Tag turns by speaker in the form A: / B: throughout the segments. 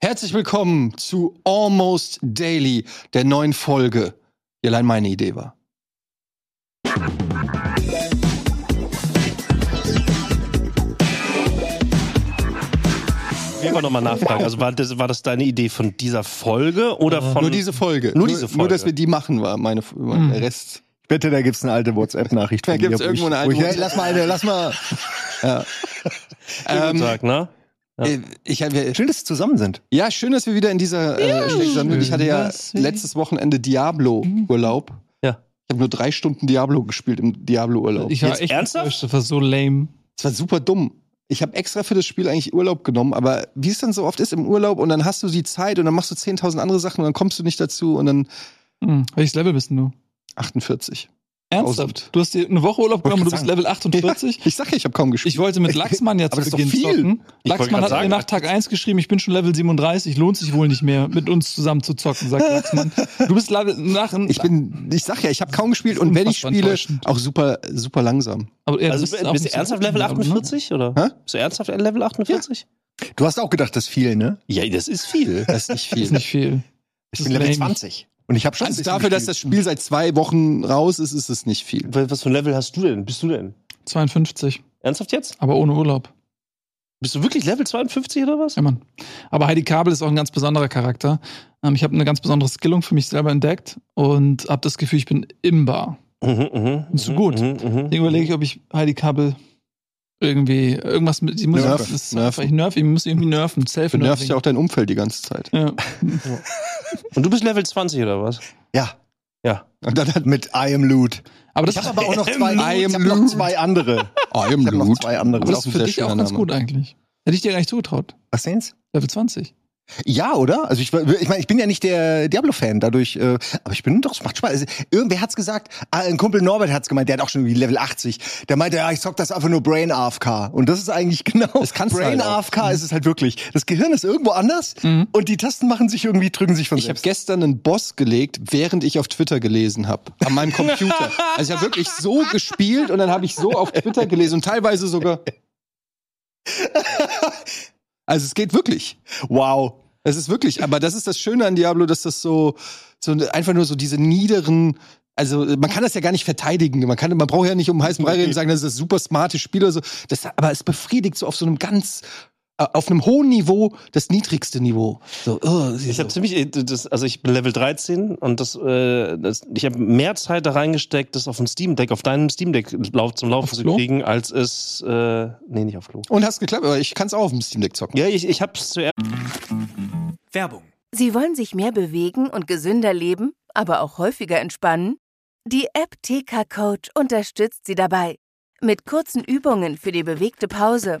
A: Herzlich willkommen zu Almost Daily, der neuen Folge, die allein meine Idee war.
B: Ich will aber nochmal nachfragen. Also war das, war das deine Idee von dieser Folge oder von.
A: Nur diese Folge.
B: Nur diese
A: Nur,
B: Folge. Mhm.
A: dass wir die machen, war meine, mein der Rest.
C: Bitte, da gibt's eine alte WhatsApp-Nachricht
A: Da
C: von mir.
A: gibt's
C: wo
A: irgendwo
C: ich-
A: eine alte
C: wo ich-
A: WhatsApp-
C: Hey, Lass mal eine, lass mal.
B: Guten
A: Ähm,
B: Tag, ne? Ja.
A: äh, ich, hab-
C: Schön, dass sie zusammen sind.
A: ja, schön, dass wir wieder in dieser äh, Stelle sind. Ich hatte ja
C: dass wir-
A: letztes Wochenende Diablo-Urlaub.
B: Ja.
A: Ich habe nur drei Stunden Diablo gespielt im Diablo-Urlaub.
D: Ich war
B: Jetzt
D: echt
B: ernsthaft?
D: enttäuscht, das war so lame.
A: Es war super dumm. Ich habe extra für das Spiel eigentlich Urlaub genommen, aber wie es dann so oft ist im Urlaub und dann hast du die Zeit und dann machst du 10.000 andere Sachen und dann kommst du nicht dazu und dann
D: Mhm. Welches Level bist denn du?
A: 48. Tausend.
D: Ernsthaft? Du hast dir eine Woche Urlaub genommen und du
A: Wollte
D: bist
A: ich
D: Level 48?
A: Ich sag ja, ich habe kaum gespielt.
D: Ich wollte mit Laxmann ja zu
A: Aber das ist doch
D: Beginn
A: viel.
D: zocken.
B: Ich wollte
D: Laxmann
B: gerade
D: hat
B: sagen,
D: mir nach Tag 1 geschrieben, ich bin schon Level 37, lohnt sich wohl nicht mehr, mit uns zusammen zu zocken, sagt Laxmann. Du bist Level nach,
A: Ich bin, ich sag ja, ich habe kaum gespielt
D: Das ist
A: und wenn ich
D: unfassbar
A: spiele,
D: enttäuschend.
A: auch super, super langsam.
D: aber er
B: Also
D: ist
B: bist,
D: auch
B: bist du
D: nicht so
B: ernsthaft
D: gut,
B: Level
D: aber, ne?
B: 48 oder?
A: Hä?
B: Bist du ernsthaft Level 48?
C: Du hast auch gedacht, das ist viel, ne?
B: Ja, das ist viel.
A: Das ist nicht
D: Das ist
A: viel.
D: nicht viel.
C: Ich bin Level 20. Und ich habe schon. ein
A: Also
C: bisschen
A: dafür, dass das
C: gespielt.
A: Spiel seit zwei Wochen raus ist, ist es nicht viel.
B: Was für ein Level hast du denn? Bist du denn?
D: 52,
B: Ernsthaft jetzt?
D: aber ohne Urlaub.
B: Bist du wirklich Level 52 oder was?
D: Ja, Mann. Aber Heidi Kabel ist auch ein ganz besonderer Charakter. Ähm, ich habe eine ganz besondere Skillung für mich selber entdeckt und habe das Gefühl, ich bin imbar.
B: Mhm, mhm,
D: Bist du gut?
B: mhm.
D: Deswegen überlege ich, ob ich Heidi Kabel irgendwie irgendwas mit. Die muss
A: Nerf.
D: das ist
A: Nerf.
D: einfach- Ich nerv, ich muss irgendwie nerven. Self
A: Du nervst ja auch dein Umfeld die ganze Zeit.
D: Ja.
B: Und du bist Level 20 oder was?
C: Ja, halt
B: Ja.
A: Und dann hat
C: mit I am Loot.
D: Aber das,
C: Ich habe aber auch noch zwei.
A: I
C: Ich
A: am
C: habe noch
A: Loot.
C: zwei andere.
A: Oh, I am
C: Ich habe noch
A: Loot.
C: zwei andere.
D: aber das
A: auch ein
D: ist für
A: sehr
D: dich auch
A: schöner
D: ganz
A: Name.
D: gut eigentlich. Hätte ich dir gar nicht zugetraut.
C: Was sehen's?
D: Level 20.
C: Ja, oder? Also ich, war- ich meine, ich bin ja nicht der Diablo-Fan, dadurch, äh, aber ich bin doch, es macht Spaß. Also, irgendwer hat's gesagt, ah, ein Kumpel Norbert hat's gemeint, der hat auch schon wie Level 80. Der meinte, ja, ich zock das einfach nur Brain AFK. Und das ist eigentlich genau. Das
A: kannst du
C: Brain
A: halt auch.
C: AFK ist es halt wirklich. Das Gehirn ist irgendwo anders
D: Mhm.
C: und die Tasten machen sich irgendwie, drücken sich von
A: Ich habe
C: selbst.
A: gestern einen Boss gelegt, während ich auf Twitter gelesen habe. An meinem Computer. Also ich habe wirklich so gespielt und dann habe ich so auf Twitter gelesen und teilweise sogar. Also es geht wirklich.
C: Wow.
A: Es ist wirklich. Aber das ist das Schöne an Diablo, dass das so, so einfach nur so diese niederen. Also man kann das ja gar nicht verteidigen. Man kann, man braucht ja nicht um heißen Brei reden und sagen, das ist das super smarte Spiel oder so. Das, aber es befriedigt so auf so einem ganz, äh, auf einem hohen Niveau das niedrigste Niveau. So, oh,
B: Ich habe ziemlich, äh, das, also ich bin Level 13 und das, äh, das ich habe mehr Zeit da reingesteckt, das auf dem Steam Deck, auf deinem Steam Deck lauf, zum Laufen
D: Auf
B: zu
D: Klo?
B: kriegen, als es, äh, nee, nicht auf Klo.
A: und hast geklappt, aber ich kann es auch auf dem Steam Deck zocken.
B: Ja, ich, ich hab's zuerst.
E: Werbung.
F: Sie wollen sich mehr bewegen und gesünder leben, aber auch häufiger entspannen? Die App TK Coach unterstützt Sie dabei. Mit kurzen Übungen für die bewegte Pause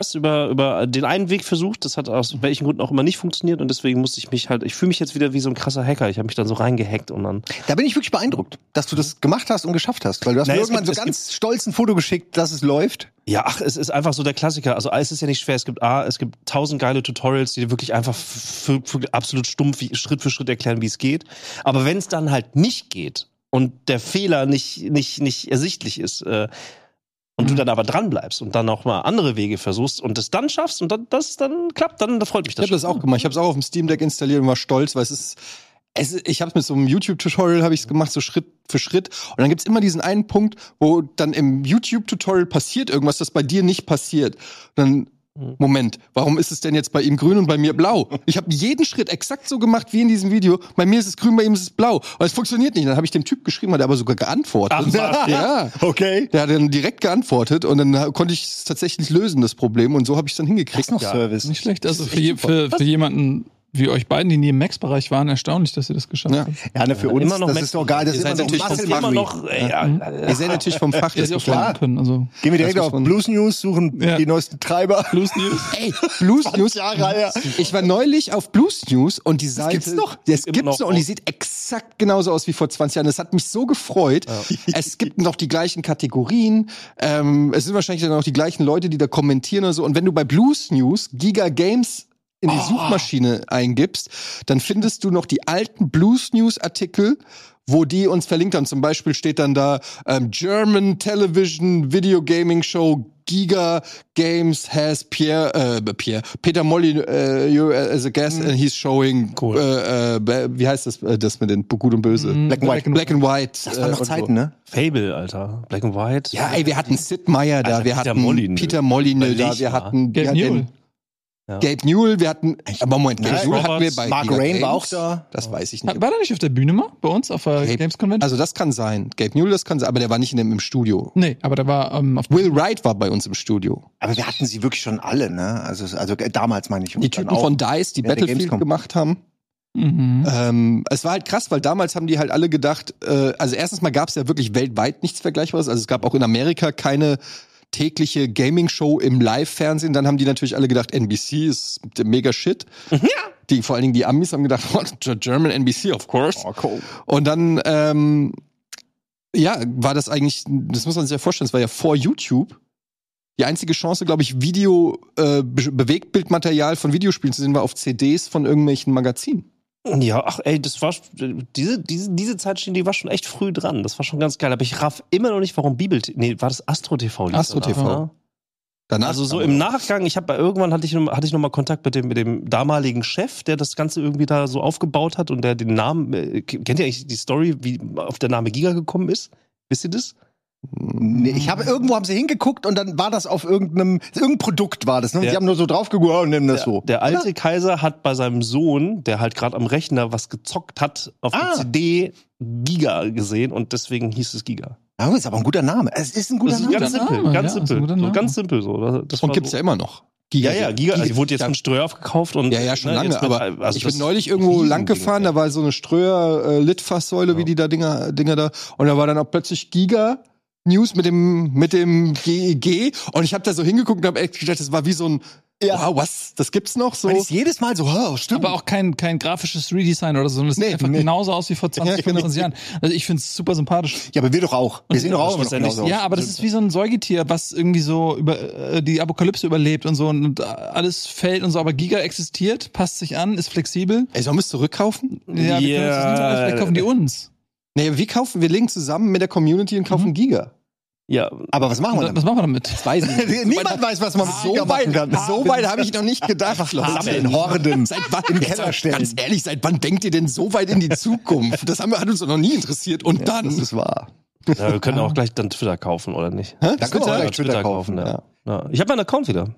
B: erst über, über den einen Weg versucht, das hat aus welchen Gründen auch immer nicht funktioniert und deswegen musste ich mich halt, ich fühle mich jetzt wieder wie so ein krasser Hacker. Ich habe mich dann so reingehackt und dann.
C: Da bin ich wirklich beeindruckt, dass du das gemacht hast und geschafft hast, weil du hast
B: Naja,
C: mir
B: es
C: irgendwann
B: gibt-
C: so
B: es
C: ganz stolz ein Foto geschickt, dass es läuft.
B: Ja, ach, es ist einfach so der Klassiker. Also es ist ja nicht schwer. Es gibt A, es gibt tausend geile Tutorials, die dir wirklich einfach für, für absolut stumpf wie, Schritt für Schritt erklären, wie es geht. Aber wenn es dann halt nicht geht und der Fehler nicht, nicht, nicht ersichtlich ist, äh, und
C: Mhm.
B: du dann aber dran bleibst und dann auch mal andere Wege versuchst und es dann schaffst und dann das dann klappt, dann freut mich
A: Ich
B: das.
A: habe das auch gemacht. Ich habe es auch auf dem Steam Deck installiert und war stolz, weil es ist. Es, ist- ich habe es mit so einem YouTube-Tutorial habe ich es gemacht, so Schritt für Schritt. Und dann gibt's immer diesen einen Punkt, wo dann im YouTube-Tutorial passiert irgendwas, das bei dir nicht passiert. Dann Moment, warum ist es denn jetzt bei ihm grün und bei mir blau? Ich habe jeden Schritt exakt so gemacht wie in diesem Video. Bei mir ist es grün, bei ihm ist es blau. Aber es funktioniert nicht. Dann habe ich dem Typ geschrieben, hat er aber sogar geantwortet.
B: Ach, was?
A: ja.
C: Okay.
A: Der hat dann direkt geantwortet und dann konnte ich es tatsächlich lösen, das Problem. Und so habe ich es dann hingekriegt.
C: Kriegst noch Service.
D: Nicht schlecht. Also für, je- für, für jemanden wie euch beiden, die nie im Max-Bereich waren, erstaunlich, dass ihr das geschafft
A: Ja.
D: habt.
C: Ja, ne, für uns,
B: Immer noch
C: das
B: Mac-
C: ist doch geil. Das
A: Ihr
C: ist immer
A: seid
C: noch Mhm.
A: natürlich
C: Muscle
A: vom
B: immer
C: Memory.
B: noch, ey, ja, äh,
A: Ihr seid natürlich vom Fach.
D: Dass
A: das
D: ihr auch
A: ist klar.
D: schlagen können. Also.
C: Gehen wir
A: Das
C: direkt
A: muss
C: auf
A: man-
C: Blues News, suchen
D: Ja.
C: die neuesten Treiber.
D: Plus News.
A: Ey, Blues News.
C: Jahre her.
A: Ich war neulich auf Blues News und die Seite.
C: gibt's noch?
A: Das
B: Immer
A: gibt's
B: noch.
A: noch und die sieht exakt exakt genauso aus wie vor 20 Jahren. Das hat mich so gefreut. Es gibt noch die gleichen Kategorien. Ähm, es sind wahrscheinlich dann auch die gleichen Leute, die da kommentieren oder so. Und wenn du bei Blues News Giga Games in die Suchmaschine eingibst, dann findest du noch die alten Blues News Artikel, wo die uns verlinkt haben. Zum Beispiel steht dann da ähm, German Television Video Gaming Show Giga Games has Pierre, äh, Pierre Peter Molly äh, you as a guest and he's showing
B: Cool.
A: äh, äh, wie heißt das äh, das mit den Gut und Böse
C: Mhm.
A: Black and White Black and White äh,
C: Das waren noch
A: und so.
C: Zeiten, ne?
B: Fable, Alter. Black and White.
A: Ja, ey, wir hatten Sid Meier da,
B: Alter,
A: wir
B: Peter
A: hatten
B: Molyneux.
A: Peter Molyneux da,
B: Überleg
A: wir
B: mal.
A: hatten
D: Gabe
A: wir hatten
D: Newell.
A: Gabe Newell, wir hatten aber Moment, Gabe
B: Nick
A: Newell hatten wir
B: Roberts,
A: bei
C: Mark
A: Giga
C: Rain war
A: Games.
C: auch da.
A: Das weiß ich nicht.
D: War der nicht auf der Bühne mal bei uns auf der
A: Hey,
D: Games Convention?
A: Also das kann sein. Gabe Newell, das kann sein, aber der war nicht in dem, im Studio.
D: nee, aber der war ähm, auf
A: Will Wright war bei uns im Studio.
C: Aber wir hatten sie wirklich schon alle, ne? Also, also äh, damals meine ich.
A: Die
C: Und dann
A: Typen
C: auch-
A: von DICE, die
C: Ja, der
A: Battlefield
C: Gamescom.
A: gemacht haben.
D: mhm.
A: Ähm, es war halt krass, weil damals haben die halt alle gedacht, äh, also erstens mal gab es ja wirklich weltweit nichts Vergleichbares. Also es gab auch in Amerika keine tägliche Gaming-Show im Live-Fernsehen. Dann haben die natürlich alle gedacht, NBC ist der mega shit.
B: Mhm.
A: Ja. Die, vor allen Dingen die Amis haben gedacht, what, German NBC, of course.
C: Oh,
A: Und dann, ähm, ja, war das eigentlich, das muss man sich ja vorstellen, es war ja vor YouTube die einzige Chance, glaube ich, Video, äh, Be- Bewegtbildmaterial von Videospielen zu sehen, war auf CDs von irgendwelchen Magazinen.
B: Ja, ach ey, das war diese, diese, diese Zeitschiene, die war schon echt früh dran. Das war schon ganz geil. Aber ich raff immer noch nicht, warum Bibel. Nee, war das Astro TV? lief
A: Astro
B: danach,
A: TV.
B: ne?
A: Danach
B: Also so
A: kam
B: im Nachgang, ich habe irgendwann hatte ich, noch- hatte ich noch mal Kontakt mit dem, mit dem damaligen Chef, der das Ganze irgendwie da so aufgebaut hat und der den Namen äh, kennt ihr eigentlich die Story, wie auf der Name Giga gekommen ist? Wisst ihr das?
C: Nee, ich habe irgendwo haben sie hingeguckt und dann war das auf irgendeinem irgendein Produkt war das. Ne? Und
B: Ja.
C: Die haben nur so drauf geguckt, oh, nimm das so.
B: Der alte Kaiser hat bei seinem Sohn, der halt gerade am Rechner was gezockt hat, auf
C: Ah.
B: der CD Giga gesehen und deswegen hieß es Giga.
C: Ja, ist aber ein guter Name. Es ist ein guter
B: Das ist
C: Name.
B: ganz
D: Guter
B: simpel,
D: Name,
B: ganz
D: ja, ist ein
B: simpel,
D: guter
B: so,
D: Name.
B: ganz simpel so. Das- Das
A: Und
B: war
A: gibt's
B: so.
A: ja immer noch.
B: Ja, ja, Giga, also die wurde jetzt
A: ja,
B: von Ströer aufgekauft und
A: ja, ja, schon
B: ne,
A: lange,
B: jetzt mit-
A: aber
B: also
A: ich bin
B: das-
A: neulich irgendwo
B: Riesending,
A: lang gefahren,
B: ey.
A: da war so eine Ströer äh, Litfaßsäule, wie
B: Ja.
A: die da Dinger, Dinger da und da war dann auch plötzlich Giga News mit dem mit dem GEG und ich habe da so hingeguckt und habe echt gedacht, das war wie so ein
C: Ja.
A: wow, was, das gibt's noch so.
C: Weil es jedes Mal so, oh, stimmt.
D: Aber auch kein, kein grafisches Redesign oder so, sondern es
A: Nee,
D: sieht einfach
A: nee.
D: genauso aus wie vor 20,
A: Ja, genau.
D: 25 Jahren. Also ich finde es super sympathisch.
C: ja, aber wir doch auch. Wir sehen doch auch immer noch
B: schlussendlich-
C: genauso aus.
D: Ja, aber das ist wie so ein Säugetier, was irgendwie so über äh, die Apokalypse überlebt und so und, und äh, alles fällt und so, aber Giga existiert, passt sich an, ist flexibel.
A: Ey, sollen wir es zurückkaufen?
D: Ja, wir können uns das nicht
B: Ja.
D: alles, vielleicht kaufen die uns.
A: Nee, wir kaufen, wir legen zusammen mit der Community und
B: Mhm.
A: kaufen Giga.
B: Ja,
C: aber was machen wir
D: Und,
C: damit?
D: was machen wir damit?
A: Weiß ich nicht.
C: Niemand weiß, was man mit
A: So
C: Giga machen
A: weit,
C: kann.
A: so weit habe ich noch nicht gedacht, Leute.
C: Sammeln, Horden.
A: Seit wann,
C: Im
A: Jetzt
C: Keller
A: mal
C: stellen.
A: Ganz ehrlich, seit wann denkt ihr denn so weit in die Zukunft? Das haben wir, hat uns doch noch nie interessiert. Und dann.
C: Das ist wahr.
B: ja, wir können auch gleich dann Twitter kaufen, oder nicht?
A: Hä?
C: Da können wir auch
A: Twitter?
C: gleich Twitter kaufen.
B: ja. Ja. Ich habe meinen Account wieder.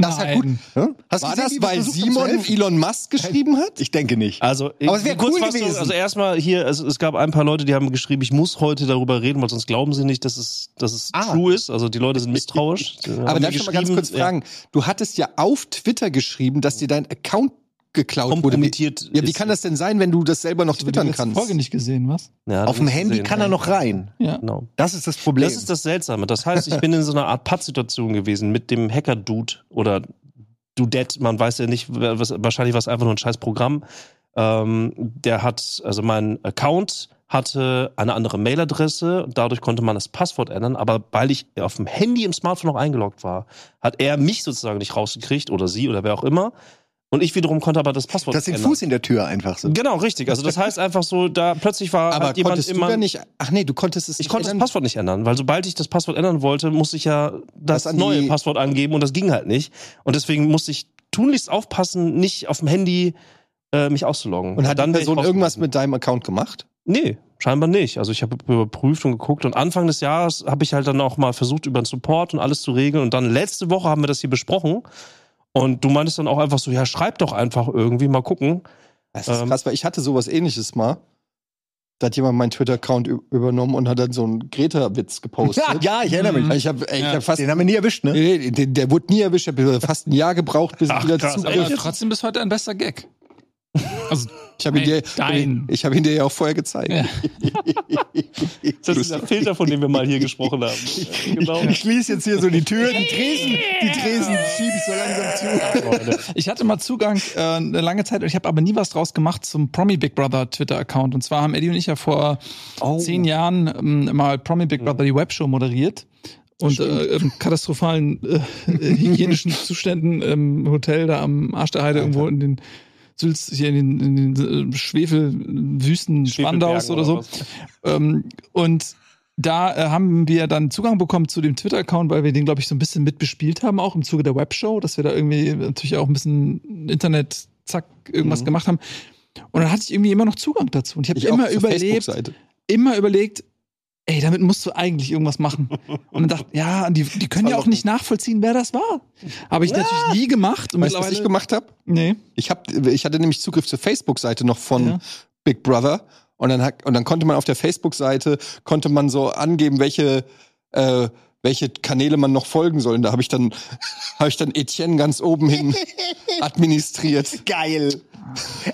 C: Das hat gut. Hm? Hast
A: War
C: gesehen,
A: das,
C: wie wir
A: weil
C: versucht haben, zu
A: Simon
C: helfen?
A: Elon Musk geschrieben hat?
C: Ich denke nicht.
B: Also,
C: Aber es wär
B: kurz
C: cool
B: was so-
C: gewesen.
B: Also erstmal hier, es, es gab ein paar Leute, die haben geschrieben, ich muss heute darüber reden, weil sonst glauben sie nicht, dass es, dass es
C: Ah.
B: true ist. Also die Leute sind misstrauisch. Die haben
A: Aber
B: mir
A: darf ich noch mal ganz
B: geschrieben,
A: kurz fragen? Du hattest ja auf Twitter geschrieben, dass dir dein Account geklaut wurde. Wie,
B: kompromittiert.
A: ja, wie
B: ist.
A: kann das denn sein, wenn du das selber noch twittern
D: Die letzte
A: kannst?
D: Folge nicht gesehen, was?
B: Ja,
C: Auf dem
B: das
C: Handy
B: gesehen,
C: kann er noch rein.
D: Ja.
B: Genau.
C: Das ist das Problem.
B: Das ist das Seltsame. Das heißt, ich bin in so einer Art Pattsituation gewesen mit dem Hacker-Dude oder Dudette. Man weiß ja nicht, was, wahrscheinlich war es einfach nur ein scheiß Programm. Ähm, der hat, also mein Account hatte eine andere Mailadresse. Dadurch konnte man das Passwort ändern. Aber weil ich auf dem Handy im Smartphone noch eingeloggt war, hat er mich sozusagen nicht rausgekriegt oder sie oder wer auch immer. Und ich wiederum konnte aber das Passwort
C: das den
B: ändern.
C: Fuß in der Tür einfach so.
B: Genau, richtig. Also das heißt einfach so, da plötzlich war
A: Aber
B: hat jemand
A: konntest du
B: immer
A: da nicht? Ach nee, du konntest es
B: ich
A: nicht
B: konnte das
A: ändern.
B: Passwort nicht ändern, weil sobald ich das Passwort ändern wollte, musste ich ja das
A: Das an die-
B: neue Passwort angeben und das ging halt nicht. Und deswegen musste ich tunlichst aufpassen, nicht auf dem Handy äh, mich auszuloggen.
A: Und hat dann
B: dann
A: die
B: wär ich
A: Person irgendwas
B: rausgeschmissen.
A: mit deinem Account gemacht?
B: Nee, scheinbar nicht. Also ich habe überprüft und geguckt und Anfang des Jahres habe ich halt dann auch mal versucht, über den Support und alles zu regeln. Und dann letzte Woche haben wir das hier besprochen. Und du meintest dann auch einfach so, ja, schreib doch einfach irgendwie, mal gucken.
A: Das ist
B: Ähm.
A: krass, weil ich hatte sowas ähnliches mal. Da hat jemand meinen Twitter-Account ü- übernommen und hat dann so einen Greta-Witz gepostet.
C: Ja, ja, ich erinnere mich.
A: Ich habe ich
D: Ja.
A: hab äh, fast.
C: Den haben wir nie erwischt, ne?
A: Nee, nee, den, der wurde nie erwischt. Ich habe fast ein Jahr gebraucht, bis ich
B: Ach,
A: wieder
B: krass,
A: zu.
B: aber-
D: Aber trotzdem bis heute ein bester Gag. Also,
A: Ich habe ihn, dir-
D: Dein.
A: ich hab ihn dir ja auch vorher gezeigt.
D: Ja.
B: Das ist der Filter, von dem wir mal hier gesprochen haben. Genau.
C: Ich schließe jetzt hier so die Türen, die Tresen, die Tresen schiebe ich so langsam zu.
D: ich hatte mal Zugang äh, eine lange Zeit, ich habe aber nie was draus gemacht zum Promi Big Brother Twitter-Account. Und zwar haben Eddie und ich ja vor zehn Jahren ähm, mal Promi Big Brother die Webshow moderiert. Und äh, in katastrophalen äh, hygienischen Zuständen im Hotel da am Arsch der Heide irgendwo in den Sülz, hier in den, in den äh, Schwefelwüsten Spandaus oder so. Ähm, und da äh, haben wir dann Zugang bekommen zu dem Twitter-Account, weil wir den, glaube ich, so ein bisschen mitbespielt haben, auch im Zuge der Webshow, dass wir da irgendwie natürlich auch ein bisschen Internet, zack, irgendwas gemacht haben. Und dann hatte ich irgendwie immer noch Zugang dazu. Und ich habe
A: Mhm. Ich auch
D: immer
A: zur
D: überlebt,
A: Facebook-Seite.
D: immer überlegt, ey, damit musst du eigentlich irgendwas machen. Und dann dachte, ja, die, die können ja auch nicht nachvollziehen, wer das war. Habe ich natürlich nie gemacht. Und
A: Weißt du, was ich
D: mittlerweile-
A: gemacht habe?
D: Nee.
A: Ich, hab, ich hatte nämlich Zugriff zur Facebook-Seite noch von
D: Ja.
A: Big Brother. Und dann, hack- und dann konnte man auf der Facebook-Seite, konnte man so angeben, welche, äh, welche Kanäle man noch folgen soll. Und da habe ich dann, habe ich dann Etienne ganz oben hin administriert.
C: Geil.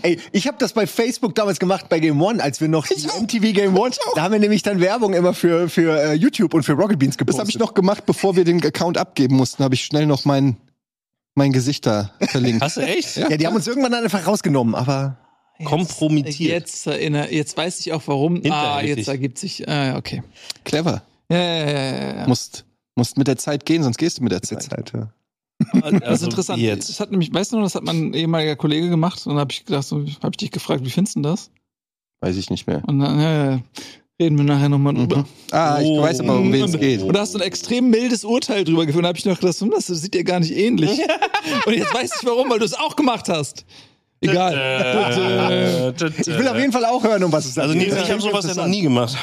C: Ey, ich habe das bei Facebook damals gemacht, bei Game One, als wir noch die MTV Game One, da haben wir nämlich dann Werbung immer für, für äh, YouTube und für Rocket Beans
A: Das
C: gepostet.
A: habe ich noch gemacht, bevor wir den Account abgeben mussten. Habe ich schnell noch mein, mein Gesicht da verlinkt.
B: Hast du echt?
C: Ja, die haben uns irgendwann dann einfach rausgenommen, aber
B: Kompromittiert.
D: Jetzt erinnere, jetzt weiß ich auch warum. Ah,
B: Hinterhältig.
D: jetzt ergibt sich, ah, okay.
A: Clever.
D: Ja, ja, ja, ja, ja.
A: Musst, musst mit der Zeit gehen, sonst gehst du mit der
C: zur
A: Zeit.
C: Zeit, ja.
D: Das ist interessant.
B: also, Jetzt.
D: Das hat nämlich, weißt du noch, das hat mein ehemaliger Kollege gemacht und dann habe ich gedacht, so, habe ich dich gefragt, wie findest du das?
A: Weiß ich nicht mehr.
D: Und dann ja, ja, reden wir nachher nochmal drüber.
A: Ah, ich
B: Oh.
A: weiß aber, um wen es geht.
D: Und da hast du ein extrem mildes Urteil drüber geführt. Da habe ich noch gedacht, hm, das sieht dir gar nicht ähnlich. und jetzt weiß ich warum, weil du es auch gemacht hast. Egal.
B: Äh,
C: Ich will auf jeden Fall auch hören, um was es da
B: Also,
C: geht.
B: Nils, ich habe sowas ja noch nie gemacht.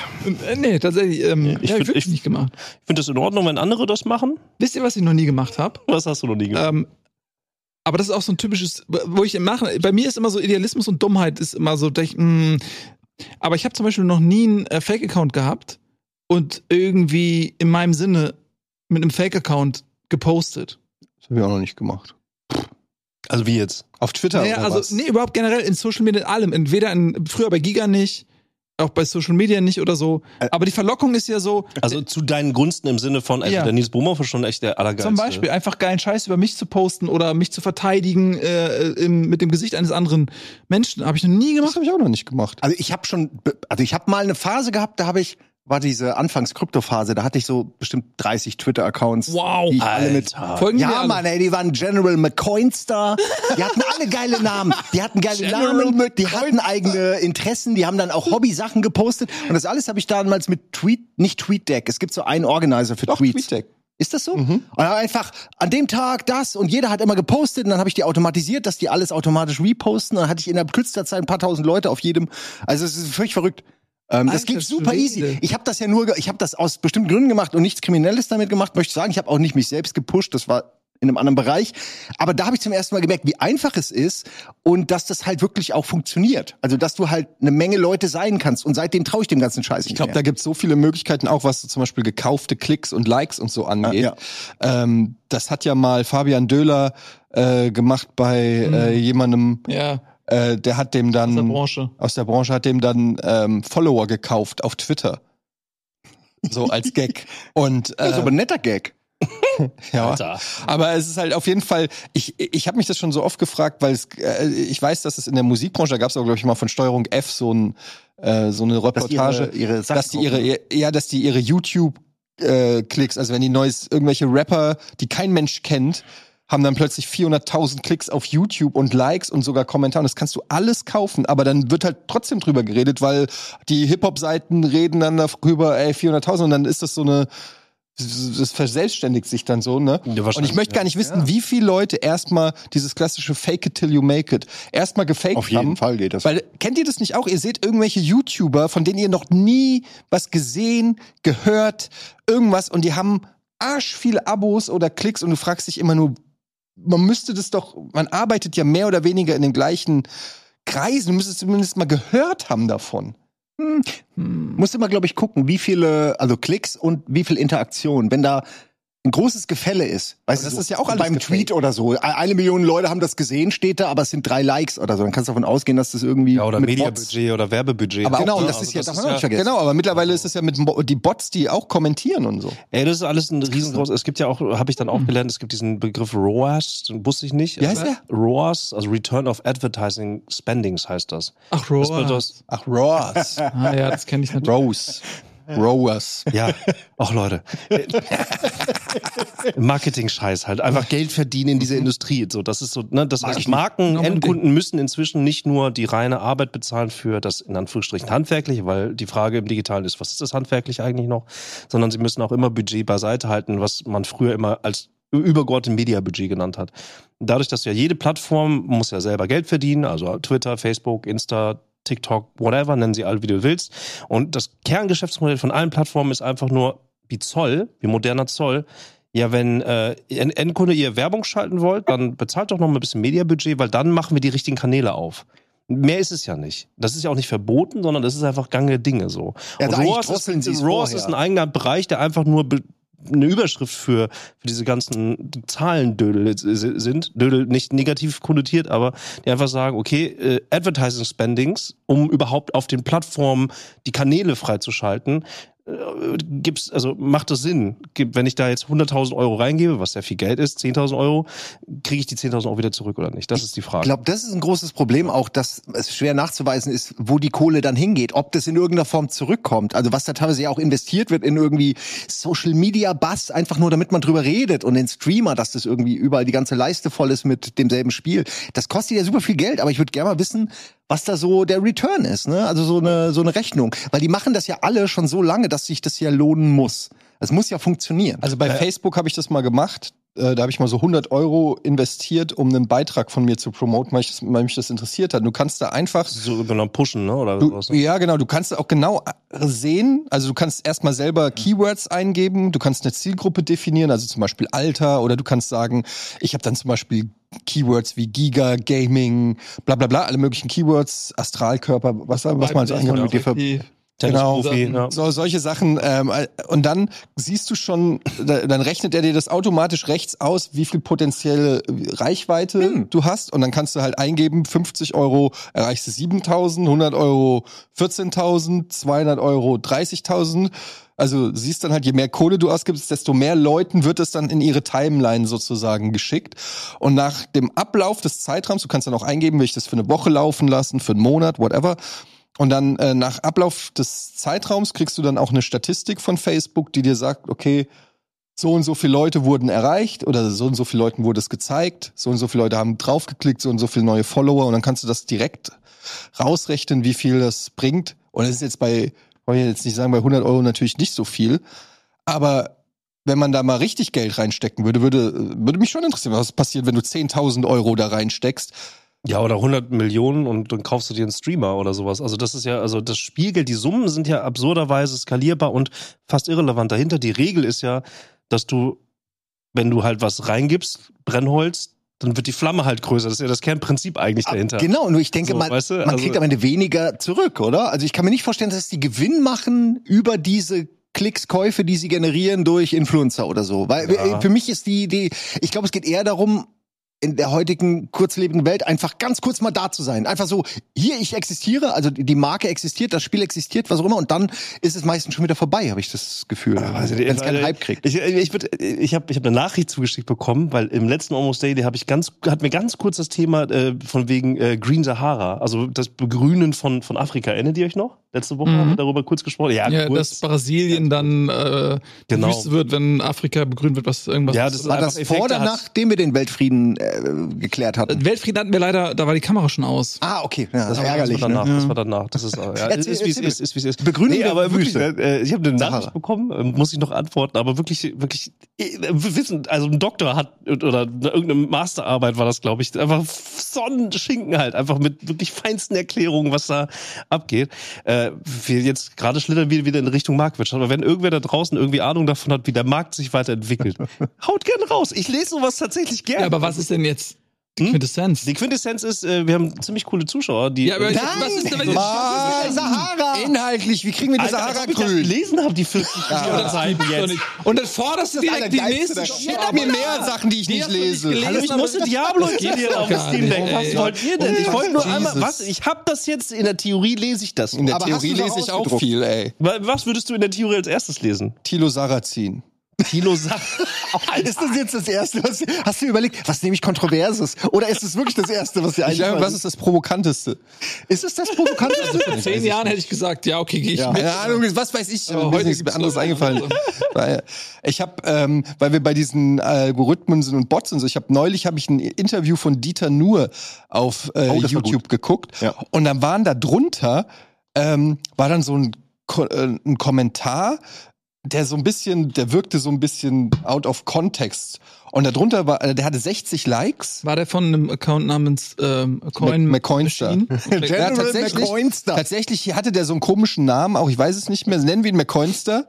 D: Äh, nee, tatsächlich, ähm,
B: Ich
D: ich ja,
B: find- ich-
D: ich wirklich nicht gemacht.
B: Ich finde das in Ordnung, wenn andere das machen.
D: Wisst ihr, was ich noch nie gemacht habe?
B: Was hast du noch nie gemacht?
D: Ähm, aber das ist auch so ein typisches, wo ich im Nachhinein, bei mir ist immer so Idealismus und Dummheit ist immer so, denk, mh, aber ich habe zum Beispiel noch nie einen äh, Fake-Account gehabt und irgendwie in meinem Sinne mit einem Fake-Account gepostet.
A: Das habe ich auch noch nicht gemacht.
B: Also wie jetzt?
A: Auf Twitter
D: Naja,
A: oder
D: also,
A: was?
D: nee, überhaupt generell in Social Media in allem. Entweder in, früher bei Giga nicht, auch bei Social Media nicht oder so. Aber die Verlockung ist ja so,
B: Also zu deinen Gunsten im Sinne von, also
D: Ja.
B: der Nils Bohmhoff ist schon echt der Allergeilste.
A: also
D: Zum Beispiel einfach geilen Scheiß über mich zu posten oder mich zu verteidigen äh, im, mit dem Gesicht eines anderen Menschen. Habe ich noch
A: Das
D: nie gemacht.
A: habe ich auch noch nicht gemacht.
C: Also ich habe schon, be- also ich habe mal eine Phase gehabt, da habe ich, war diese Anfangs-Krypto-Phase, da hatte ich so bestimmt 30 Twitter-Accounts.
D: Wow.
C: die ich alle mit.
D: Folgen wir
C: Ja,
D: alle.
C: Mann, ey, die waren General McCoinster. Die hatten alle geile Namen. Die hatten geile Namen, die hatten eigene Interessen, die haben dann auch Hobby-Sachen gepostet. Und das alles habe ich damals mit Tweet, nicht TweetDeck. Es gibt so einen Organizer für
A: Doch,
C: Tweets.
A: TweetDeck.
C: Ist das so? Und dann einfach an dem Tag das und jeder hat immer gepostet und dann habe ich die automatisiert, dass die alles automatisch reposten. Und dann hatte ich innerhalb kürzester Zeit ein paar tausend Leute auf jedem. Also es ist völlig verrückt. Ähm, das
D: Alter
C: geht super
D: Schwede.
C: easy. Ich habe das ja nur, ge- ich habe das aus bestimmten Gründen gemacht und nichts Kriminelles damit gemacht. Möchte sagen, ich habe auch nicht mich selbst gepusht. Das war in einem anderen Bereich. Aber da habe ich zum ersten Mal gemerkt, wie einfach es ist und dass das halt wirklich auch funktioniert. Also dass du halt eine Menge Leute sein kannst. Und seitdem traue ich dem ganzen Scheiß
A: Ich
C: nicht
A: glaube,
C: mehr.
A: da gibt es so viele Möglichkeiten, auch was so zum Beispiel gekaufte Klicks und Likes und so angeht.
C: Ah,
A: ähm, das hat ja mal Fabian Döhler äh, gemacht bei äh, jemandem,
D: Ja,
A: äh, der hat dem dann
D: aus der Branche.
A: aus der Branche hat dem dann ähm, Follower gekauft auf Twitter. So als Gag. Und
C: Das ist aber
A: äh,
C: ein netter Gag.
A: ja,
B: Alter.
A: Aber es ist halt auf jeden Fall, ich, ich habe mich das schon so oft gefragt, weil es, äh, ich weiß, dass es in der Musikbranche, da gab es auch, glaube ich, mal von Steuerung F so, ein, äh, so eine Reportage,
C: ihre- ihre Sachen
A: dass die ihre, E-, ja, dass die ihre YouTube äh, Klicks, also wenn die neues irgendwelche Rapper, die kein Mensch kennt, haben dann plötzlich 400.000 Klicks auf YouTube und Likes und sogar Kommentare. Und das kannst du alles kaufen, aber dann wird halt trotzdem drüber geredet, weil die Hip-Hop-Seiten reden dann darüber, ey, 400.000 und dann ist das so eine, das verselbstständigt sich dann so, ne?
B: Ja,
A: und
B: wahrscheinlich,
A: ich möchte gar nicht wissen, wie viele Leute erstmal dieses klassische Fake it till you make it erstmal gefaked
C: Auf jeden
A: haben.
C: Fall geht das.
A: Weil kennt ihr das nicht auch? Ihr seht irgendwelche YouTuber, von denen ihr noch nie was gesehen, gehört, irgendwas und die haben arsch viele Abos oder Klicks und du fragst dich immer nur, man müsste das doch, man arbeitet ja mehr oder weniger in den gleichen Kreisen, du müsstest zumindest mal gehört haben davon.
D: Hm.
C: Muss immer, glaube ich, gucken, wie viele, also Klicks und wie viel Interaktion. Wenn da ein großes Gefälle ist.
A: Aber
C: Weißt du,
A: das
C: Also so
A: ist ja auch alles
C: beim
A: gefaked.
C: Tweet oder so. Eine Million Leute haben das gesehen, steht da, aber es sind drei Likes oder so. Dann kannst du davon ausgehen, dass das irgendwie
B: Ja, oder
C: mit Bots-
B: Mediabudget oder Werbebudget.
C: Aber genau,
B: ne?
C: das ist ja, darf man auch nicht vergessen.
A: Genau, aber mittlerweile ist es ja mit Mo die Bots, die auch kommentieren und so.
B: Ey, das ist Mhm. alles ein riesengroß. Es gibt ja auch, habe ich dann auch gelernt, es gibt diesen Begriff ROAS, den wusste ich nicht. Äh,
A: Wie heißt der?
B: ROAS, also Return of Advertising Spendings heißt das.
D: Ach, Roas.
B: Das bedeutet,
A: Ach, Roas.
D: Ah ja, das kenne ich natürlich.
A: Rose. Roas.
B: ja, auch Leute. Marketing-Scheiß halt. Einfach Geld verdienen in dieser Industrie. So, das ist so, ne, das heißt, Marken, Endkunden müssen inzwischen nicht nur die reine Arbeit bezahlen für das in Anführungsstrichen handwerkliche, weil die Frage im Digitalen ist, was ist das handwerklich eigentlich noch, sondern sie müssen auch immer Budget beiseite halten, was man früher immer als übergeordneten Media-Budget genannt hat. Dadurch, dass ja jede Plattform muss ja selber Geld verdienen, also Twitter, Facebook, Insta, TikTok, whatever, nennen sie all, wie du willst. Und das Kerngeschäftsmodell von allen Plattformen ist einfach nur wie Zoll, wie moderner Zoll. Ja, wenn äh, ein Endkunde ihr Werbung schalten wollt, dann bezahlt doch noch mal ein bisschen Mediabudget, weil dann machen wir die richtigen Kanäle auf. Mehr ist es ja nicht. Das ist ja auch nicht verboten, sondern das ist einfach Gang der Dinge so.
C: Ja, also
B: Und
C: eigentlich
B: Roas
C: drosseln
B: ist,
C: sie es
B: Roas
C: vorher.
B: ist ein eigener Bereich, der einfach nur be- eine Überschrift für, für diese ganzen Zahlendödel s- sind. Dödel nicht negativ konnotiert, aber die einfach sagen, okay, äh, Advertising Spendings, um überhaupt auf den Plattformen die Kanäle freizuschalten, äh, gibt's, also macht das Sinn. Gibt- Wenn ich da jetzt 100.000 Euro reingebe, was sehr viel Geld ist, 10.000 Euro, kriege ich die 10.000 auch wieder zurück oder nicht? Das ist die
C: Ich
B: Frage.
C: glaube, das ist ein großes Problem auch, dass es schwer nachzuweisen ist, wo die Kohle dann hingeht, ob das in irgendeiner Form zurückkommt. Also was da teilweise ja auch investiert wird in irgendwie Social Media Bass, einfach nur damit man drüber redet und den Streamer, dass das irgendwie überall die ganze Leiste voll ist mit demselben Spiel. Das kostet ja super viel Geld, aber ich würde gerne mal wissen, was da so der Return ist, ne? Also so eine so eine Rechnung, weil die machen das ja alle schon so lange, dass sich das ja lohnen muss. Es muss ja funktionieren.
A: Also bei Facebook habe ich das mal gemacht. Äh, Da habe ich mal so 100 Euro investiert, um einen Beitrag von mir zu promoten, weil, ich das, weil mich das interessiert hat. Du kannst da einfach
B: So genau pushen, ne? Oder
A: Du,
B: was?
A: ja, genau. Du kannst auch genau sehen, also du kannst erstmal selber Keywords eingeben, du kannst eine Zielgruppe definieren, also zum Beispiel Alter oder du kannst sagen, ich habe dann zum Beispiel Keywords wie Giga, Gaming, bla bla bla, alle möglichen Keywords, Astralkörper, was, was man so Genau.
D: Weiblich,
A: eingebaut
D: die-
B: Tennisprofi,
D: genau.
B: ja.
A: so, solche Sachen. Ähm, äh, und dann siehst du schon, da- dann rechnet er dir das automatisch rechts aus, wie viel potenzielle äh, Reichweite du hast. Und dann kannst du halt eingeben, 50 Euro erreichst du 7.000, 100 Euro 14.000, 200 Euro 30.000. Also siehst dann halt, je mehr Kohle du ausgibst, desto mehr Leuten wird es dann in ihre Timeline sozusagen geschickt. Und nach dem Ablauf des Zeitraums, du kannst dann auch eingeben, will ich das für eine Woche laufen lassen, für einen Monat, whatever. Und dann äh, nach Ablauf des Zeitraums kriegst du dann auch eine Statistik von Facebook, die dir sagt, okay, so und so viele Leute wurden erreicht oder so und so viele Leuten wurde es gezeigt, so und so viele Leute haben draufgeklickt, so und so viele neue Follower und dann kannst du das direkt rausrechnen, wie viel das bringt. Und das ist jetzt bei, wollte ich jetzt nicht sagen, bei 100 Euro natürlich nicht so viel, aber wenn man da mal richtig Geld reinstecken würde, würde, würde mich schon interessieren, was passiert, wenn du 10.000 Euro da reinsteckst.
B: Ja, oder 100 Millionen und dann kaufst du dir einen Streamer oder sowas. Also das ist ja, also das Spiegel, die Summen sind ja absurderweise skalierbar und fast irrelevant. Dahinter die Regel ist ja, dass du, wenn du halt was reingibst, Brennholz, dann wird die Flamme halt größer. Das ist ja das Kernprinzip eigentlich dahinter.
C: Genau, nur ich denke,
B: So,
C: man,
B: weißt du,
C: man
B: also-
C: kriegt am Ende weniger zurück, oder? Also ich kann mir nicht vorstellen, dass die Gewinn machen über diese Klicks, Käufe, die sie generieren durch Influencer oder so. Weil
B: Ja.
C: äh, für mich ist die Idee, ich glaube, es geht eher darum, in der heutigen kurzlebigen Welt einfach ganz kurz mal da zu sein. Einfach so, hier, ich existiere, also die die Marke existiert, das Spiel existiert, was auch immer, und dann ist es meistens schon wieder vorbei, habe ich das Gefühl.
B: Also,
C: Wenn es keinen
B: also,
C: Hype kriegt.
B: Ich, ich, würd- ich habe ich hab eine Nachricht zugeschickt bekommen, weil im letzten Almost Daily habe ich ganz, hat mir ganz kurz das Thema äh, von wegen äh, Green Sahara, also das Begrünen von, von Afrika. Erinnert ihr euch noch? Letzte Woche
D: Mhm.
B: haben wir darüber kurz gesprochen. Ja,
D: Ja,
B: kurz.
D: dass Brasilien dann äh,
B: Genau.
D: genau. Wüste wird, wenn Afrika begrünt wird, was irgendwas
B: Ja, das ist
C: War
B: einfach
C: das vor
B: Effekte
C: oder
B: hat.
C: nachdem wir den Weltfrieden äh, geklärt hatten?
D: Weltfrieden hatten wir leider, da war die Kamera schon aus.
C: Ah, okay. Ja,
B: Das
C: das ist
B: war
C: ärgerlich.
B: Das war danach.
C: Ne?
B: Das war danach. Das ist, ja,
C: Erzähl-
B: ist, wie es
C: erzähl
B: ist, ist, wie es ist.
C: Begrünen wir
B: aber wirklich,
C: Wüste.
B: äh, ich habe eine
C: Sahara.
B: Nachricht bekommen, äh, muss ich noch antworten, aber wirklich, wirklich, äh, wissen, also ein Doktor hat, oder irgendeine Masterarbeit war das, glaube ich, einfach Sonnenschinken halt, einfach mit wirklich feinsten Erklärungen, was da abgeht. Äh, wir jetzt gerade schlittern wir wieder in Richtung Marktwirtschaft, aber wenn irgendwer da draußen irgendwie Ahnung davon hat, wie der Markt sich weiterentwickelt, haut gern raus. Ich lese sowas tatsächlich gern.
D: Ja, aber was ist denn jetzt die
B: Hm?
D: Quintessenz?
B: die Quintessenz ist, äh, wir haben ziemlich coole Zuschauer, die
D: Ja, aber
C: Nein!
D: was ist denn, wenn
C: Mann!
D: jetzt
C: Sahara!
A: In inhaltlich, wie kriegen wir die
B: Alter, also als
A: Sahara
B: ob ich das
A: grün?
B: gelesen habe, die 40 Millionen Seiten jetzt.
D: Und dann forderst du direkt die
C: Allergeilste
D: nächste
C: da.
A: Schick mir mehr Sachen, die ich nicht lese.
B: Hallo, ich musste Diablo installieren auf dem
D: gar
B: Steam
D: nicht.
B: Deck.
D: Ey,
B: Was wollt ihr denn? Ich wollte nur
A: Jesus.
B: einmal, was? Ich hab das jetzt, in der Theorie lese ich das.
A: In der
C: Aber hast
A: Theorie
C: du's auch
A: lese ich auch
C: ausgedruckt?
A: viel, ey.
B: Wa- Was würdest du in der Theorie als erstes lesen?
A: Tilo Sarrazin.
B: Tilo sagt.
C: Ist das jetzt das Erste, was hast du dir überlegt? Was nehme ich Kontroverses? Oder ist es wirklich das Erste, was dir
A: Ich glaube,
C: eingefallen
A: was
C: ist?
A: ist das Provokanteste?
C: Also Ist es das Provokante?
D: Vor zehn Jahren hätte ich gesagt, ja, okay, gehe ich mit.
A: Keine Ahnung, was weiß ich. mir
D: Aber
A: Also. ist
D: heute
A: nichts
D: gibt's
A: anderes
D: Leute,
A: eingefallen. Weil ich habe, ähm, weil wir bei diesen Algorithmen sind und Bots und so, ich habe neulich habe ich ein Interview von Dieter Nuhr auf äh,
C: Oh, das war
A: YouTube geguckt
C: Ja.
A: und dann waren da drunter ähm, war dann so ein, Ko äh, ein Kommentar, der so ein bisschen, der wirkte so ein bisschen out of context und darunter war, äh, der hatte 60 Likes.
D: War der von einem Account namens ähm, Coin
A: Mac- McCoinster.
D: Machine?
A: Ja,
C: General
A: tatsächlich,
C: McCoinster.
A: tatsächlich hatte der so einen komischen Namen, auch ich weiß es nicht mehr, nennen wir ihn McCoinster.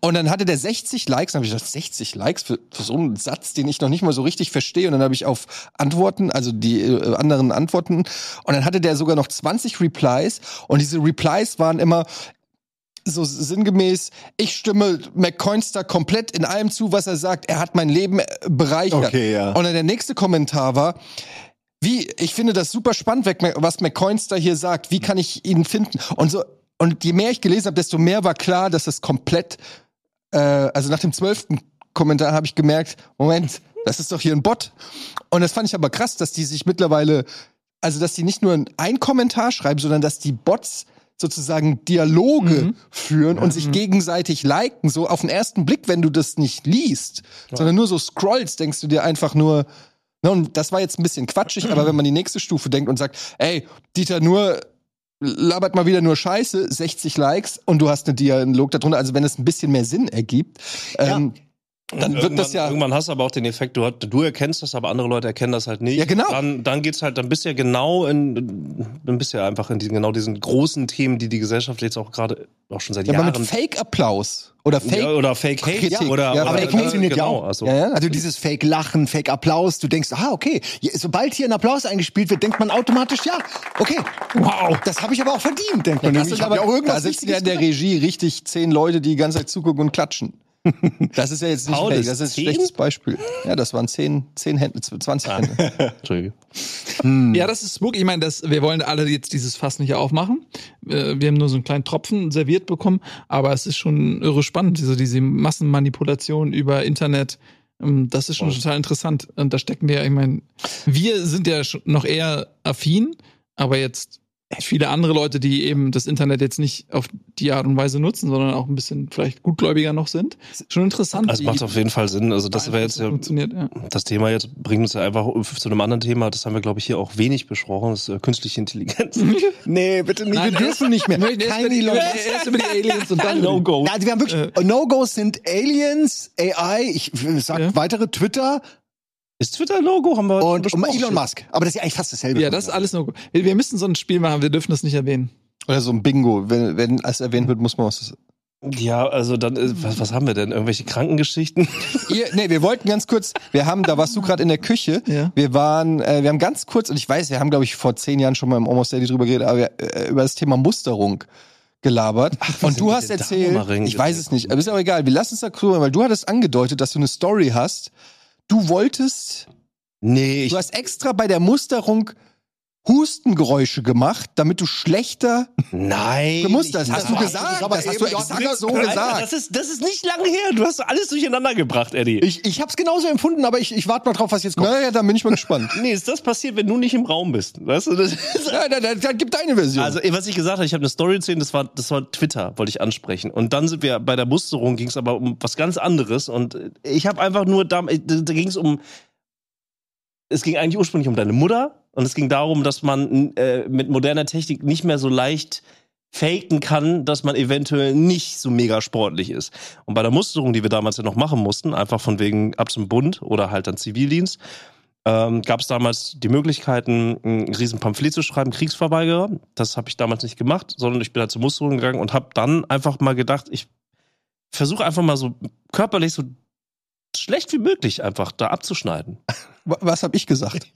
A: Und dann hatte der 60 Likes, dann habe ich gedacht, 60 Likes für, für so einen Satz, den ich noch nicht mal so richtig verstehe. Und dann habe ich auf Antworten, also die äh, anderen Antworten, und dann hatte der sogar noch 20 Replies. Und diese Replies waren immer so sinngemäß, ich stimme McCoinster komplett in allem zu, was er sagt. Er hat mein Leben äh, bereichert.
C: Okay, ja.
A: Und dann der nächste Kommentar war, wie, ich finde das super spannend, weg- was McCoinster hier sagt. Wie kann ich ihn finden? Und so, und je mehr ich gelesen habe, desto mehr war klar, dass das komplett, äh, also nach dem zwölften Kommentar habe ich gemerkt, Moment, das ist doch hier ein Bot. Und das fand ich aber krass, dass die sich mittlerweile, also dass die nicht nur ein Kommentar schreiben, sondern dass die Bots sozusagen Dialoge führen und sich gegenseitig liken, so auf den ersten Blick, wenn du das nicht liest, sondern nur so scrollst, denkst du dir einfach nur, na, Ne, und das war jetzt ein bisschen quatschig, aber wenn man die nächste Stufe denkt und sagt, ey, Dieter nur labert mal wieder nur Scheiße, 60 Likes und du hast einen Dialog darunter, also wenn es ein bisschen mehr Sinn ergibt, ähm, dann wird das ja
B: Irgendwann hast du aber auch den Effekt, du, hast- du erkennst das, aber andere Leute erkennen das halt nicht.
A: Ja, genau.
B: Dann, dann geht's halt, dann bist du ja genau in, dann bist du ja einfach in diesen, genau diesen großen Themen, die die Gesellschaft jetzt auch gerade, auch schon seit
A: ja, aber
B: Jahren.
A: mit Fake-Applaus oder Fake
B: ja, oder Fake Hate.
A: Kritik.
B: Oder,
A: Ja,
B: oder,
A: aber der
C: funktioniert ja
B: genau,
C: auch.
B: Also.
A: Ja, ja,
C: Also dieses Fake-Lachen, Fake-Applaus, du denkst, ah, okay, Ja, sobald hier ein Applaus eingespielt wird, denkt man automatisch, ja, okay, wow, das habe ich aber auch verdient, denkt man.
A: Das
C: Ich
A: ist
C: hab
A: aber
C: ja
A: da sitzen ja
C: Richtiges
A: in der
C: gemacht.
A: Regie richtig zehn Leute, die die ganze Zeit zugucken und klatschen. Das ist ja jetzt nicht
B: Paul,
A: fake,
B: ist
A: das ist ein
B: zehn? Ah.
A: schlechtes Beispiel. Ja, das waren zehn, zehn Hände, zwanzig Hände.
B: Entschuldigung.
D: Ja, das ist wirklich, ich meine, das, wir wollen alle jetzt dieses Fass nicht aufmachen. Äh, Wir haben nur so einen kleinen Tropfen serviert bekommen, aber es ist schon irre spannend, diese, diese Massenmanipulation über Internet. Ähm, Das ist schon total interessant. Und da stecken wir, ich meine, wir sind ja schon noch eher affin, aber jetzt viele andere Leute, die eben das Internet jetzt nicht auf die Art und Weise nutzen, sondern auch ein bisschen vielleicht gutgläubiger noch sind. Schon interessant.
B: Also
D: wie
B: macht auf jeden Fall Sinn. Also das wäre jetzt ja,
D: funktioniert. Ja.
B: das Thema jetzt bringt uns ja einfach zu einem anderen Thema. Das haben wir, glaube ich, hier auch wenig besprochen. Das ist äh, künstliche Intelligenz.
C: Nee, bitte nicht,
D: Nein,
C: wir dürfen nicht mehr.
D: Erst über
C: Keine
D: die-
C: Leute.
D: Erst über die Aliens und dann
B: No go.
C: Ja, also wir haben wirklich, No-Gos sind Aliens, AI, ich äh, sag
D: Ja.
C: weitere, Twitter
B: Ist Twitter Logo haben wir heute
C: und, und
B: besprochen.
C: Elon Musk. Aber das ist ja eigentlich fast dasselbe.
D: Ja, das ist alles nur. Wir, wir müssen so ein Spiel machen, wir dürfen das nicht erwähnen.
A: Oder so ein Bingo. Wenn, wenn es erwähnt wird, muss man was.
B: Ja, also dann äh, was, was haben wir denn irgendwelche Krankengeschichten?
A: Ihr, nee, wir wollten ganz kurz, wir haben, da warst du gerade in der Küche.
D: Ja.
A: Wir waren, äh, wir haben ganz kurz, und ich weiß, wir haben, glaube ich, vor zehn Jahren schon mal im Almost Daily drüber geredet, aber wir, äh, über das Thema Musterung gelabert. und
B: sind
A: du
B: wir
A: hast
B: denn da
A: erzählt,
B: nochmal reingekommen?
A: ich weiß es nicht, aber ist auch egal, wir lassen es da drüber, weil du hattest angedeutet, dass du eine Story hast. Du wolltest,
B: Nee, ich
A: du hast extra bei der Musterung Hustengeräusche gemacht, damit du schlechter
B: nein.
A: gemustert hast.
B: ich-
A: Hast du
B: nein.
A: gesagt,
C: aber
A: das hast
C: eben
A: du
C: doch
A: exakt
C: nicht.
A: so
B: Alter,
A: gesagt.
B: Das ist das ist nicht lange her. Du hast alles durcheinander gebracht, Eddie.
C: Ich, ich hab's genauso empfunden, aber ich, ich warte mal drauf, was jetzt kommt.
A: Naja, dann bin ich mal gespannt.
B: nee, ist das passiert, wenn du nicht im Raum bist? Weißt du, das ist
A: Ja, dann, dann, dann gib deine Version.
B: Also, ey, was ich gesagt habe, ich habe eine Story gesehen, das war, das war Twitter, wollte ich ansprechen. Und dann sind wir bei der Musterung, ging es aber um was ganz anderes. Und äh, ich habe einfach nur, da, äh, da ging es um, es ging eigentlich ursprünglich um deine Mutter. Und es ging darum, dass man äh, mit moderner Technik nicht mehr so leicht faken kann, dass man eventuell nicht so mega sportlich ist. Und bei der Musterung, die wir damals ja noch machen mussten, einfach von wegen ab zum Bund oder halt dann Zivildienst, ähm, gab es damals die Möglichkeiten, ein riesen Pamphlet zu schreiben, Kriegsverweigerer. Das habe ich damals nicht gemacht, sondern ich bin da zur Musterung gegangen und habe dann einfach mal gedacht, ich versuche einfach mal so körperlich so schlecht wie möglich einfach da abzuschneiden.
A: Wa- was habe ich gesagt?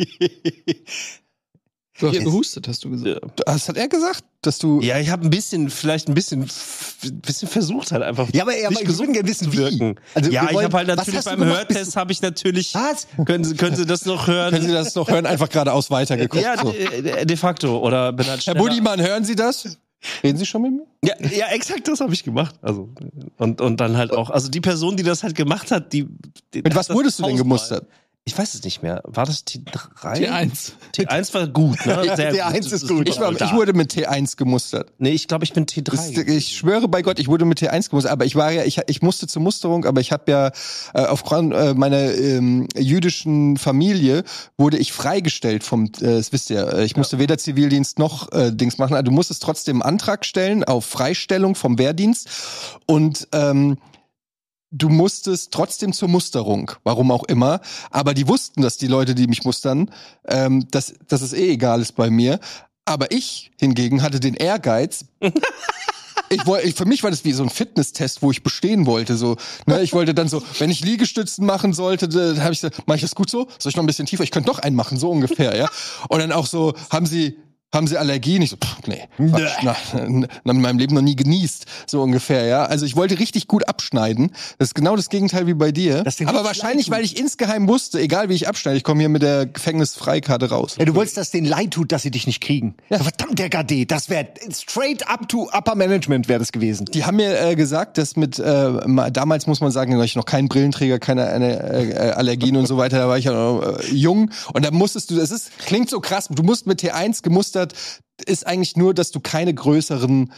D: Du hast gehustet, hast du gesagt.
A: Das hat er gesagt, dass du.
B: Ja, ich habe ein bisschen, vielleicht ein bisschen, f- bisschen versucht halt einfach.
C: Ja, aber- ja, aber ich würden gerne wissen, wie. Also,
B: ja,
C: wir
B: ich
C: wollen-
B: habe halt
C: was
B: natürlich
C: hast du
B: beim
C: gemacht? Ah.
B: Hörtest habe ich natürlich.
C: Was?
B: Können Sie, können Sie das noch
A: Können Sie
B: hören?
A: das noch hören? Einfach geradeaus weitergeguckt.
B: Ja,
A: so.
B: de, de facto. Oder bin halt
A: Herr
B: schneller-
A: Budimann, hören Sie das? Reden Sie schon mit mir?
B: Ja, ja, exakt das habe ich gemacht. Also und, und dann halt auch, also die Person, die das halt gemacht hat, die, die
A: Mit was
B: hat das
A: wurdest du denn
B: tausendmal-
A: gemustert?
B: Ich weiß es nicht mehr. War das T3?
D: T1.
B: T1 war gut, ne? Sehr
C: T1
B: gut.
C: ist
B: Das
C: gut.
A: Ich, war, ich wurde mit T1 gemustert.
B: nee, ich glaube, ich bin
A: Das,
B: T3.
A: ich schwöre bei Gott, ich wurde mit T1 gemustert. Aber ich war ja, ich, ich musste zur Musterung, aber ich habe ja äh, aufgrund äh, meiner ähm, jüdischen Familie wurde ich freigestellt vom, äh, das wisst ihr, äh, ich musste weder Zivildienst noch äh, Dings machen. Also du musstest trotzdem einen Antrag stellen auf Freistellung vom Wehrdienst und ähm, du musstest trotzdem zur Musterung, warum auch immer. Aber die wussten, dass die Leute, die mich mustern, ähm, dass, dass es eh egal ist bei mir. Aber ich hingegen hatte den Ehrgeiz. Ich wollte, ich, für mich war das wie so ein Fitnesstest, wo ich bestehen wollte. So, ne, ich wollte dann so, wenn ich Liegestützen machen sollte, dann habe ich gesagt, mache ich das gut so? Soll ich noch ein bisschen tiefer? Ich könnte noch einen machen, so ungefähr, ja. Und dann auch so, haben Sie, haben Sie Allergien? Ich so, pff, nee, Quatsch, na, na, in meinem Leben noch nie genießt, so ungefähr, ja. Also ich wollte richtig gut abschneiden. Das ist genau das Gegenteil wie bei dir.
C: Das ist ja
A: Aber
C: wirklich
A: wahrscheinlich,
C: leid,
A: weil ich insgeheim wusste, egal wie ich abschneide, ich komme hier mit der Gefängnisfreikarte raus.
C: Ja, du wolltest, dass denen leid tut, dass sie dich nicht kriegen. Ja. Verdammt, der KD, das wäre straight up to upper management wäre das gewesen.
A: Die haben mir äh, gesagt, dass mit äh, ma- damals muss man sagen, da war ich noch kein Brillenträger, keine eine, äh, äh, Allergien und so weiter, da war ich ja noch äh, jung und da musstest du, das ist klingt so krass, du musst mit T1 gemustert ist eigentlich nur, dass du keine größeren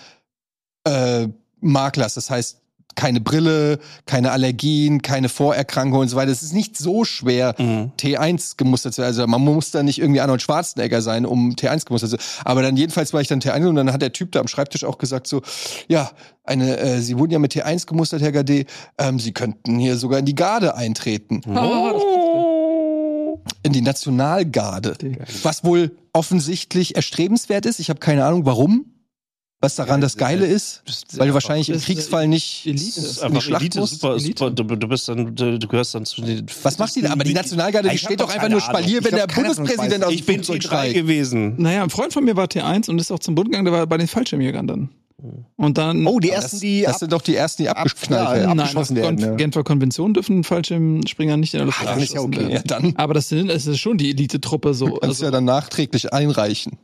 A: äh, Makel hast, das heißt keine Brille, keine Allergien, keine Vorerkrankungen und so weiter. Es ist nicht so schwer,
B: Mhm.
A: T1 gemustert zu werden. Also man muss da nicht irgendwie Arnold Schwarzenegger sein, um T1 gemustert zu werden. Aber dann jedenfalls war ich dann T1 und dann hat der Typ da am Schreibtisch auch gesagt so, ja, eine, äh, Sie wurden ja mit T1 gemustert, Herr Gade, ähm, Sie könnten hier sogar in die Garde eintreten.
D: Oh,
A: In die Nationalgarde. Was wohl offensichtlich erstrebenswert ist. Ich habe keine Ahnung, warum. Was daran das Geile ist, weil du wahrscheinlich im
D: das ist, äh,
A: Kriegsfall nicht
D: Elite. Das ist
A: in die
B: Einfach
A: Schlacht
B: Elite,
A: musst.
B: super, super. Du, du bist dann, du, du gehörst dann zu den.
A: Was macht die da? Aber die Nationalgarde die
B: Ich hab
A: steht doch
B: doch
A: einfach
B: keine
A: nur
B: Ahnung.
A: Spalier,
B: Ich
A: wenn der
C: hab keine Ahnung,
A: Bundespräsident
C: was
A: aus
B: Ich
A: dem
B: bin
A: Flugzeug
B: T3
A: schreit.
B: gewesen.
D: Naja, ein Freund von mir war T1 und ist auch zum Bund gegangen, der war bei den Fallschirmjägern dann. Und dann.
C: Oh, die ersten, die
A: Das
C: ab,
A: sind doch die ersten, die abgeknallt
C: ja,
A: werden.
D: Nein, nach
C: abgeschossen werden,
D: Kon-
C: ja.
D: Genfer Konvention dürfen Fallschirmspringer nicht in der Luft
C: Ah, dann ist ja
D: abgeschossen
C: okay.
D: werden.
A: Ja, dann
D: Aber das, sind, das ist schon die Elite-Truppe so.
A: kannst du
D: Also,
A: ja dann nachträglich einreichen.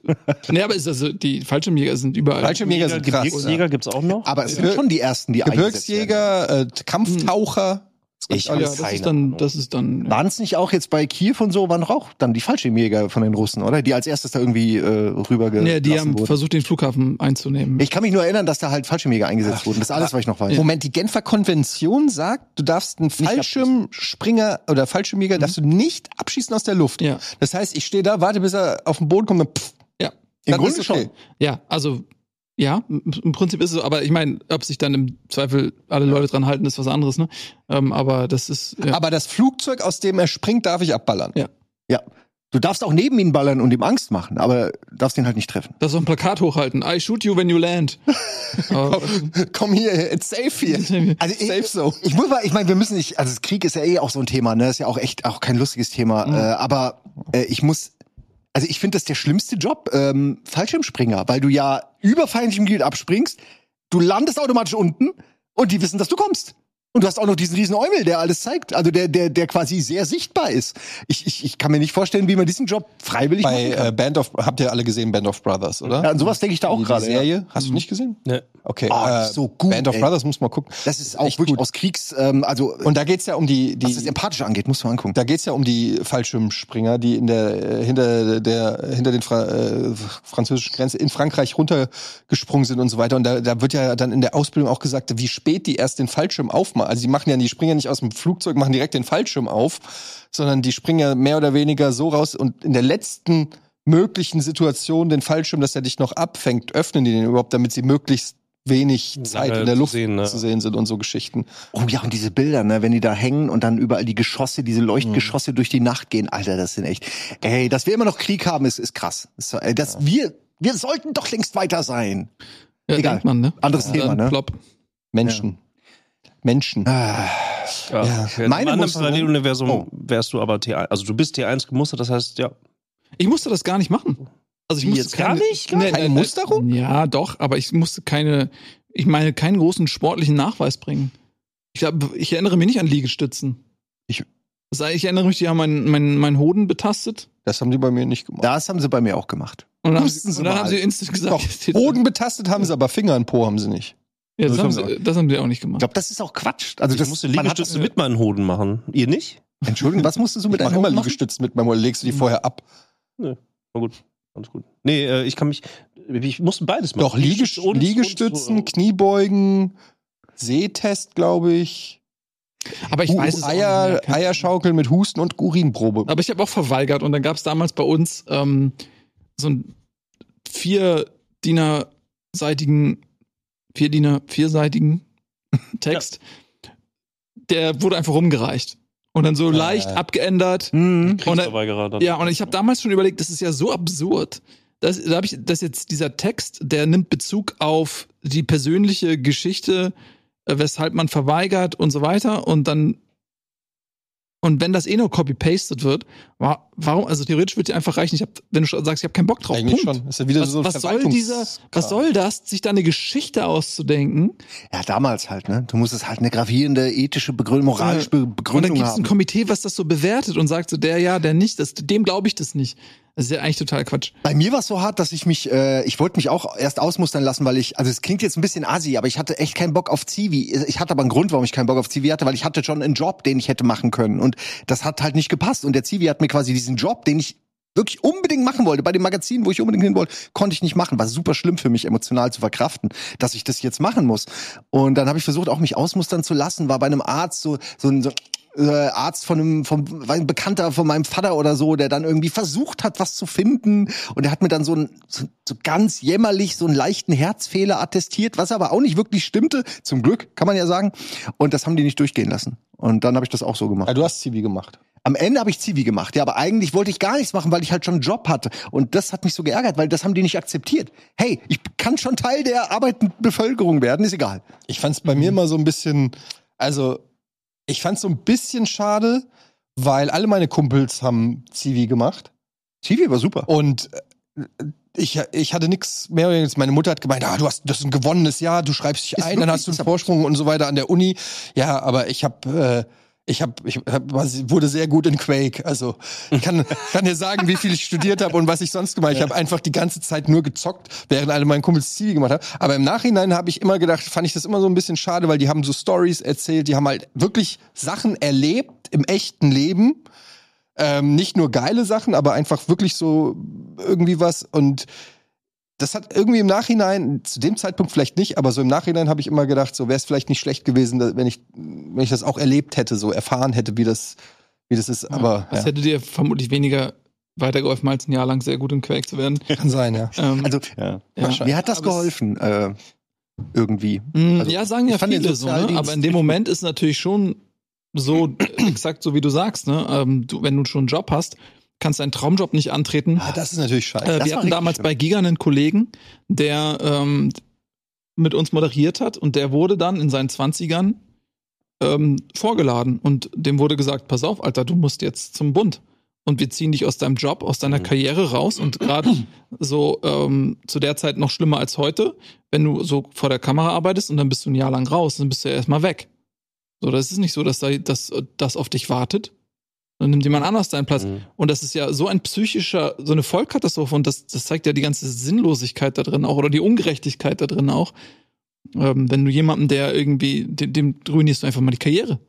D: nee, aber ist also, die Fallschirmjäger sind überall.
A: Fallschirmjäger sind krass. Ah. Äh,
B: Gebirgsjäger gibt's auch noch?
C: aber es sind schon die ersten, die
A: Gebirgsjäger, äh, Kampftaucher.
B: ich
D: Ja,
B: habe
D: das
B: keine
D: ist dann,
B: Ahnung.
D: das ist dann.
C: Waren es nicht auch jetzt bei Kiew und so, waren doch auch dann die Fallschirmjäger von den Russen, oder? Die als erstes da irgendwie äh, rübergelassen
D: Ja, die haben
C: wurden.
D: versucht, den Flughafen einzunehmen.
C: Ich kann mich nur erinnern, dass da halt Fallschirmjäger eingesetzt wurden. Das ist alles, was ich noch weiß.
A: Moment, die Genfer Konvention sagt, du darfst einen Fallschirmspringer oder Fallschirmjäger darfst du nicht abschießen aus der Luft.
D: Ja.
A: Das heißt, ich stehe da, warte, bis er auf den Boden kommt und pff,
D: Ja.
A: dann
C: Im Grunde
A: ist okay.
D: Ja, also ja, m- im Prinzip ist es so, aber ich meine, ob sich dann im Zweifel alle Leute dran halten, ist was anderes, ne? Ähm, aber das ist. Ja.
A: Aber das Flugzeug, aus dem er springt, darf ich abballern.
D: Ja.
C: Ja. Du darfst auch neben ihn ballern und ihm Angst machen, aber darfst ihn halt nicht treffen.
D: Das ist so ein Plakat hochhalten. I shoot you when you land. Aber-
A: Komm hier, it's safe hier.
C: Also ich,
A: Safe Zone.
C: ich muss mal, ich meine, wir müssen nicht, also Krieg ist ja eh auch so ein Thema, ne? Ist ja auch echt auch kein lustiges
A: Mhm.
C: Thema. Äh, aber äh, ich muss, also ich finde das der schlimmste Job, ähm, Fallschirmspringer, weil du ja über feindlichem Gebiet abspringst, du landest automatisch unten und die wissen, dass du kommst. Und du hast auch noch diesen riesen Eumel, der alles zeigt, also der, der, der quasi sehr sichtbar ist. Ich, ich, ich kann mir nicht vorstellen, wie man diesen Job freiwillig
A: Bei
C: machen kann.
A: äh, Band of, habt ihr alle gesehen, Band of Brothers, oder?
C: ja, an sowas denke ich da auch
A: Die
C: gerade. Ja.
A: Serie, hast du nicht gesehen?
B: Ne.
A: Okay. äh,
C: Oh, die ist so gut,
A: Band of
C: ey.
A: Brothers muss mal gucken.
C: Das ist auch
A: Echt
C: wirklich
A: gut.
C: aus Kriegs, ähm, also
A: Und da geht's ja um die,
C: was das
A: die
C: empathisch angeht, muss man angucken.
A: da geht's ja um die Fallschirmspringer, die in der äh, hinter der hinter den Fra äh, französischen Grenze in Frankreich runtergesprungen sind und so weiter. Und da, da wird ja dann in der Ausbildung auch gesagt, wie spät die erst den Fallschirm aufmachen. Also die machen ja die springen ja nicht aus dem Flugzeug, machen direkt den Fallschirm auf, sondern die springen ja mehr oder weniger so raus und in der letzten möglichen Situation den Fallschirm, dass er dich noch abfängt, öffnen die den überhaupt, damit sie möglichst wenig Zeit
B: Lange
A: in der
B: zu
A: Luft
B: sehen, ne?
A: zu sehen sind und so Geschichten.
C: Oh ja, und diese Bilder, ne, wenn die da hängen und dann überall die Geschosse, diese Leuchtgeschosse durch die Nacht gehen, Alter, das sind echt. Ey, dass wir immer noch Krieg haben, ist, ist krass. Das, äh, dass wir, wir sollten doch längst weiter sein.
D: ja,
C: egal.
D: denkt man, ne?
C: Anderes Thema,
D: Dann
C: ne?
D: plopp.
A: Menschen. Menschen.
C: Ah,
B: Ja. Ja.
C: Meine
B: Meine Im anderen
C: Musterung-
B: Paralleluniversum
C: Oh.
B: wärst du aber T1. Also du bist T1 gemustert, das heißt, ja.
D: Ich musste das gar nicht machen. Also ich
B: Wie
D: musste
B: jetzt? Gar nicht? Gar
D: Nee,
C: keine
D: nee, nee.
C: Musterung?
D: Ja, doch, aber ich musste keine, ich meine, keinen großen sportlichen Nachweis bringen. Ich, glaub, ich erinnere mich nicht an Liegestützen.
C: Ich-
D: Das heißt, ich erinnere mich, die haben meinen mein, mein Hoden betastet.
A: Das haben die bei mir nicht gemacht.
C: Das haben sie bei mir auch gemacht.
D: Und dann, haben
C: Husten
D: sie,
C: Sie
D: und dann
C: mal.
D: haben sie instant gesagt,
A: Doch,
D: jetzt-
A: Boden betastet haben sie, aber Finger in Po haben sie nicht.
D: ja, das,
A: das
D: haben
A: haben
D: sie, das haben sie auch nicht
C: Ich
D: gemacht.
C: glaube, das ist auch Quatsch. Also
B: Ich
C: das
B: musste
C: man hat-
B: Liegestütze mit meinen Hoden machen. Ihr nicht?
C: Entschuldigung, was musstest du mit
A: Ich mach
C: deinem
A: immer
C: Hoden machen?
A: Liegestütze mit meinem Oder legst
D: Hm.
A: du die vorher ab?
B: Alles gut. Nee, äh, ich kann mich. Ich musste beides machen.
A: Doch, Liegest
B: und-
A: Liegestützen,
B: und-
A: Kniebeugen, Sehtest, glaube ich.
D: Aber ich
A: Hu-
D: weiß es auch nicht mehr.
A: Eier,
D: Keine-
A: Eierschaukeln mit Husten und Urinprobe.
D: Aber ich habe auch verweigert und dann gab es damals bei uns ähm, so einen vier seitigen vier Diener, vierseitigen Text. Der wurde einfach rumgereicht und dann so leicht abgeändert.
C: Mhm.
D: Und dann,
B: Kriegsverweigerer dann. Mhm.
D: ja, und ich habe damals schon überlegt, das ist ja so absurd. Das, da habe ich, dass jetzt dieser Text, der nimmt Bezug auf die persönliche Geschichte, äh, weshalb man verweigert und so weiter und dann und wenn das eh nur copy-pasted wird, wa warum, also theoretisch wird dir einfach reichen, ich hab, wenn du schon sagst, ich habe keinen Bock drauf,
A: Eigentlich
D: Punkt.
A: schon. Das ist ja wieder
D: Was,
A: so ein
D: was, soll
A: Verwaltungs-
D: dieser, was soll das, sich da eine Geschichte auszudenken?
C: Ja, damals halt, ne? Du musstest halt eine gravierende ethische Begründung, moralische Be-
D: Und dann
C: Begründung
D: gibt es ein
C: haben.
D: Komitee, was das so bewertet und sagt so, der ja, der nicht, das, dem glaube ich das nicht. Das ist ja eigentlich total Quatsch.
C: Bei mir war es so hart, dass ich mich, äh, ich wollte mich auch erst ausmustern lassen, weil ich, also es klingt jetzt ein bisschen assi, aber ich hatte echt keinen Bock auf Zivi. Ich hatte aber einen Grund, warum ich keinen Bock auf Zivi hatte, weil ich hatte schon einen Job, den ich hätte machen können. Und das hat halt nicht gepasst. Und der Zivi hat mir quasi diesen Job, den ich wirklich unbedingt machen wollte, bei dem Magazin, wo ich unbedingt hin wollte, konnte ich nicht machen. War super schlimm für mich, emotional zu verkraften, dass ich das jetzt machen muss. Und dann habe ich versucht, auch mich ausmustern zu lassen, war bei einem Arzt so, so ein, so äh, Arzt von einem vom, war ein Bekannter von meinem Vater oder so, der dann irgendwie versucht hat, was zu finden. Und er hat mir dann so, ein, so, so ganz jämmerlich so einen leichten Herzfehler attestiert, was aber auch nicht wirklich stimmte. Zum Glück, kann man ja sagen. Und das haben die nicht durchgehen lassen. Und dann habe ich das auch so gemacht.
A: Ja, du hast Zivi gemacht.
C: Am Ende habe ich Zivi gemacht, ja, aber eigentlich wollte ich gar nichts machen, weil ich halt schon einen Job hatte. Und das hat mich so geärgert, weil das haben die nicht akzeptiert. Hey, ich kann schon Teil der arbeitenden Bevölkerung werden, ist egal.
A: Ich fand es bei
D: Mhm.
A: mir immer so ein bisschen, also ich fand es so ein bisschen schade, weil alle meine Kumpels haben Zivi gemacht.
C: Zivi war super.
A: Und äh, ich, ich hatte nichts mehr. oder weniger. Meine Mutter hat gemeint, ah, du hast das ist ein gewonnenes Jahr, du schreibst dich
C: Ist
A: ein, dann
C: wirklich,
A: hast du einen
C: ist aber-
A: Vorsprung und so weiter an der Uni. Ja, aber ich habe äh, ich habe ich hab, war- wurde sehr gut in Quake. Also ich kann kann dir sagen, wie viel ich studiert habe und was ich sonst gemacht. habe. Ich habe einfach die ganze Zeit nur gezockt, während alle meine Kumpels Zivi gemacht haben. Aber im Nachhinein habe ich immer gedacht, fand ich das immer so ein bisschen schade, weil die haben so Stories erzählt, die haben halt wirklich Sachen erlebt im echten Leben ähm, nicht nur geile Sachen, aber einfach wirklich so irgendwie was. Und das hat irgendwie im Nachhinein, zu dem Zeitpunkt vielleicht nicht, aber so im Nachhinein habe ich immer gedacht, so wäre es vielleicht nicht schlecht gewesen, da- wenn ich, wenn ich das auch erlebt hätte, so erfahren hätte, wie das, wie das ist. Aber
D: Das
A: ja,
D: hätte dir vermutlich weniger weitergeholfen, als ein Jahr lang sehr gut in Quake zu werden.
A: kann sein, ja.
D: Ähm,
C: Also,
D: ja.
C: mir hat das
D: Aber es-
C: geholfen, äh, irgendwie.
D: Mm,
C: also,
D: ja, sagen ja
C: ich fand den
D: viele so, ne?
C: Sozialdienst
D: aber in dem Moment ist natürlich schon so, exakt so wie du sagst, ne? ähm, du, wenn du schon einen Job hast, kannst deinen Traumjob nicht antreten.
A: Ah, das ist natürlich scheiße.
D: Äh, wir
C: das war
D: hatten
C: richtig
D: damals
C: schlimm.
D: bei Giga einen Kollegen, der ähm, mit uns moderiert hat und der wurde dann in seinen 20ern ähm, vorgeladen und dem wurde gesagt, pass auf, Alter, du musst jetzt zum Bund und wir ziehen dich aus deinem Job, aus
C: Mhm.
D: deiner Karriere raus und gerade so ähm, zu der Zeit noch schlimmer als heute, wenn du so vor der Kamera arbeitest und dann bist du ein Jahr lang raus, dann bist du ja erstmal weg. So, das ist nicht so, dass da, dass, das auf dich wartet. Dann nimmt jemand anders deinen Platz.
B: Mhm.
D: Und das ist ja so ein psychischer, so eine Vollkatastrophe und das, das zeigt ja die ganze Sinnlosigkeit da drin auch oder die Ungerechtigkeit da drin auch. Ähm, wenn du jemanden, der irgendwie, dem, dem ruinierst du einfach mal die Karriere.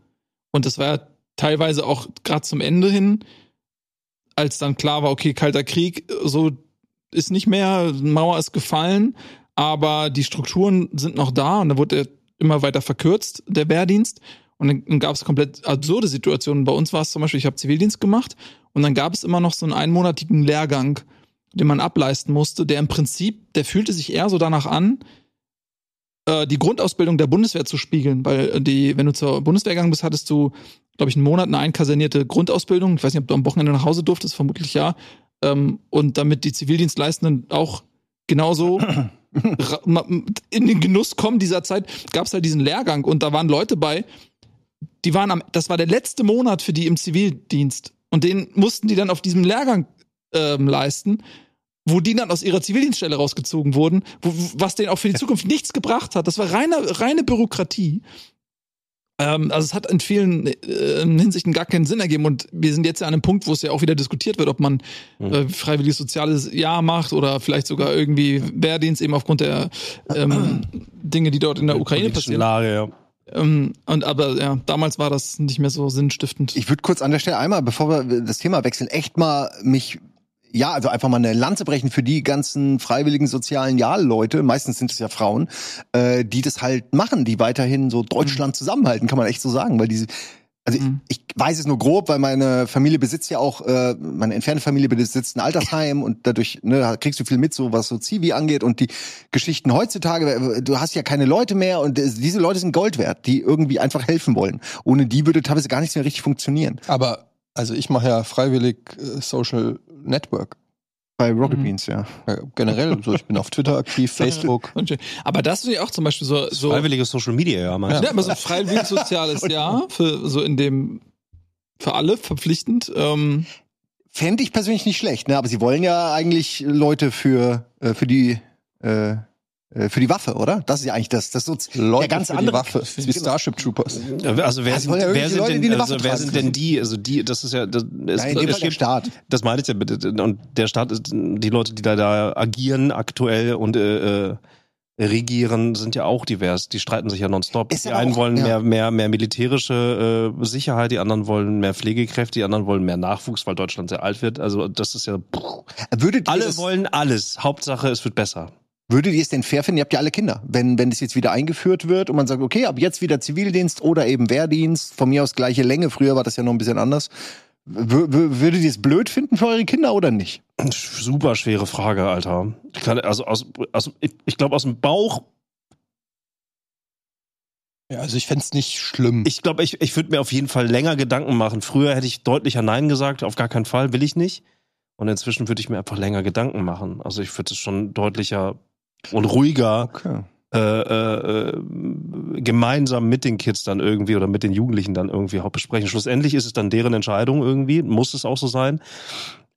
D: Und das war ja teilweise auch gerade zum Ende hin, als dann klar war, okay, kalter Krieg, so ist nicht mehr, Mauer ist gefallen, aber die Strukturen sind noch da und da wurde er immer weiter verkürzt, der Wehrdienst. Und dann gab es komplett absurde Situationen. Bei uns war es zum Beispiel, ich habe Zivildienst gemacht und dann gab es immer noch so einen einmonatigen Lehrgang, den man ableisten musste, der im Prinzip, der fühlte sich eher so danach an, äh, die Grundausbildung der Bundeswehr zu spiegeln, weil äh, die, wenn du zur Bundeswehr gegangen bist, hattest du, glaube ich, einen Monat eine einkasernierte Grundausbildung. Ich weiß nicht, ob du am Wochenende nach Hause durftest, vermutlich ja. Ähm, und damit die Zivildienstleistenden auch genauso ra- ma- in den Genuss kommen dieser Zeit, gab es halt diesen Lehrgang und da waren Leute bei, die waren am, das war der letzte Monat für die im Zivildienst und den mussten die dann auf diesem Lehrgang ähm, leisten wo die dann aus ihrer Zivildienststelle rausgezogen wurden, wo, was denen auch für die Zukunft nichts gebracht hat. Das war reine, reine Bürokratie. Ähm, also es hat in vielen äh, Hinsichten gar keinen Sinn ergeben und wir sind jetzt ja an einem Punkt, wo es ja auch wieder diskutiert wird, ob man äh, freiwilliges soziales Jahr macht oder vielleicht sogar irgendwie Wehrdienst eben aufgrund der ähm, Dinge, die dort in der Ukraine
B: Politischen
D: passieren.
B: Lage, ja.
D: Ähm, und aber ja, damals war das nicht mehr so sinnstiftend.
C: Ich würde kurz an der Stelle einmal, bevor wir das Thema wechseln, echt mal mich, ja, also einfach mal eine Lanze brechen für die ganzen freiwilligen sozialen Ja-Leute, meistens sind es ja Frauen, äh, die das halt machen, die weiterhin so Deutschland zusammenhalten, kann man echt so sagen, weil diese, also ich, ich weiß es nur grob, weil meine Familie besitzt ja auch, äh, meine entfernte Familie besitzt ein Altersheim und dadurch ne, kriegst du viel mit, so was so Zivi angeht und die Geschichten heutzutage, äh, du hast ja keine Leute mehr und äh, diese Leute sind Gold wert, die irgendwie einfach helfen wollen. Ohne die würde teilweise gar nichts mehr richtig funktionieren.
A: Aber, also ich mache ja freiwillig äh, Social Network.
C: Bei Rocket Beans, ja. Äh,
A: Ja, generell, so ich bin auf Twitter aktiv, Facebook.
D: Und schön. Aber das ist ja auch zum Beispiel so, so
B: Freiwilliges Social Media, ja, meinst
D: ja, immer so ein freiwilliges soziales Jahr für so in dem für alle verpflichtend. Ähm,
C: Fände ich persönlich nicht schlecht, ne? Aber sie wollen ja eigentlich Leute für, äh, für die, äh, äh, für die Waffe, oder? Das ist ja eigentlich das, das so
A: Leute
C: der ganz
A: für die
C: andere
A: Waffe, das ist wie Starship Troopers.
B: Ja, Also wer
C: Das
B: sind,
C: wollen ja
B: wer
C: irgendwelche
B: sind,
C: Leute, die
B: denn,
C: eine
B: also,
C: Waffe
B: wer
C: tragen
B: sind denn
C: müssen.
B: die? Also die, das ist ja, das, es,
C: Ja, in dem
B: es
C: Fall der
B: gibt-
C: Staat.
B: das meine ich ja bitte. Und der Staat, ist- die Leute, die da, da agieren aktuell und äh, äh, regieren, sind ja auch divers. Die streiten sich ja nonstop.
C: Ist
B: Die
C: aber
B: einen
C: auch-
B: wollen
C: ja.
B: mehr, mehr, mehr militärische äh, Sicherheit, die anderen wollen mehr Pflegekräfte, die anderen wollen mehr Nachwuchs, weil Deutschland sehr alt wird. Also das ist ja. Pff.
C: Würdet ihr,
B: Alle
C: das,
B: wollen alles. Hauptsache, es wird besser.
C: würdet ihr es denn fair finden? Ihr habt ja alle Kinder. Wenn, wenn das jetzt wieder eingeführt wird und man sagt, okay, ab jetzt wieder Zivildienst oder eben Wehrdienst, von mir aus gleiche Länge, früher war das ja noch ein bisschen anders. Wür- wür- Würdet ihr es blöd finden für eure Kinder oder nicht?
B: Super schwere Frage, Alter. Ich kann, also aus, aus, ich, ich glaube aus dem Bauch
A: Ja, also ich fänd's nicht schlimm.
B: Ich glaube, ich, ich würde mir auf jeden Fall länger Gedanken machen. Früher hätte ich deutlicher Nein gesagt, auf gar keinen Fall, will ich nicht. Und inzwischen würde ich mir einfach länger Gedanken machen. Also ich würde es schon deutlicher und ruhiger
C: Okay.
B: äh, äh, äh, gemeinsam mit den Kids dann irgendwie oder mit den Jugendlichen dann irgendwie auch besprechen. Schlussendlich ist es dann deren Entscheidung irgendwie, muss es auch so sein.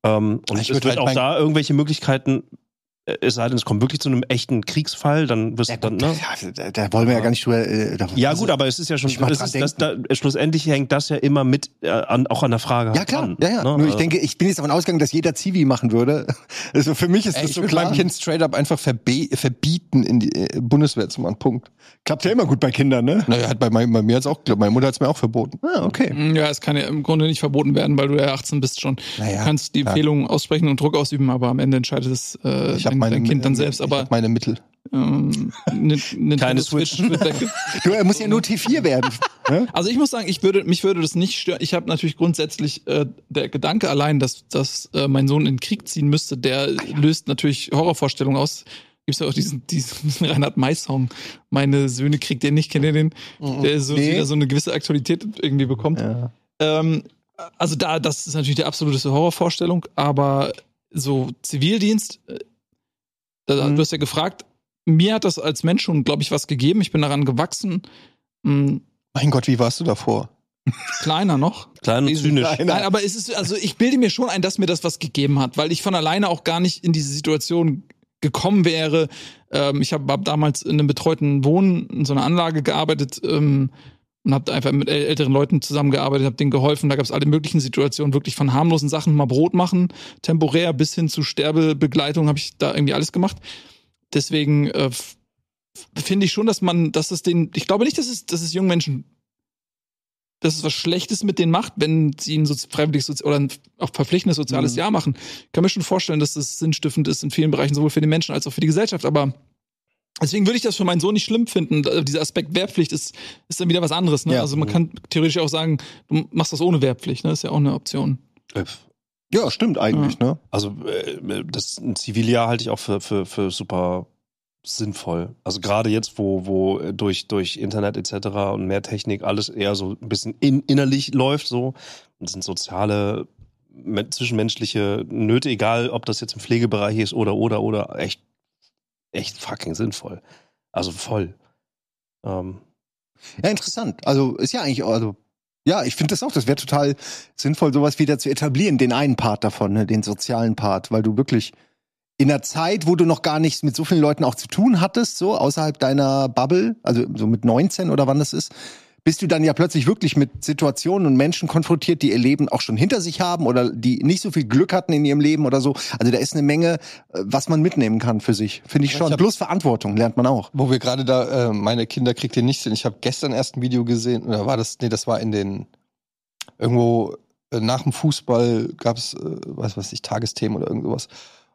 B: Ähm, und
A: Ich
B: es
A: würd
B: wird
A: halt
B: auch
A: mein-
B: da irgendwelche Möglichkeiten, äh, es sei denn, es kommt wirklich zu einem echten Kriegsfall, dann wirst
C: Ja,
B: du dann,
C: gut,
B: ne?
C: ja, da, da wollen wir ja gar nicht drüber. Äh, da,
B: Ja,
C: also-
B: gut, aber es ist ja schon,
C: ich mach
B: es
C: dran
B: ist, das, da, schlussendlich hängt das ja immer mit, äh, an, auch an der Frage.
C: Ja, klar.
B: An,
C: ja, ja.
B: ne?
C: Nur ich
B: Äh,
C: denke, ich bin jetzt davon ausgegangen, dass jeder Zivi machen würde. Also für mich ist
A: Ey,
C: das
A: ich
C: so
A: würde
C: klar.
A: meinem Kind straight up einfach verbe verbieten, in die äh, Bundeswehr zu machen. Punkt.
C: Klappt ja immer gut bei Kindern, ne?
A: Naja, hat bei, mein, bei mir hat's auch, meine Mutter hat's mir auch verboten.
C: Ah, okay.
D: ja, es kann ja im Grunde nicht verboten werden, weil du ja 18 bist schon.
A: Naja,
D: du kannst die
A: klar.
D: Empfehlungen aussprechen und Druck ausüben, aber am Ende entscheidet es äh,
A: Ich habe
D: dein,
A: meine
D: dein Kind dann
A: äh,
D: selbst.
A: Ich
D: Aber
A: hab meine Mittel.
D: ähm, Nintendo
B: Keine Switch.
D: wird weg-
C: Du, er muss ja nur T4 werden. ne?
D: Also ich muss sagen, ich würde, mich würde das nicht stören. Ich habe natürlich grundsätzlich äh, der Gedanke allein, dass, dass äh, mein Sohn in den Krieg ziehen müsste,
C: Ah,
D: der löst natürlich Horrorvorstellungen aus. Gibt's ja auch diesen, diesen Reinhard May-Song. Meine Söhne kriegt ihr nicht, kennt ihr den? Der so
C: Mhm. Nee.
D: wieder so eine gewisse Aktualität irgendwie bekommt.
C: Ja.
D: Ähm, also da, das ist natürlich die absolute Horrorvorstellung, aber so Zivildienst, äh, da,
C: Mhm.
D: du hast ja gefragt, mir hat das als Mensch schon, glaube ich, was gegeben. Ich bin daran gewachsen. Hm,
A: Mein Gott, wie warst du davor?
D: kleiner noch.
B: Klein und zynisch.
D: Nein, aber es ist, also ich bilde mir schon ein, dass mir das was gegeben hat, weil ich von alleine auch gar nicht in diese Situation gekommen wäre. Ähm, ich habe hab damals in einem betreuten Wohnen in so einer Anlage gearbeitet ähm, und habe einfach mit äl- älteren Leuten zusammengearbeitet, habe denen geholfen. Da gab es alle möglichen Situationen, wirklich von harmlosen Sachen mal Brot machen, temporär bis hin zu Sterbebegleitung habe ich da irgendwie alles gemacht. Deswegen äh, f- finde ich schon, dass man, dass es den, ich glaube nicht, dass es, dass es jungen Menschen dass es was Schlechtes mit denen macht, wenn sie ein so freiwilliges Sozi- oder ein auch verpflichtendes soziales Jahr machen. Ich kann mir schon vorstellen, dass das sinnstiftend ist in vielen Bereichen, sowohl für den Menschen als auch für die Gesellschaft. Aber deswegen würde ich das für meinen Sohn nicht schlimm finden. Also Dieser Aspekt Wehrpflicht ist, ist dann wieder was anderes. Ne?
C: Ja.
D: Also man kann theoretisch auch sagen, du machst das ohne Wehrpflicht. Ne? Ist ja auch eine Option.
C: ja, stimmt eigentlich, ne?
B: Äh, Also äh, das ein Ziviljahr halte ich auch für, für, für super sinnvoll. Also gerade jetzt, wo, wo äh, durch, durch Internet etc. und mehr Technik alles eher so ein bisschen in, innerlich läuft, so und sind soziale, me- zwischenmenschliche Nöte, egal ob das jetzt im Pflegebereich ist oder oder oder echt, echt fucking sinnvoll. Also voll. Ähm,
C: Ja, interessant. Also ist ja eigentlich, also ja, ich finde das auch. Das wäre total sinnvoll, sowas wieder zu etablieren, den einen Part davon, ne? den sozialen Part, weil du wirklich in einer Zeit, wo du noch gar nichts mit so vielen Leuten auch zu tun hattest, so außerhalb deiner Bubble, also so mit 19 oder wann das ist, bist du dann ja plötzlich wirklich mit Situationen und Menschen konfrontiert, die ihr Leben auch schon hinter sich haben oder die nicht so viel Glück hatten in ihrem Leben oder so. Also da ist eine Menge, äh, was man mitnehmen kann für sich. Finde ich schon.
A: hab-
C: Plus Verantwortung lernt man auch.
A: Wo wir gerade da, äh, meine Kinder kriegt ihr nicht hin. Ich habe gestern erst ein Video gesehen, oder war das, nee, das war in den, irgendwo äh, nach dem Fußball gab es, äh, was weiß ich, Tagesthemen oder irgend sowas.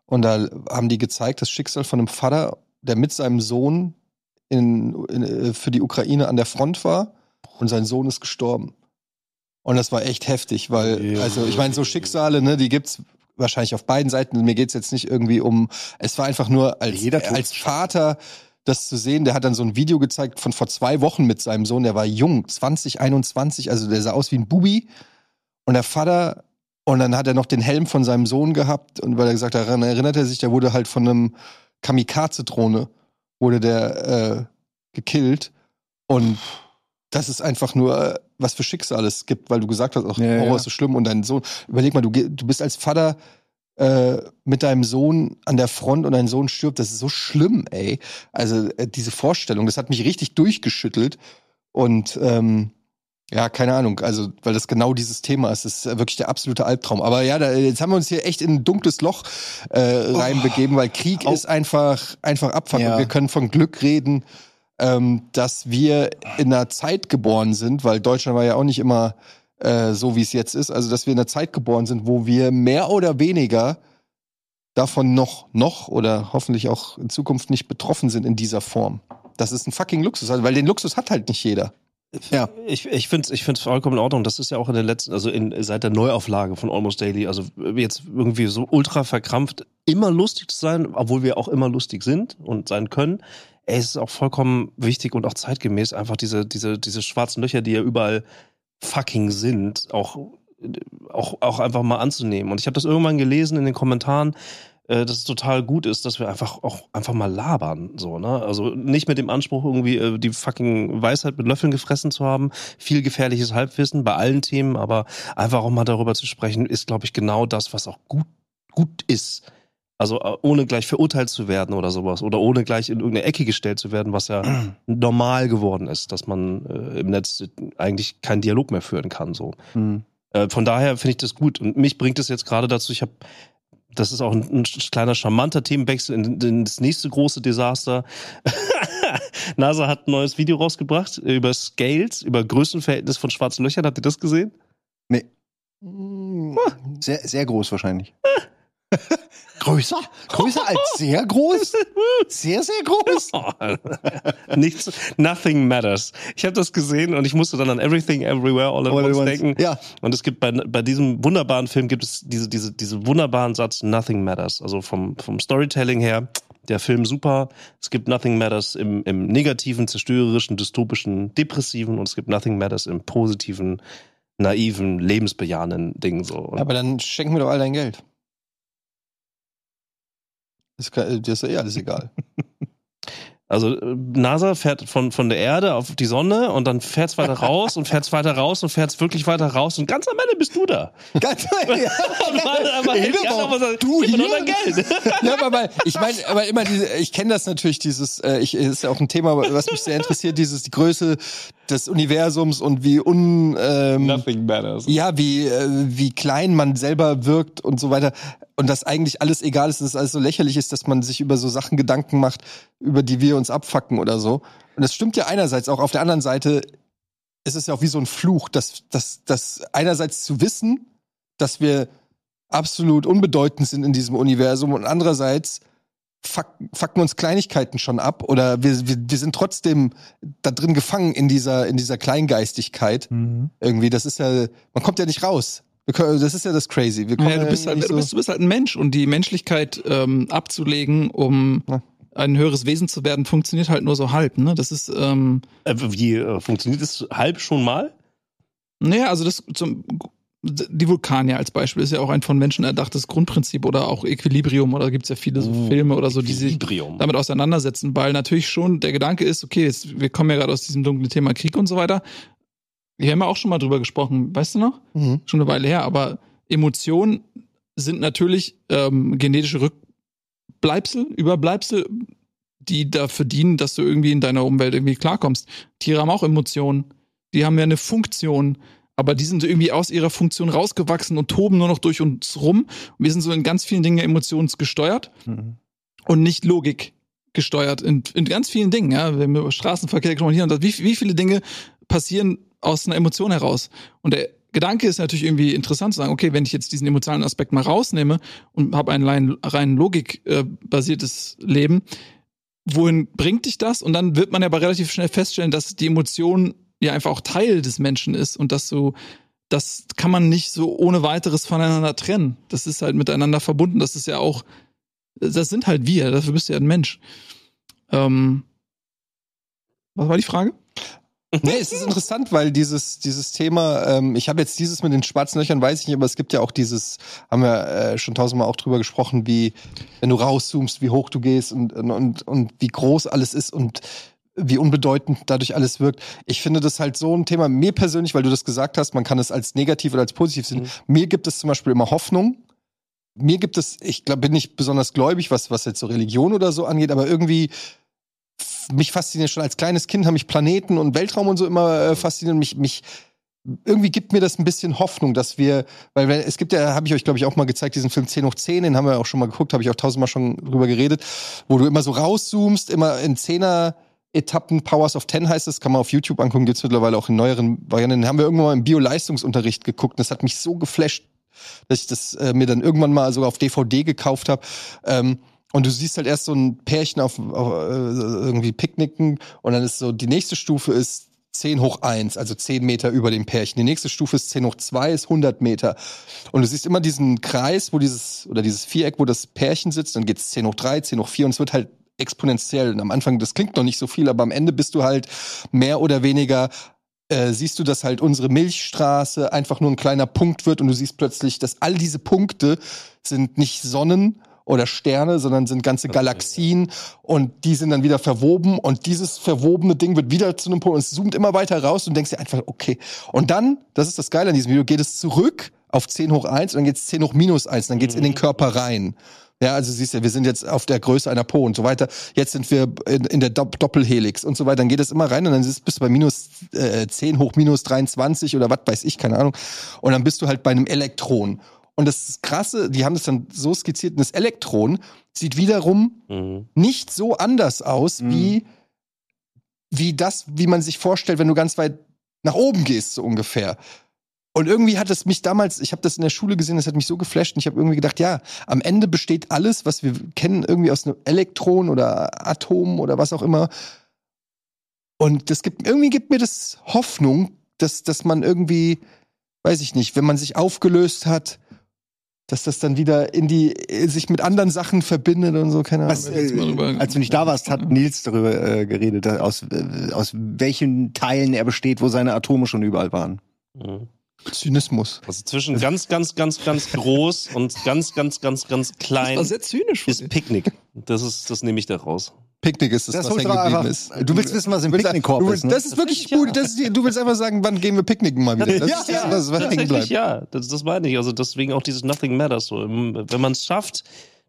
A: Und da haben die gezeigt, das Schicksal von einem Vater, der mit seinem Sohn in, in, äh, für die Ukraine an der Front war und sein Sohn ist gestorben. Und das war echt heftig, weil, also ich meine, so Schicksale, ne, die gibt's wahrscheinlich auf beiden Seiten. Mir geht's jetzt nicht irgendwie um, es war einfach nur als,
C: Jeder Tod
A: als Vater das zu sehen, der hat dann so ein Video gezeigt von vor zwei Wochen mit seinem Sohn, der war jung, 20, 21, also der sah aus wie ein Bubi. Und der Vater, und dann hat er noch den Helm von seinem Sohn gehabt und weil er gesagt hat, daran erinnert er sich, der wurde halt von einem Kamikaze-Drohne, wurde der äh, gekillt. Und das ist einfach nur, äh, was für Schicksal es gibt, weil du gesagt hast, auch
C: Ja,
A: Horror
C: ja.
A: ist so schlimm und dein Sohn, überleg mal, du, ge- du bist als Vater äh, mit deinem Sohn an der Front und dein Sohn stirbt, das ist so schlimm, ey. Also äh, diese Vorstellung, das hat mich richtig durchgeschüttelt und ähm, ja, keine Ahnung, also weil das genau dieses Thema ist, das ist äh, wirklich der absolute Albtraum. Aber ja, da, jetzt haben wir uns hier echt in ein dunkles Loch äh, reinbegeben, weil Krieg ist einfach einfach Abfuck.
C: Ja.
A: Und wir können von Glück reden, ähm, dass wir in einer Zeit geboren sind, weil Deutschland war ja auch nicht immer äh, so, wie es jetzt ist. Also, dass wir in einer Zeit geboren sind, wo wir mehr oder weniger davon noch, noch oder hoffentlich auch in Zukunft nicht betroffen sind in dieser Form. Das ist ein fucking Luxus, also, weil den Luxus hat halt nicht jeder.
C: Ja.
B: Ich, ich finde es ich find's vollkommen in Ordnung. Das ist ja auch in den letzten, also in, seit der Neuauflage von Almost Daily, also jetzt irgendwie so ultra verkrampft, immer lustig zu sein, obwohl wir auch immer lustig sind und sein können. Ey, es ist auch vollkommen wichtig und auch zeitgemäß, einfach diese, diese, diese schwarzen Löcher, die ja überall fucking sind, auch, auch, auch einfach mal anzunehmen. Und ich habe das irgendwann gelesen in den Kommentaren, äh, dass es total gut ist, dass wir einfach auch einfach mal labern. So, ne? Also nicht mit dem Anspruch, irgendwie äh, die fucking Weisheit mit Löffeln gefressen zu haben. Viel gefährliches Halbwissen bei allen Themen, aber einfach auch mal darüber zu sprechen, ist, glaube ich, genau das, was auch gut, gut ist. Also äh, ohne gleich verurteilt zu werden oder sowas. Oder ohne gleich in irgendeine Ecke gestellt zu werden, was ja normal geworden ist, dass man äh, im Netz eigentlich keinen Dialog mehr führen kann. So.
C: Hm.
B: Äh, von daher finde ich das gut. Und mich bringt es jetzt gerade dazu, ich habe, das ist auch ein, ein sch- kleiner charmanter Themenwechsel in, in das nächste große Desaster. NASA hat ein neues Video rausgebracht über Scales, über Größenverhältnis von schwarzen Löchern. Habt ihr das gesehen?
C: Hm. Sehr, sehr groß wahrscheinlich. größer? Größer als sehr groß? Sehr, sehr groß?
B: Oh, Nichts, nothing matters. Ich habe das gesehen und ich musste dann an Everything Everywhere All at Once denken.
C: Ja,
B: Und es gibt bei, bei diesem wunderbaren Film gibt es diese, diese, diese wunderbaren Satz Nothing Matters. Also vom, vom Storytelling her, der Film super. Es gibt Nothing Matters im, im negativen, zerstörerischen, dystopischen, depressiven und es gibt Nothing Matters im positiven, naiven, lebensbejahenden Ding so. Und
A: Aber dann schenk mir doch all dein Geld. Das, kann, das ist ja eh alles egal.
B: Also äh, NASA fährt von, von der Erde auf die Sonne und dann fährt's weiter raus und fährt's weiter raus und fährt's wirklich weiter raus und ganz am Ende bist du da.
C: ganz ja.
B: Und warte, aber hey, die anderen
C: Hinterbaum.
B: muss sagen,
C: Du
B: gib mir doch
C: hier?
B: mein Geld.
A: ja, aber weil, ich meine, aber immer diese, ich kenne das natürlich, dieses, äh, ich, ist ja auch ein Thema, was mich sehr interessiert, dieses, die Größe des Universums und wie un, ähm,
B: Nothing matters.
A: Ja, wie, äh, wie klein man selber wirkt und so weiter. Und dass eigentlich alles egal ist und dass alles so lächerlich ist, dass man sich über so Sachen Gedanken macht, über die wir uns abfacken oder so. Und das stimmt ja einerseits auch. Auf der anderen Seite ist es ja auch wie so ein Fluch, dass, dass, dass einerseits zu wissen, dass wir absolut unbedeutend sind in diesem Universum und andererseits fuck, fucken uns Kleinigkeiten schon ab oder wir, wir, wir sind trotzdem da drin gefangen in dieser, in dieser Kleingeistigkeit.
D: Mhm.
A: Irgendwie, das ist ja, man kommt ja nicht raus. Wir können, das ist ja das Crazy. Wir kommen
D: Ja, du, bist halt,
A: nicht
D: du, bist, du bist halt ein Mensch und die Menschlichkeit ähm, abzulegen, um
A: Ja.
D: ein höheres Wesen zu werden, funktioniert halt nur so halb. Ne? Das ist, ähm,
B: Äh, wie äh, funktioniert das halb schon mal?
D: naja, also das zum die Vulkanier als Beispiel ist ja auch ein von Menschen erdachtes Grundprinzip oder auch Equilibrium oder gibt's ja viele so Filme oder so, die sich
B: Vibrium.
D: damit auseinandersetzen, weil natürlich schon der Gedanke ist, okay, jetzt, wir kommen ja gerade aus diesem dunklen Thema Krieg und so weiter. Wir haben ja auch schon mal drüber gesprochen, weißt du noch?
A: Mhm.
D: Schon eine Weile her, aber Emotionen sind natürlich ähm, genetische Rück Bleibsel, Überbleibsel, die dafür dienen, dass du irgendwie in deiner Umwelt irgendwie klarkommst. Tiere haben auch Emotionen. Die haben ja eine Funktion. Aber die sind irgendwie aus ihrer Funktion rausgewachsen und toben nur noch durch uns rum. Wir sind so in ganz vielen Dingen emotionsgesteuert und nicht Logik gesteuert. In, in ganz vielen Dingen, ja. Wenn wir über Straßenverkehr gesprochen hier und da, wie, wie viele Dinge passieren aus einer Emotion heraus? Und der Gedanke ist natürlich irgendwie interessant zu sagen, okay, wenn ich jetzt diesen emotionalen Aspekt mal rausnehme und habe ein rein, rein logikbasiertes Leben, wohin bringt dich das? Und dann wird man ja aber relativ schnell feststellen, dass die Emotion ja einfach auch Teil des Menschen ist und dass so, das kann man nicht so ohne weiteres voneinander trennen. Das ist halt miteinander verbunden. Das ist ja auch, das sind halt wir, dafür bist du ja ein Mensch. Ähm, was war die Frage?
A: Nee, es ist interessant, weil dieses, dieses Thema, ähm, ich habe jetzt dieses mit den schwarzen Löchern, weiß ich nicht, aber es gibt ja auch dieses, haben wir äh, schon tausendmal auch drüber gesprochen, wie, wenn du rauszoomst, wie hoch du gehst und, und, und, und wie groß alles ist und wie unbedeutend dadurch alles wirkt. Ich finde das halt so ein Thema, mir persönlich, weil du das gesagt hast, man kann es als negativ oder als positiv sehen. Mir gibt es zum Beispiel immer Hoffnung. Mir gibt es, ich glaube, bin nicht besonders gläubig, was, was jetzt so Religion oder so angeht, aber irgendwie mich fasziniert schon als kleines Kind haben mich Planeten und Weltraum und so immer äh, fasziniert mich mich irgendwie gibt mir das ein bisschen Hoffnung, dass wir, weil wenn- es gibt ja, habe ich euch glaube ich auch mal gezeigt, diesen Film 10 hoch 10, den haben wir auch schon mal geguckt, habe ich auch tausendmal schon drüber geredet, wo du immer so rauszoomst, immer in Zehner Etappen, Powers of 10 heißt es, kann man auf YouTube angucken, gibt's mittlerweile auch in neueren Varianten. Den haben wir irgendwann mal im Bio-Leistungsunterricht geguckt und das hat mich so geflasht, dass ich das äh, mir dann irgendwann mal sogar auf DVD gekauft habe. Ähm, und du siehst halt erst so ein Pärchen auf, auf äh, irgendwie picknicken und dann ist so, die nächste Stufe ist 10 hoch 1, also 10 Meter über dem Pärchen. Die nächste Stufe ist 10 hoch 2, ist 100 Meter. Und du siehst immer diesen Kreis, wo dieses, oder dieses Viereck, wo das Pärchen sitzt, dann geht's 10 hoch 3, 10 hoch 4 und es wird halt exponentiell. Und am Anfang, das klingt noch nicht so viel, aber am Ende bist du halt mehr oder weniger äh, siehst du, dass halt unsere Milchstraße einfach nur ein kleiner Punkt wird und du siehst plötzlich, dass all diese Punkte sind nicht Sonnen oder Sterne, sondern sind ganze Galaxien und die sind dann wieder verwoben und dieses verwobene Ding wird wieder zu einem Punkt und es zoomt immer weiter raus und du denkst dir einfach, okay. Und dann, das ist das Geile an diesem Video, geht es zurück auf 10 hoch 1 und dann geht es 10 hoch minus 1, dann geht es in den Körper rein. Ja, also siehst du, wir sind jetzt auf der Größe einer Po und so weiter. Jetzt sind wir in, in der Dopp Doppelhelix und so weiter. Dann geht es immer rein und dann ist- bist du bei minus äh, 10 hoch minus 23 oder was weiß ich, keine Ahnung. Und dann bist du halt bei einem Elektron. Und das Krasse, die haben das dann so skizziert, und das Elektron sieht wiederum
B: Mhm.
A: nicht so anders aus
C: Mhm.
A: wie, wie das, wie man sich vorstellt, wenn du ganz weit nach oben gehst, so ungefähr. Und irgendwie hat es mich damals, ich habe das in der Schule gesehen, das hat mich so geflasht und ich habe irgendwie gedacht, ja, am Ende besteht alles, was wir kennen, irgendwie aus einem Elektron oder Atom oder was auch immer. Und das gibt, irgendwie gibt mir das Hoffnung, dass, dass man irgendwie, weiß ich nicht, wenn man sich aufgelöst hat, dass das dann wieder in die, sich mit anderen Sachen verbindet und so, keine Ahnung.
C: Was, äh,
D: mal rüber-
C: als du nicht da warst, hat Nils darüber äh, geredet, da- aus, äh, aus welchen Teilen er besteht, wo seine Atome schon überall waren.
B: Mhm.
A: Zynismus.
B: Also zwischen ganz, ganz, ganz, ganz groß und ganz, ganz, ganz, ganz klein
D: Das war sehr zynisch. von dir.
B: ist Picknick. Das ist, das nehme ich da raus.
A: Picknick ist das, was
C: holst
A: hängen
C: du doch
A: geblieben
C: einfach-
A: ist.
C: Du willst wissen, was im
A: Du willst-
C: Picknickkorb
A: du
C: ist,
A: willst-
C: ne?
A: Das ist wirklich gut. Das ist, die- du willst einfach sagen, wann gehen wir picknicken mal wieder. Das
C: Ja,
A: ist das, was, was hängen
B: Tatsächlich,
A: bleibt.
B: ja. Das, das meine ich. Also deswegen auch dieses Nothing Matters. So. Im- Wenn man es schafft,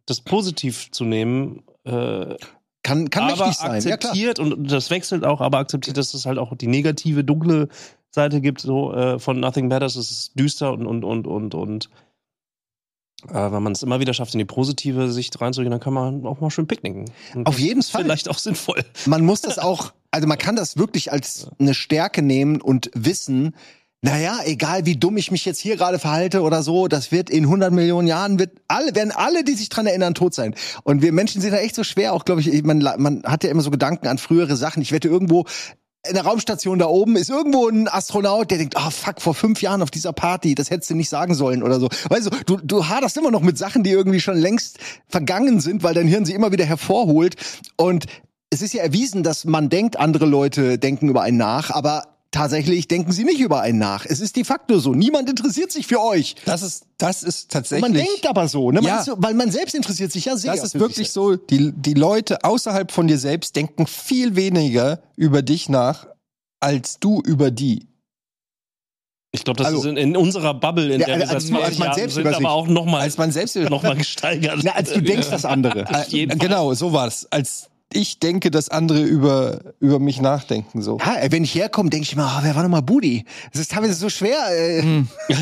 B: das positiv zu nehmen, äh,
C: Kann, kann
B: aber
C: mächtig sein, ja klar.
B: akzeptiert und das wechselt auch, aber akzeptiert, dass es halt auch die negative, dunkle Seite gibt, so äh, von Nothing Matters. Es ist düster und und und und und. Äh, wenn man es immer wieder schafft, in die positive Sicht reinzugehen, dann kann man auch mal schön picknicken. Und
C: Auf
B: das
C: jeden
B: ist
C: Fall.
B: Vielleicht auch sinnvoll.
C: man muss das auch, also man kann das wirklich als eine Stärke nehmen und wissen, naja, egal wie dumm ich mich jetzt hier gerade verhalte oder so, das wird in 100 Millionen Jahren, wird alle, werden alle, die sich dran erinnern, tot sein. Und wir Menschen sind da echt so schwer, auch glaube ich, ich- man, man hat ja immer so Gedanken an frühere Sachen. Ich wette irgendwo, in der Raumstation da oben ist irgendwo ein Astronaut, der denkt, ah fuck, vor fünf Jahren auf dieser Party, das hättest du nicht sagen sollen oder so. Weißt du, du, du haderst immer noch mit Sachen, die irgendwie schon längst vergangen sind, weil dein Hirn sie immer wieder hervorholt. Und es ist ja erwiesen, dass man denkt, andere Leute denken über einen nach, aber tatsächlich denken sie nicht über einen nach. Es ist de facto so. Niemand interessiert sich für euch.
A: Das ist, das ist
C: Und
A: tatsächlich.
C: man denkt aber so, ne? Man
A: Ja.
C: ist so, weil man selbst interessiert sich ja sehr.
A: Das
C: für
A: ist
C: sich
A: wirklich so, die, die Leute außerhalb von dir selbst denken viel weniger über dich nach, als du über die.
B: Ich glaube, das
C: Also-
B: ist in, in unserer Bubble, in
C: Ja,
B: der
C: als-
B: wir seit
C: als
B: zwei
C: man- als man
B: Jahren
C: selbst
B: sind,
C: über sich-
B: aber auch nochmal
A: Als man selbst
B: noch mal gesteigert.
C: Na, als Also du denkst, das andere.
A: Äh,
B: jeden Fall.
A: Genau, so war es. Als ich denke, dass andere über, über mich nachdenken. So.
C: Ja, ey, wenn ich herkomme, denke ich immer, ah, wer war nochmal Budi? Es ist teilweise so schwer, äh,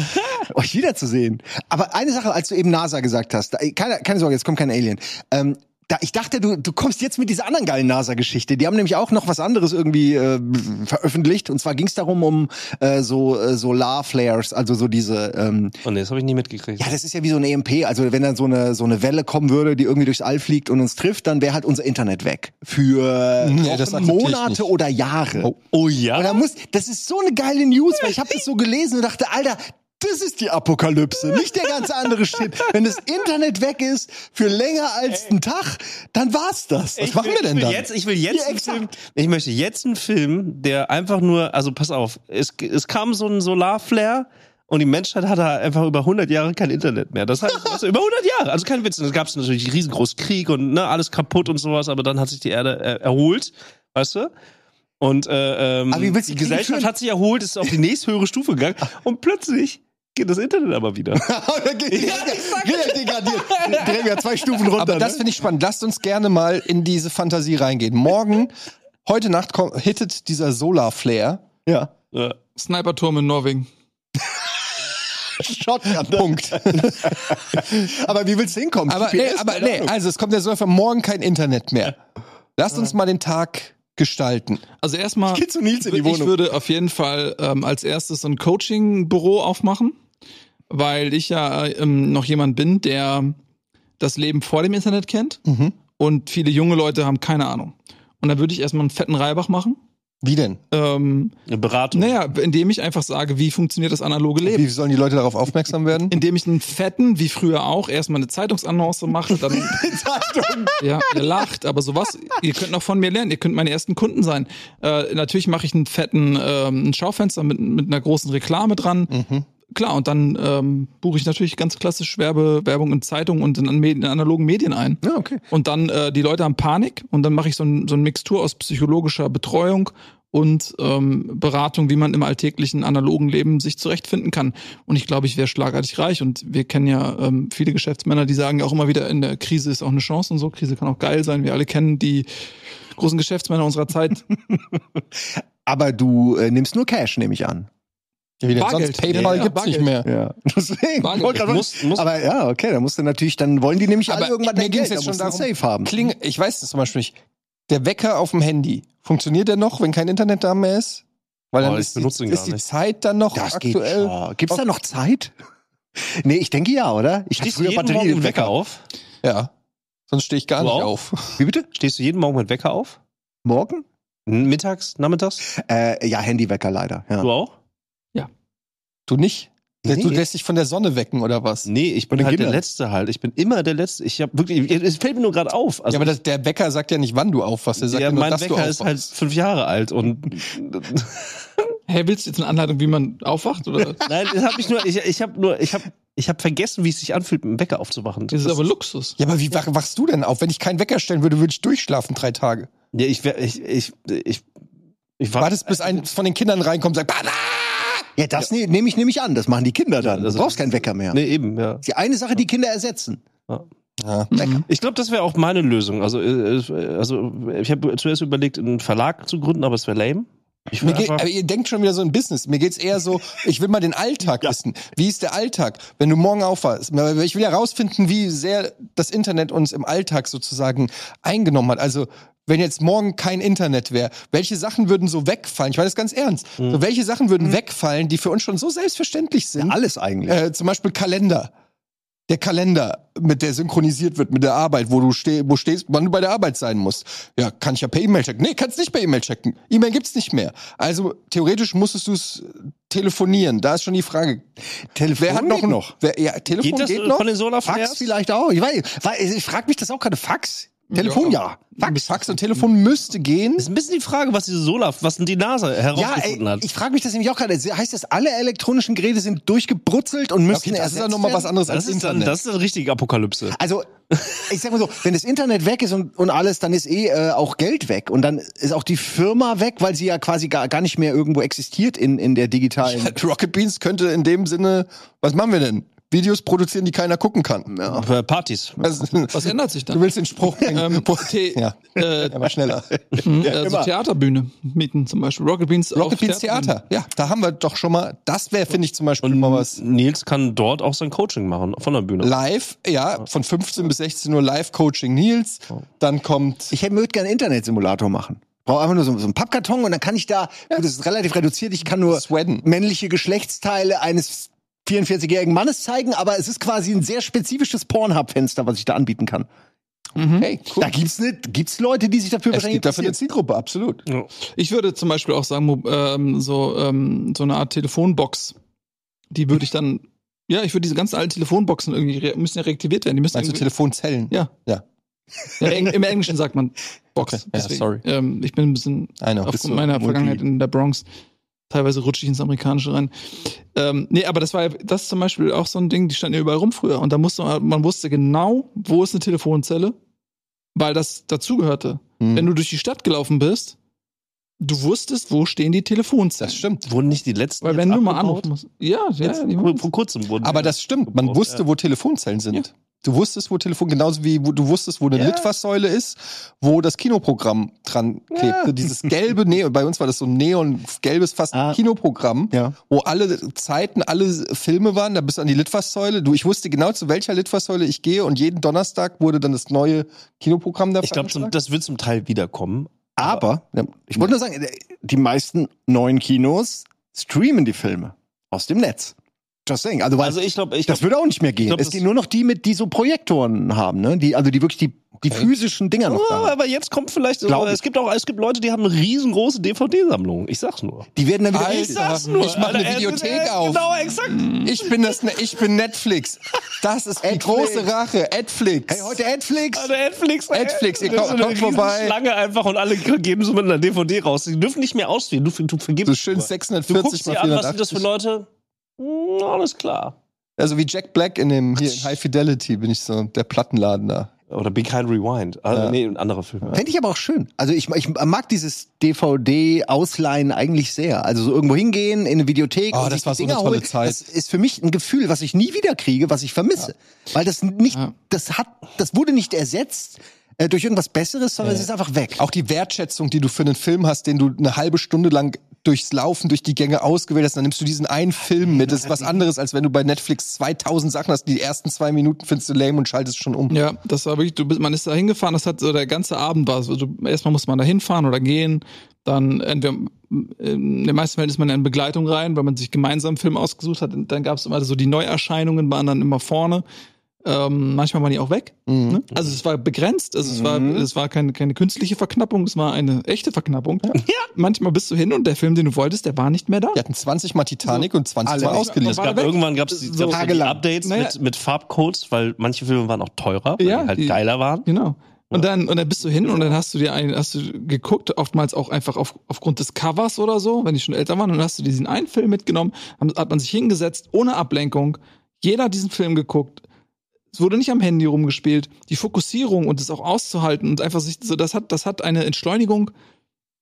C: euch wiederzusehen. Aber eine Sache, als du eben NASA gesagt hast, da, ey, keine, keine Sorge, jetzt kommt kein Alien. Ähm, da, ich dachte, du, du kommst jetzt mit dieser anderen geilen NASA-Geschichte. Die haben nämlich auch noch was anderes irgendwie äh, veröffentlicht. Und zwar ging es darum um äh, so äh, Solarflares, also so diese ähm,
B: Und Oh, das habe ich nie mitgekriegt.
C: ja, Ah, das ist ja wie so ein EMP. Also wenn dann so eine, so eine Welle kommen würde, die irgendwie durchs All fliegt und uns trifft, dann wäre halt unser Internet weg. Für
A: Nee, das
C: Wochen,
A: akzeptiere ich nicht.
C: Monate oder Jahre.
B: oh ja?
C: Und da muss, das ist so eine geile News, weil ich habe das so gelesen und dachte, Alter, das ist die Apokalypse, nicht der ganze andere Shit. Wenn das Internet weg ist für länger als einen Tag, dann war's das.
A: Was machen wir denn
B: ich
A: dann?
B: will Jetzt, ich will jetzt
C: Ja,
B: einen
C: exakt.
B: Film, ich möchte jetzt einen Film, der einfach nur, also pass auf, es, es kam so ein Solarflare und die Menschheit hatte einfach über 100 Jahre kein Internet mehr. Das heißt, also über 100 Jahre, also kein Witz. Und Es gab natürlich einen riesengroßen Krieg und ne, alles kaputt und sowas, aber dann hat sich die Erde äh, erholt, weißt du? Und äh, ähm,
C: Aber wie willst du
B: die
C: den Krieg
B: Gesellschaft
C: führen?
B: hat sich erholt, ist auf die nächsthöhere Stufe gegangen und plötzlich geht das Internet aber wieder.
C: Da geht ja, degradiert. Drehen wir zwei Stufen runter.
A: Aber das
C: ne?
A: finde ich spannend. Lasst uns gerne mal in diese Fantasie reingehen. Morgen, heute Nacht komm- hittet dieser Solarflare.
C: ja.
B: Ja.
D: Sniperturm in Norwegen.
C: Shotgun. Punkt. aber wie willst du hinkommen?
A: Aber nee,
C: GPS?
A: aber
C: Keine
A: nee,
C: Ahnung.
A: also es kommt ja so einfach morgen kein Internet mehr. Lasst uns mal den Tag gestalten.
D: Also erstmal,
C: Geh zu Nils in die
D: ich
C: Wohnung.
D: würde auf jeden Fall ähm, als erstes so ein Coaching-Büro aufmachen, weil ich ja äh, ähm, noch jemand bin, der das Leben vor dem Internet kennt
C: Mhm.
D: und viele junge Leute haben keine Ahnung. Und dann würde ich erstmal einen fetten Reibach machen.
A: Wie denn?
D: Ähm,
B: Eine Beratung.
D: naja, indem ich einfach sage, wie funktioniert das analoge Leben?
A: Wie sollen die Leute darauf aufmerksam werden?
D: Indem ich einen fetten, wie früher auch, erstmal eine Zeitungsannonce mache, dann. Ja, ihr lacht, aber sowas, ihr könnt noch von mir lernen, ihr könnt meine ersten Kunden sein. Äh, natürlich mache ich einen fetten ähm, ein Schaufenster mit, mit einer großen Reklame dran. Klar, und dann ähm, buche ich natürlich ganz klassisch Werbe, Werbung in Zeitungen und in, an Medien, in analogen Medien ein.
C: Ja, okay.
D: Und dann, äh, die Leute haben Panik und dann mache ich so, ein, so eine Mixtur aus psychologischer Betreuung und ähm, Beratung, wie man im alltäglichen analogen Leben sich zurechtfinden kann. Und ich glaube, ich wäre schlagartig reich. Und wir kennen ja ähm, viele Geschäftsmänner, die sagen ja auch immer wieder, in der Krise ist auch eine Chance und so. Krise kann auch geil sein. Wir alle kennen die großen Geschäftsmänner unserer Zeit.
C: Aber du äh, nimmst nur Cash, nehme ich an.
A: Ja, wie denn?
D: Bargeld.
A: Sonst PayPal
D: Ja, ja,
A: gibt's nicht
D: Bargeld.
A: mehr.
C: Ja. Deswegen.
D: Bargeld.
C: Wollte grad
B: Muss-
C: sagen.
B: muss-
C: aber ja, okay, dann musst du natürlich, dann wollen die nämlich alle
A: Aber
C: irgendwann
A: mir
C: dein
A: ging's
C: Geld,
A: jetzt
C: dann
A: schon
C: musst du ein
A: darum,
C: Safe haben.
A: Kling, ich weiß das zum Beispiel nicht. Der Wecker auf dem Handy, funktioniert der noch, wenn kein Internet da mehr ist? Weil dann
B: Oh, ich
A: ist, die,
B: benutze ihn
A: ist
B: gar
A: die
B: nicht.
A: Zeit dann noch
C: Das geht
A: aktuell.
C: schon. Gibt's da noch Zeit? Nee, ich denke ja, oder? Ich hatte
B: Stehst du jeden Morgen mit Wecker auf?
A: Ja. Sonst stehe ich gar
B: Du
A: nicht
B: auch?
A: auf.
C: Wie bitte?
B: Stehst du jeden Morgen mit Wecker auf?
C: Morgen?
B: Mittags, nachmittags?
C: Äh, ja, Handywecker leider. Ja.
B: Du auch?
A: Du nicht?
B: Nee.
A: Du lässt dich von der Sonne wecken oder was?
B: Nee, ich bin
C: den
B: halt
C: Kindern?
B: der Letzte halt. Ich bin immer der Letzte. Ich habe wirklich, es fällt mir nur gerade auf. Also,
A: ja, aber das, der Wecker sagt ja nicht, wann du aufwachst. Er sagt
B: ja,
A: ja, nur,
B: mein
A: dass du
B: Wecker ist halt
A: aufwachst.
B: fünf Jahre alt und
D: Hä, willst du jetzt eine Anleitung, wie man aufwacht? Oder?
B: nein, das hab ich nur, ich, ich habe nur, ich habe, ich habe vergessen, wie es sich anfühlt, mit dem Wecker aufzuwachen.
D: Das ist aber
B: halt-
D: Luxus.
A: Ja, aber wie wach, wachst du denn auf? Wenn ich keinen Wecker stellen würde, würde ich durchschlafen drei Tage.
B: ja, ich, wär- ich, ich, ich, ich war,
A: Wartest, bis eins von den Kindern reinkommt und sagt, "Bada!"
C: Ja, das ne- nehme ich nämlich an. Das machen die Kinder dann.
B: Ja, das
C: du brauchst
B: ist-
C: keinen Wecker mehr.
B: Nee, eben, ja.
C: Das ist die eine Sache, die Kinder ersetzen.
A: ja.
B: Ich glaube, das wäre auch meine Lösung. Also, äh, äh, also ich habe zuerst überlegt, einen Verlag zu gründen, aber es wäre lame. Ich
A: Mir
B: würd
A: geht,
B: einfach-
A: aber ihr denkt schon wieder so ein Business. Mir geht's eher so, ich will mal den Alltag wissen. Wie ist der Alltag, wenn du morgen aufwachst? Ich will ja rausfinden, wie sehr das Internet uns im Alltag sozusagen eingenommen hat. Also, wenn jetzt morgen kein Internet wäre, welche Sachen würden so wegfallen? Ich meine das ganz ernst. So, welche Sachen würden wegfallen, die für uns schon so selbstverständlich sind?
C: Alles eigentlich.
A: Äh, zum Beispiel Kalender. Der Kalender, mit der synchronisiert wird, mit der Arbeit, wo du steh, wo stehst, wann du bei der Arbeit sein musst. Ja, kann ich ja per E-Mail checken. Nee, kannst nicht per E-Mail checken. E-Mail gibt's nicht mehr. Also theoretisch musstest du es telefonieren. Da ist schon die Frage.
C: Telefon
A: Wer hat noch
C: geht
A: ein-
C: noch.
A: Wer, ja, Telefon
B: geht
A: geht,
B: das
A: noch.
B: von den
C: Fax
B: Solarflares?
C: vielleicht auch. Ich, weiß- weil- ich frage mich das auch gerade. Fax?
A: Telefon ja. Fax, Fax und Telefon müsste gehen.
B: Ist ein bisschen die Frage, was diese Solar, was denn die NASA
C: Ja,
B: herausgefunden
C: ey,
B: hat.
C: ich frage mich das nämlich auch gerade. Heißt das, alle elektronischen Geräte sind durchgebrutzelt und müssen
A: Okay, das ist
C: ersetzt
A: ja nochmal was
C: werden?
A: anderes
B: Das
A: als
B: ist, dann,
A: Internet.
B: das ist eine richtige Apokalypse.
C: Also, ich sag mal so, wenn das Internet weg ist und, und alles, dann ist eh äh, auch Geld weg. Und dann ist auch die Firma weg, weil sie ja quasi gar, gar nicht mehr irgendwo existiert in, in der digitalen.
A: Rocket Beans könnte in dem Sinne, was machen wir denn? Videos produzieren, die keiner gucken kann.
B: Äh, Partys.
A: Das, du
D: Was ändert sich dann?
A: willst den Spruch bringen.
D: Ähm, The-
A: ja,
D: äh,
A: er war schneller.
D: mh, also Theaterbühne mieten zum Beispiel. Rocket Beans auf
A: Rocket Beans
D: Theaterbühnen.
A: Theater. Ja, da haben wir doch schon mal, das wäre, finde ich zum Beispiel
B: Und
A: mal was.
B: Nils kann dort auch sein Coaching machen, von der Bühne.
A: Live, ja, von 15 bis 16 Uhr Live-Coaching Nils.
D: Oh.
A: Dann kommt
C: Ich hätte- würde gerne einen Internetsimulator machen. Brauche einfach nur so, so einen Pappkarton und dann kann ich da, gut, das ist relativ reduziert, ich kann nur
A: Sweden.
C: männliche Geschlechtsteile eines 44-jährigen Mannes zeigen, aber es ist quasi ein sehr spezifisches Pornhub-Fenster, was ich da anbieten kann.
D: Mhm.
A: Hey, cool.
C: Da gibt's ne, gibt's Leute, die sich dafür
A: Es gibt dafür eine
C: interessieren.
A: Zielgruppe, absolut.
D: Ich würde zum Beispiel auch sagen, mo- ähm, so, ähm, so eine Art Telefonbox. Die würde ich dann, ja, ich würde diese ganzen alten Telefonboxen irgendwie, re- müssen ja reaktiviert werden. Die müssen
A: Meinst du
D: irgendwie-
A: Also Telefonzellen?
D: Ja.
A: Ja.
D: Ja, Eng, Im Englischen sagt man Box.
A: Okay, ja,
D: Deswegen.
A: sorry.
D: Ähm, ich bin ein bisschen
A: I know.
D: aufgrund
A: Bist du
D: meiner
A: multi-
D: Vergangenheit in der Bronx. Teilweise rutsche ich ins Amerikanische rein. Ähm, nee, aber das war ja- das zum Beispiel auch so ein Ding, die standen ja überall rum früher. Und da musste man, man wusste genau, wo ist eine Telefonzelle, weil das dazugehörte.
A: Hm.
D: Wenn du durch die Stadt gelaufen bist, du wusstest, wo stehen die Telefonzellen.
A: Das stimmt.
B: Wurden nicht die letzten.
D: Weil
B: jetzt
D: wenn du mal
B: abgebaut?
D: anrufen musst. Ja, ja,
B: Jetzt,
D: die
B: vor,
D: machen-
B: vor kurzem wurden.
A: Aber
B: die-
A: das stimmt. Man
B: gebraucht,
A: wusste,
B: ja.
A: wo Telefonzellen sind. Du wusstest, wo Telefon, genauso wie wo, du wusstest, wo eine
B: Ja.
A: Litfaßsäule ist, wo das Kinoprogramm dran klebte. Dieses gelbe Neon, bei uns war das so ein neon, gelbes fast
C: Ah.
A: Kinoprogramm,
C: Ja.
A: wo alle Zeiten, alle Filme waren, da bist du an die Litfaßsäule. Du, ich wusste genau, zu welcher Litfaßsäule ich gehe und jeden Donnerstag wurde dann das neue Kinoprogramm da
B: Ich glaube,
A: veranschlagt.
B: das wird zum Teil wiederkommen.
C: Aber, ja, ich wollte nur sagen, äh, die meisten neuen Kinos streamen die Filme aus dem Netz. Just saying. Also, weil
B: Also ich glaube, ich
C: das
B: glaub,
C: würde auch nicht mehr gehen.
B: Ich glaub,
C: es
B: das-
C: gehen nur noch die mit, die so Projektoren haben, ne? Die, also die wirklich die, die physischen Dinger noch da
B: Ah,
C: haben.
B: aber jetzt kommt vielleicht. äh,
C: Glaub
B: es gibt auch, es gibt Leute, die haben eine riesengroße DVD-Sammlung. Ich sag's nur.
C: Die werden dann wieder.
A: Alter.
B: Ich sag's nur.
A: Ich mach eine
B: Alter, es-
A: Videothek
B: es-
A: auf.
B: Genau, exakt.
A: ich bin das, Ne, ich bin Netflix. Das ist die
C: Netflix.
A: große Rache. Netflix.
C: Hey, heute Netflix!
B: Also Netflix, ey.
A: Netflix, ihr
B: Das ist
A: kommt-
B: eine
A: kommt vorbei.
B: Schlange einfach und alle geben so mit einer DVD raus. Die dürfen nicht mehr auswählen. Du, du vergibst.
A: so schön
B: nur. Du guckst
A: 640
B: dir
A: mal
B: an, was sind das
A: 480.
B: für Leute? Hm, alles klar.
A: Also wie Jack Black in dem hier in High Fidelity bin ich so der Plattenladen da.
B: Oder Big Kind Rewind. Ah,
A: Ja.
B: Nee, ein anderer Film.
C: Fände ich aber auch schön. Also ich, ich mag dieses DVD-Ausleihen eigentlich sehr. Also so irgendwo hingehen, in eine Videothek
A: Oh, das
C: die
A: war so
C: Dinger
A: eine tolle Zeit.
C: Das ist für mich ein Gefühl, was ich nie wieder kriege, was ich vermisse. Weil das nicht,
D: Ja.
C: das hat, das wurde nicht ersetzt äh, durch irgendwas Besseres, sondern es ist einfach weg.
A: Auch die Wertschätzung, die du für einen Film hast, den du eine halbe Stunde lang durchs Laufen, durch die Gänge ausgewählt hast, dann nimmst du diesen einen Film mit. Das ist was anderes, als wenn du bei Netflix 2000 Sachen hast, die ersten zwei Minuten findest du lame und schaltest schon um.
D: Ja, das war wirklich, du bist, man ist da hingefahren, das hat so der ganze Abend war. Also du, erstmal muss man da hinfahren oder gehen, dann entweder in den meisten Fällen ist man in Begleitung rein, weil man sich gemeinsam einen Film ausgesucht hat. Und Dann gab es immer so die Neuerscheinungen, waren dann immer vorne. Ähm, manchmal waren die auch weg. Ne? Also es war begrenzt, also es war, es war keine, keine künstliche Verknappung, es war eine echte Verknappung. Ja. Manchmal bist du hin und der Film, den du wolltest, der war nicht mehr da.
A: Die hatten 20 Mal Titanic und 20
C: alle.
A: Mal
B: Es
A: ausgeliehen.
D: War
B: gab,
D: weg.
B: irgendwann gab es
D: So
B: so die
C: tagelang.
B: Updates
D: Naja.
B: mit, mit Farbcodes, weil manche Filme waren auch teurer, weil
D: Ja,
B: die halt
D: die-
B: geiler waren.
D: Genau. Und dann, und dann bist du hin und dann hast du dir einen, hast du geguckt, oftmals auch einfach auf, aufgrund des Covers oder so, wenn die schon älter waren, und dann hast du diesen einen Film mitgenommen, haben- hat man sich hingesetzt, ohne Ablenkung, jeder hat diesen Film geguckt, es wurde nicht am Handy rumgespielt, die Fokussierung und es auch auszuhalten und einfach sich, so, das hat, das hat eine Entschleunigung,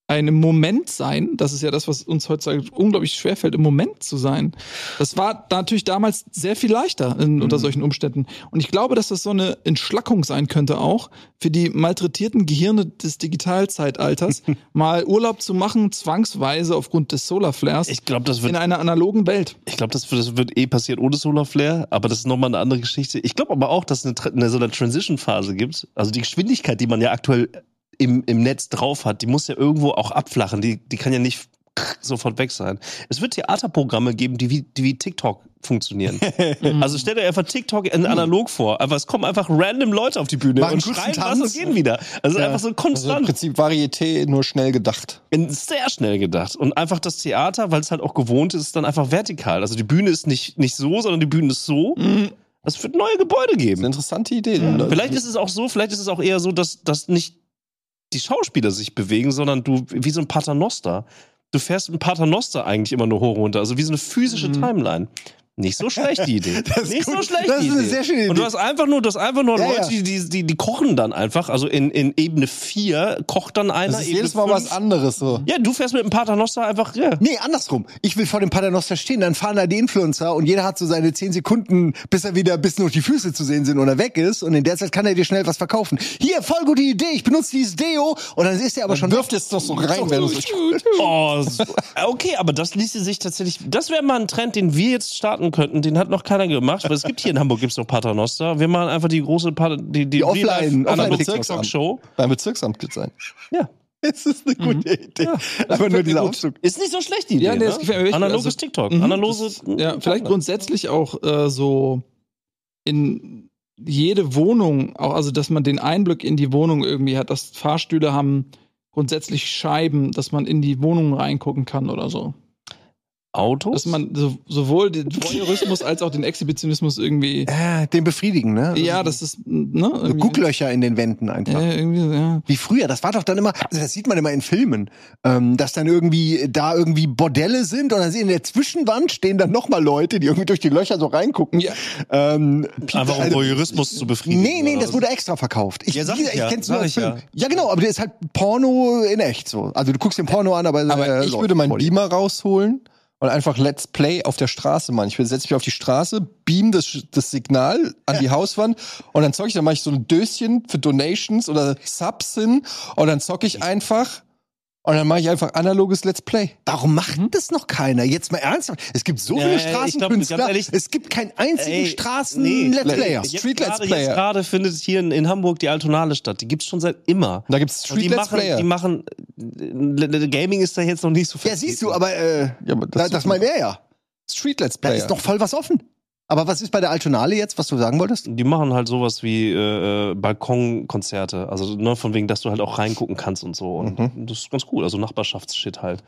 D: ein im Moment sein, das ist ja das, was uns heutzutage unglaublich schwerfällt, im Moment zu sein. Das war natürlich damals sehr viel leichter in, unter solchen Umständen. Und ich glaube, dass das so eine Entschlackung sein könnte auch für die malträtierten Gehirne des Digitalzeitalters, mal Urlaub zu machen, zwangsweise aufgrund des Solarflares
B: Ich glaube, das
D: in
B: wird,
D: einer analogen Welt.
B: ich glaube, das, wird- das wird eh passiert ohne Solar Flare, aber das ist nochmal eine andere Geschichte. Ich glaube aber auch, dass es eine, Tra- eine, so eine Transition-Phase gibt. Also die Geschwindigkeit, die man ja aktuell im, im Netz drauf hat, die muss ja irgendwo auch abflachen. Die, die kann ja nicht sofort weg sein. Es wird Theaterprogramme geben, die wie, die wie TikTok funktionieren. also stell dir einfach TikTok in analog vor. Aber es kommen einfach random Leute auf die Bühne
C: Machen
B: und
C: kurzen
B: schreien was
C: Tanz.
B: und gehen wieder. Also einfach
A: Also
B: so
A: im
B: konstant.
A: Prinzip Varieté nur schnell gedacht.
B: In- sehr schnell gedacht. Und einfach das
C: Mhm.
B: Theater, weil es halt auch gewohnt ist, ist dann einfach vertikal. Also die Bühne ist nicht, nicht so, sondern die Bühne ist so. Es wird neue Gebäude
A: ist eine
B: geben.
A: interessante Idee.
C: also
B: Vielleicht ist es auch so, vielleicht ist es auch eher so, dass, dass nicht die Schauspieler sich bewegen, sondern du, wie so ein Paternoster. Du fährst ein Paternoster eigentlich immer nur hoch und runter. Also wie so eine physische Timeline. Nicht so schlecht die Idee.
C: Mhm. Das ist
B: nicht so
C: gut.
B: schlecht
C: Das
B: die
C: ist eine
B: Idee.
C: sehr schöne
B: Und du
C: Idee.
B: hast einfach nur, du hast einfach nur
C: Ja,
B: Leute,
C: ja.
B: Die, die, die, die kochen dann einfach. Also in, in Ebene 4 kocht dann einer.
A: das ist
B: Ebene
A: jedes Mal was
B: fünf.
A: anderes. So.
B: Ja, du fährst mit dem Paternoster einfach. Ja.
C: Nee, andersrum. Ich will vor dem Paternoster stehen, dann fahren da die Influencer und jeder hat so seine 10 Sekunden, bis er wieder, bis nur die Füße zu sehen sind oder weg ist. Und in der Zeit kann er dir schnell was verkaufen. Hier, voll gute Idee, ich benutze dieses Deo. Und dann ist er aber schon.
A: Wirft jetzt doch so rein, wenn es
B: Oh, so- okay, aber das ließe sich tatsächlich. Das wäre mal ein Trend, den wir jetzt starten könnten. Den hat noch keiner gemacht, weil es gibt hier in Hamburg gibt's noch Paternoster. Wir machen einfach die große Pater, die, die,
C: Offline-
A: Offline-TikToks
B: Show.
A: beim Bezirksamt geht sein.
B: Ja,
C: Das ist eine gute Idee. aber nur dieser Aufzug.
B: ist nicht so schlecht die Idee.
D: Ja, nee, das gefällt mir
B: ne?
D: wirklich.
B: Analoges
D: Also,
B: TikTok,
D: Mhm,
B: analose.
D: das- Ja, vielleicht grundsätzlich auch äh, so in jede Wohnung, auch also dass man den Einblick in die Wohnung irgendwie hat, dass Fahrstühle haben grundsätzlich Scheiben, dass man in die Wohnung reingucken kann oder so.
B: Autos.
D: Dass man so, sowohl den Voyeurismus als auch den Exhibitionismus irgendwie.
C: Äh, den befriedigen, ne?
D: Ja, das ist, ne?
C: So
D: irgendwie-
C: Gucklöcher in den Wänden einfach.
D: Ja, irgendwie, so, ja.
C: Wie früher, das war doch dann immer, also das sieht man immer in Filmen, ähm, dass dann irgendwie da irgendwie Bordelle sind und dann in der Zwischenwand stehen dann nochmal Leute, die irgendwie durch die Löcher so reingucken.
D: Ja.
C: Ähm,
B: einfach um
C: also-
B: Voyeurismus zu befriedigen.
C: Nee, nee,
B: oder
C: das
B: was?
C: wurde extra verkauft. Ich,
B: Ja, sag
C: wie
B: ich
C: gesagt,
B: ja,
C: kenn's
B: sag
C: nur als
B: ich
C: Film.
B: ja.
C: ja. genau, aber der ist halt Porno in echt so. Also du guckst den Porno an, aber,
A: Aber
C: äh,
A: ich
C: läuft.
A: würde meinen Beamer rausholen und einfach Let's Play auf der Straße machen. Ich setze mich auf die Straße, beam das, das Signal an die Hauswand und dann zocke ich, dann mache ich so ein Döschen für Donations oder Subs hin und dann zocke ich einfach und dann mache ich einfach analoges Let's Play.
C: Warum macht das noch keiner? Jetzt mal ernsthaft. Es gibt so
B: Mhm. Ja,
C: viele
B: ich glaub,
C: Straßenkünstler.
B: ganz ehrlich-
C: es gibt keinen einzigen
B: Ey, nee.
C: Straßen-Let's Player.
A: Jetzt-
B: Street
A: Street
B: Let's
A: Let's
B: Player.
A: Player.
B: Jetzt gerade findet hier in, in Hamburg die Altonale statt. Die gibt's schon seit immer.
A: Und da gibt's
B: Und Also die
A: Street Let's
B: machen,
A: Player.
B: Die machen äh, Gaming ist da jetzt noch nicht so
C: Ja, siehst du, aber, äh,
A: Ja, aber
C: das,
A: das-
C: das meint er ja.
A: Street Let's
C: Da
A: Player.
C: ist noch voll was offen. Aber was ist bei der Altonale jetzt, was du sagen wolltest?
B: Die machen halt sowas wie äh, äh, Balkonkonzerte. Also ne, von wegen, dass du halt auch reingucken kannst und so. Und
C: Mhm.
B: das ist ganz cool. Also Nachbarschaftsshit halt.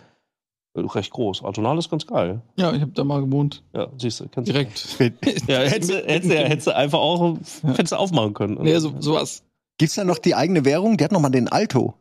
B: Äh, Recht groß. Altonale ist ganz geil.
D: ja, ich habe da mal gewohnt.
B: Ja, siehst du. Kannst
D: Direkt.
B: Ja, hättest du hättest du- hättest du einfach auch Fenster aufmachen können.
D: Nee, so, sowas.
C: Gibt's da noch die eigene Währung? Die hat noch mal den Alto.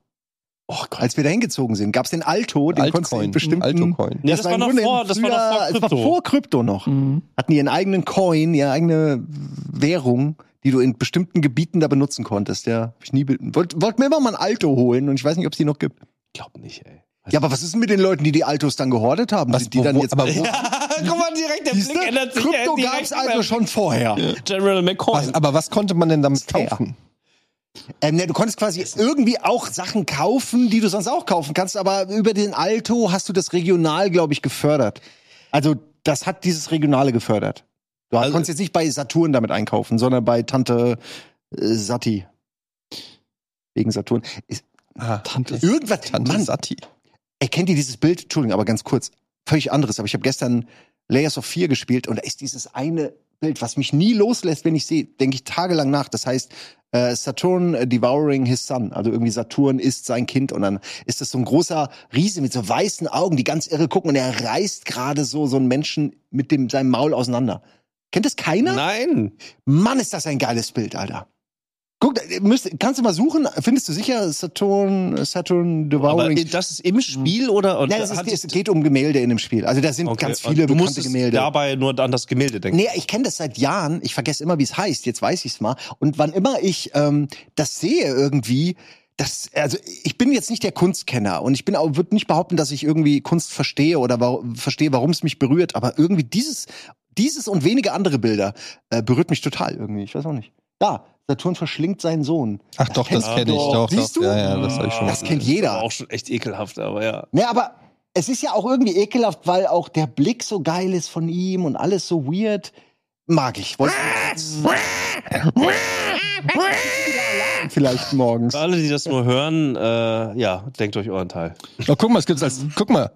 B: oh Gott.
C: Als wir da hingezogen sind, gab's den Alto, den konntest du in
A: Hm,
C: bestimmten...
A: Altocoin.
B: Nee, das, war
C: im
B: noch
C: Grunde
B: vor, das war noch vor
C: früher- es war
B: Krypto. Hm.
C: vor Krypto noch.
D: Mhm.
C: hatten ihren eigenen Coin, ihre eigene Währung, die du in bestimmten Gebieten da benutzen konntest. Ja, hab ich nie. be- Wollt, wollt mir immer mal ein Alto holen und ich weiß nicht, ob es die noch gibt.
B: Ich glaub nicht, ey.
C: Ja, aber was ist denn mit den Leuten, die die Altos dann gehortet haben?
A: Was,
C: Sind die dann
A: wo-
C: jetzt
A: aber wo-
B: Guck mal, direkt der
C: Siehste,
B: Blick ändert sich.
C: Krypto
B: ey, direkt
C: gab es
B: über-
C: also schon vorher.
B: General McCoy.
A: was, aber was konnte man denn damit
C: fair.
A: kaufen?
C: Ähm, ne, du konntest quasi irgendwie auch Sachen kaufen, die du sonst auch kaufen kannst, aber über den Alto hast du das regional, glaube ich, gefördert. Also das hat dieses Regionale gefördert. Du
B: Also-
C: konntest jetzt nicht bei Saturn damit einkaufen, sondern bei Tante äh, Satti. Wegen Saturn. Ist,
D: Tante.
C: irgendwas.
A: Ah. Tante
C: Mann,
A: Sati.
C: ey, kennt ihr dieses Bild? Entschuldigung, aber ganz kurz. Völlig anderes. Aber ich habe gestern Layers of 4 gespielt und da ist dieses eine Bild, was mich nie loslässt, wenn ich sehe, denke ich tagelang nach. Das heißt, äh, Saturn äh, devouring his son. Also irgendwie Saturn ist sein Kind und dann ist das so ein großer Riese mit so weißen Augen, die ganz irre gucken und er reißt gerade so, so einen Menschen mit dem, seinem Maul auseinander. Kennt das keiner?
B: Nein.
C: Mann, ist das ein geiles Bild, Alter. Guck, da- müsst, kannst du mal suchen? Findest du sicher Saturn, Saturn
B: Aber
C: devouring
B: das ist im Spiel oder? oder
C: Nein, Mhm. es,
B: hat
C: ist,
B: sich-
C: es geht um Gemälde in dem Spiel. Also da sind
B: Okay,
C: ganz
B: und
C: viele
B: du
C: bekannte
B: musstest
C: Gemälde.
B: dabei nur an das Gemälde denken.
C: Nee, ich kenne das seit Jahren. Ich vergesse immer, wie es heißt. Jetzt weiß ich es mal. Und wann immer ich ähm, das sehe irgendwie, das, also ich bin jetzt nicht der Kunstkenner und ich bin auch, würde nicht behaupten, dass ich irgendwie Kunst verstehe oder wa verstehe, warum es mich berührt. Aber irgendwie dieses, dieses und wenige andere Bilder äh, berührt mich total irgendwie. Ich weiß auch nicht. Da, Saturn verschlingt seinen Sohn.
A: Ach doch, das
B: kennst
A: kenne
B: du
A: ich doch.
B: doch.
C: Siehst
A: doch.
C: du?
A: Ja, ja, das habe ich schon.
C: Das kennt jeder.
B: Ist aber auch schon echt ekelhaft, aber ja.
C: Nee, aber es ist ja auch irgendwie ekelhaft, weil auch der Blick so geil ist von ihm und alles so weird. Mag ich. Wollte ich- Vielleicht morgens.
B: Für alle, die das nur hören, äh, ja, denkt euch euren Teil.
A: Oh, guck mal, es gibt's als. Guck mal.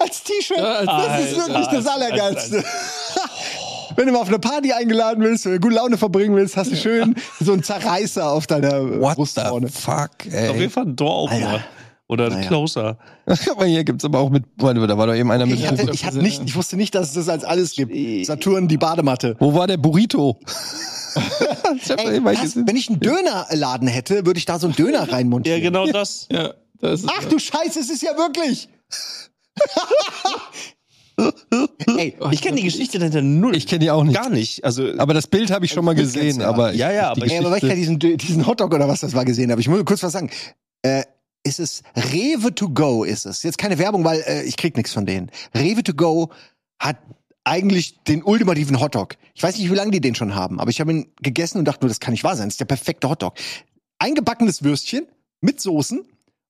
C: Als T-Shirt.
D: Ja, als-
C: das ist
B: Alter,
C: wirklich
B: als-
C: das Allergeilste. Wenn du mal auf eine Party eingeladen willst, wenn du gute Laune verbringen willst, hast du schön so einen Zerreißer auf deiner äh, Brust vorne.
A: fuck,
B: Auf jeden Fall ein Door opener. oder
C: Naja.
B: Closer.
A: Aber hier gibt's aber auch mit, warte, da war doch eben einer mit.
C: Ich, hatte, ich, hatte nicht, ich wusste nicht, dass es das als alles gibt. Saturn, die Badematte.
A: Wo war der Burrito? ich hab doch
C: Ey,
A: eben was
C: das,
A: gesehen.
C: wenn ich einen Dönerladen hätte, würde ich da so einen Döner
B: Ja,
C: reinmontieren.
B: genau das.
D: Ja, das ist
C: Ach du Scheiße, es ist ja wirklich. Ey,
B: Ich kenne die Geschichte dahinter null.
A: Ich kenne die auch nicht.
B: gar nicht. Also,
A: Aber das Bild habe ich schon mal
C: Bild kennst
A: gesehen.
C: du ja.
A: Aber ich,
B: ja, ja,
A: die
B: aber
C: ey, aber weil ich
A: Geschichte-
C: ja diesen, Dö- diesen Hotdog oder was das war gesehen habe, ich muss kurz was sagen. Äh, ist es Rewe to go ist es. Jetzt keine Werbung, weil äh, ich krieg nichts von denen. Rewe to go hat eigentlich den ultimativen Hotdog. Ich weiß nicht, wie lange die den schon haben, aber ich habe ihn gegessen und dachte nur, das kann nicht wahr sein. Das ist der perfekte Hotdog. Eingebackenes Würstchen mit Soßen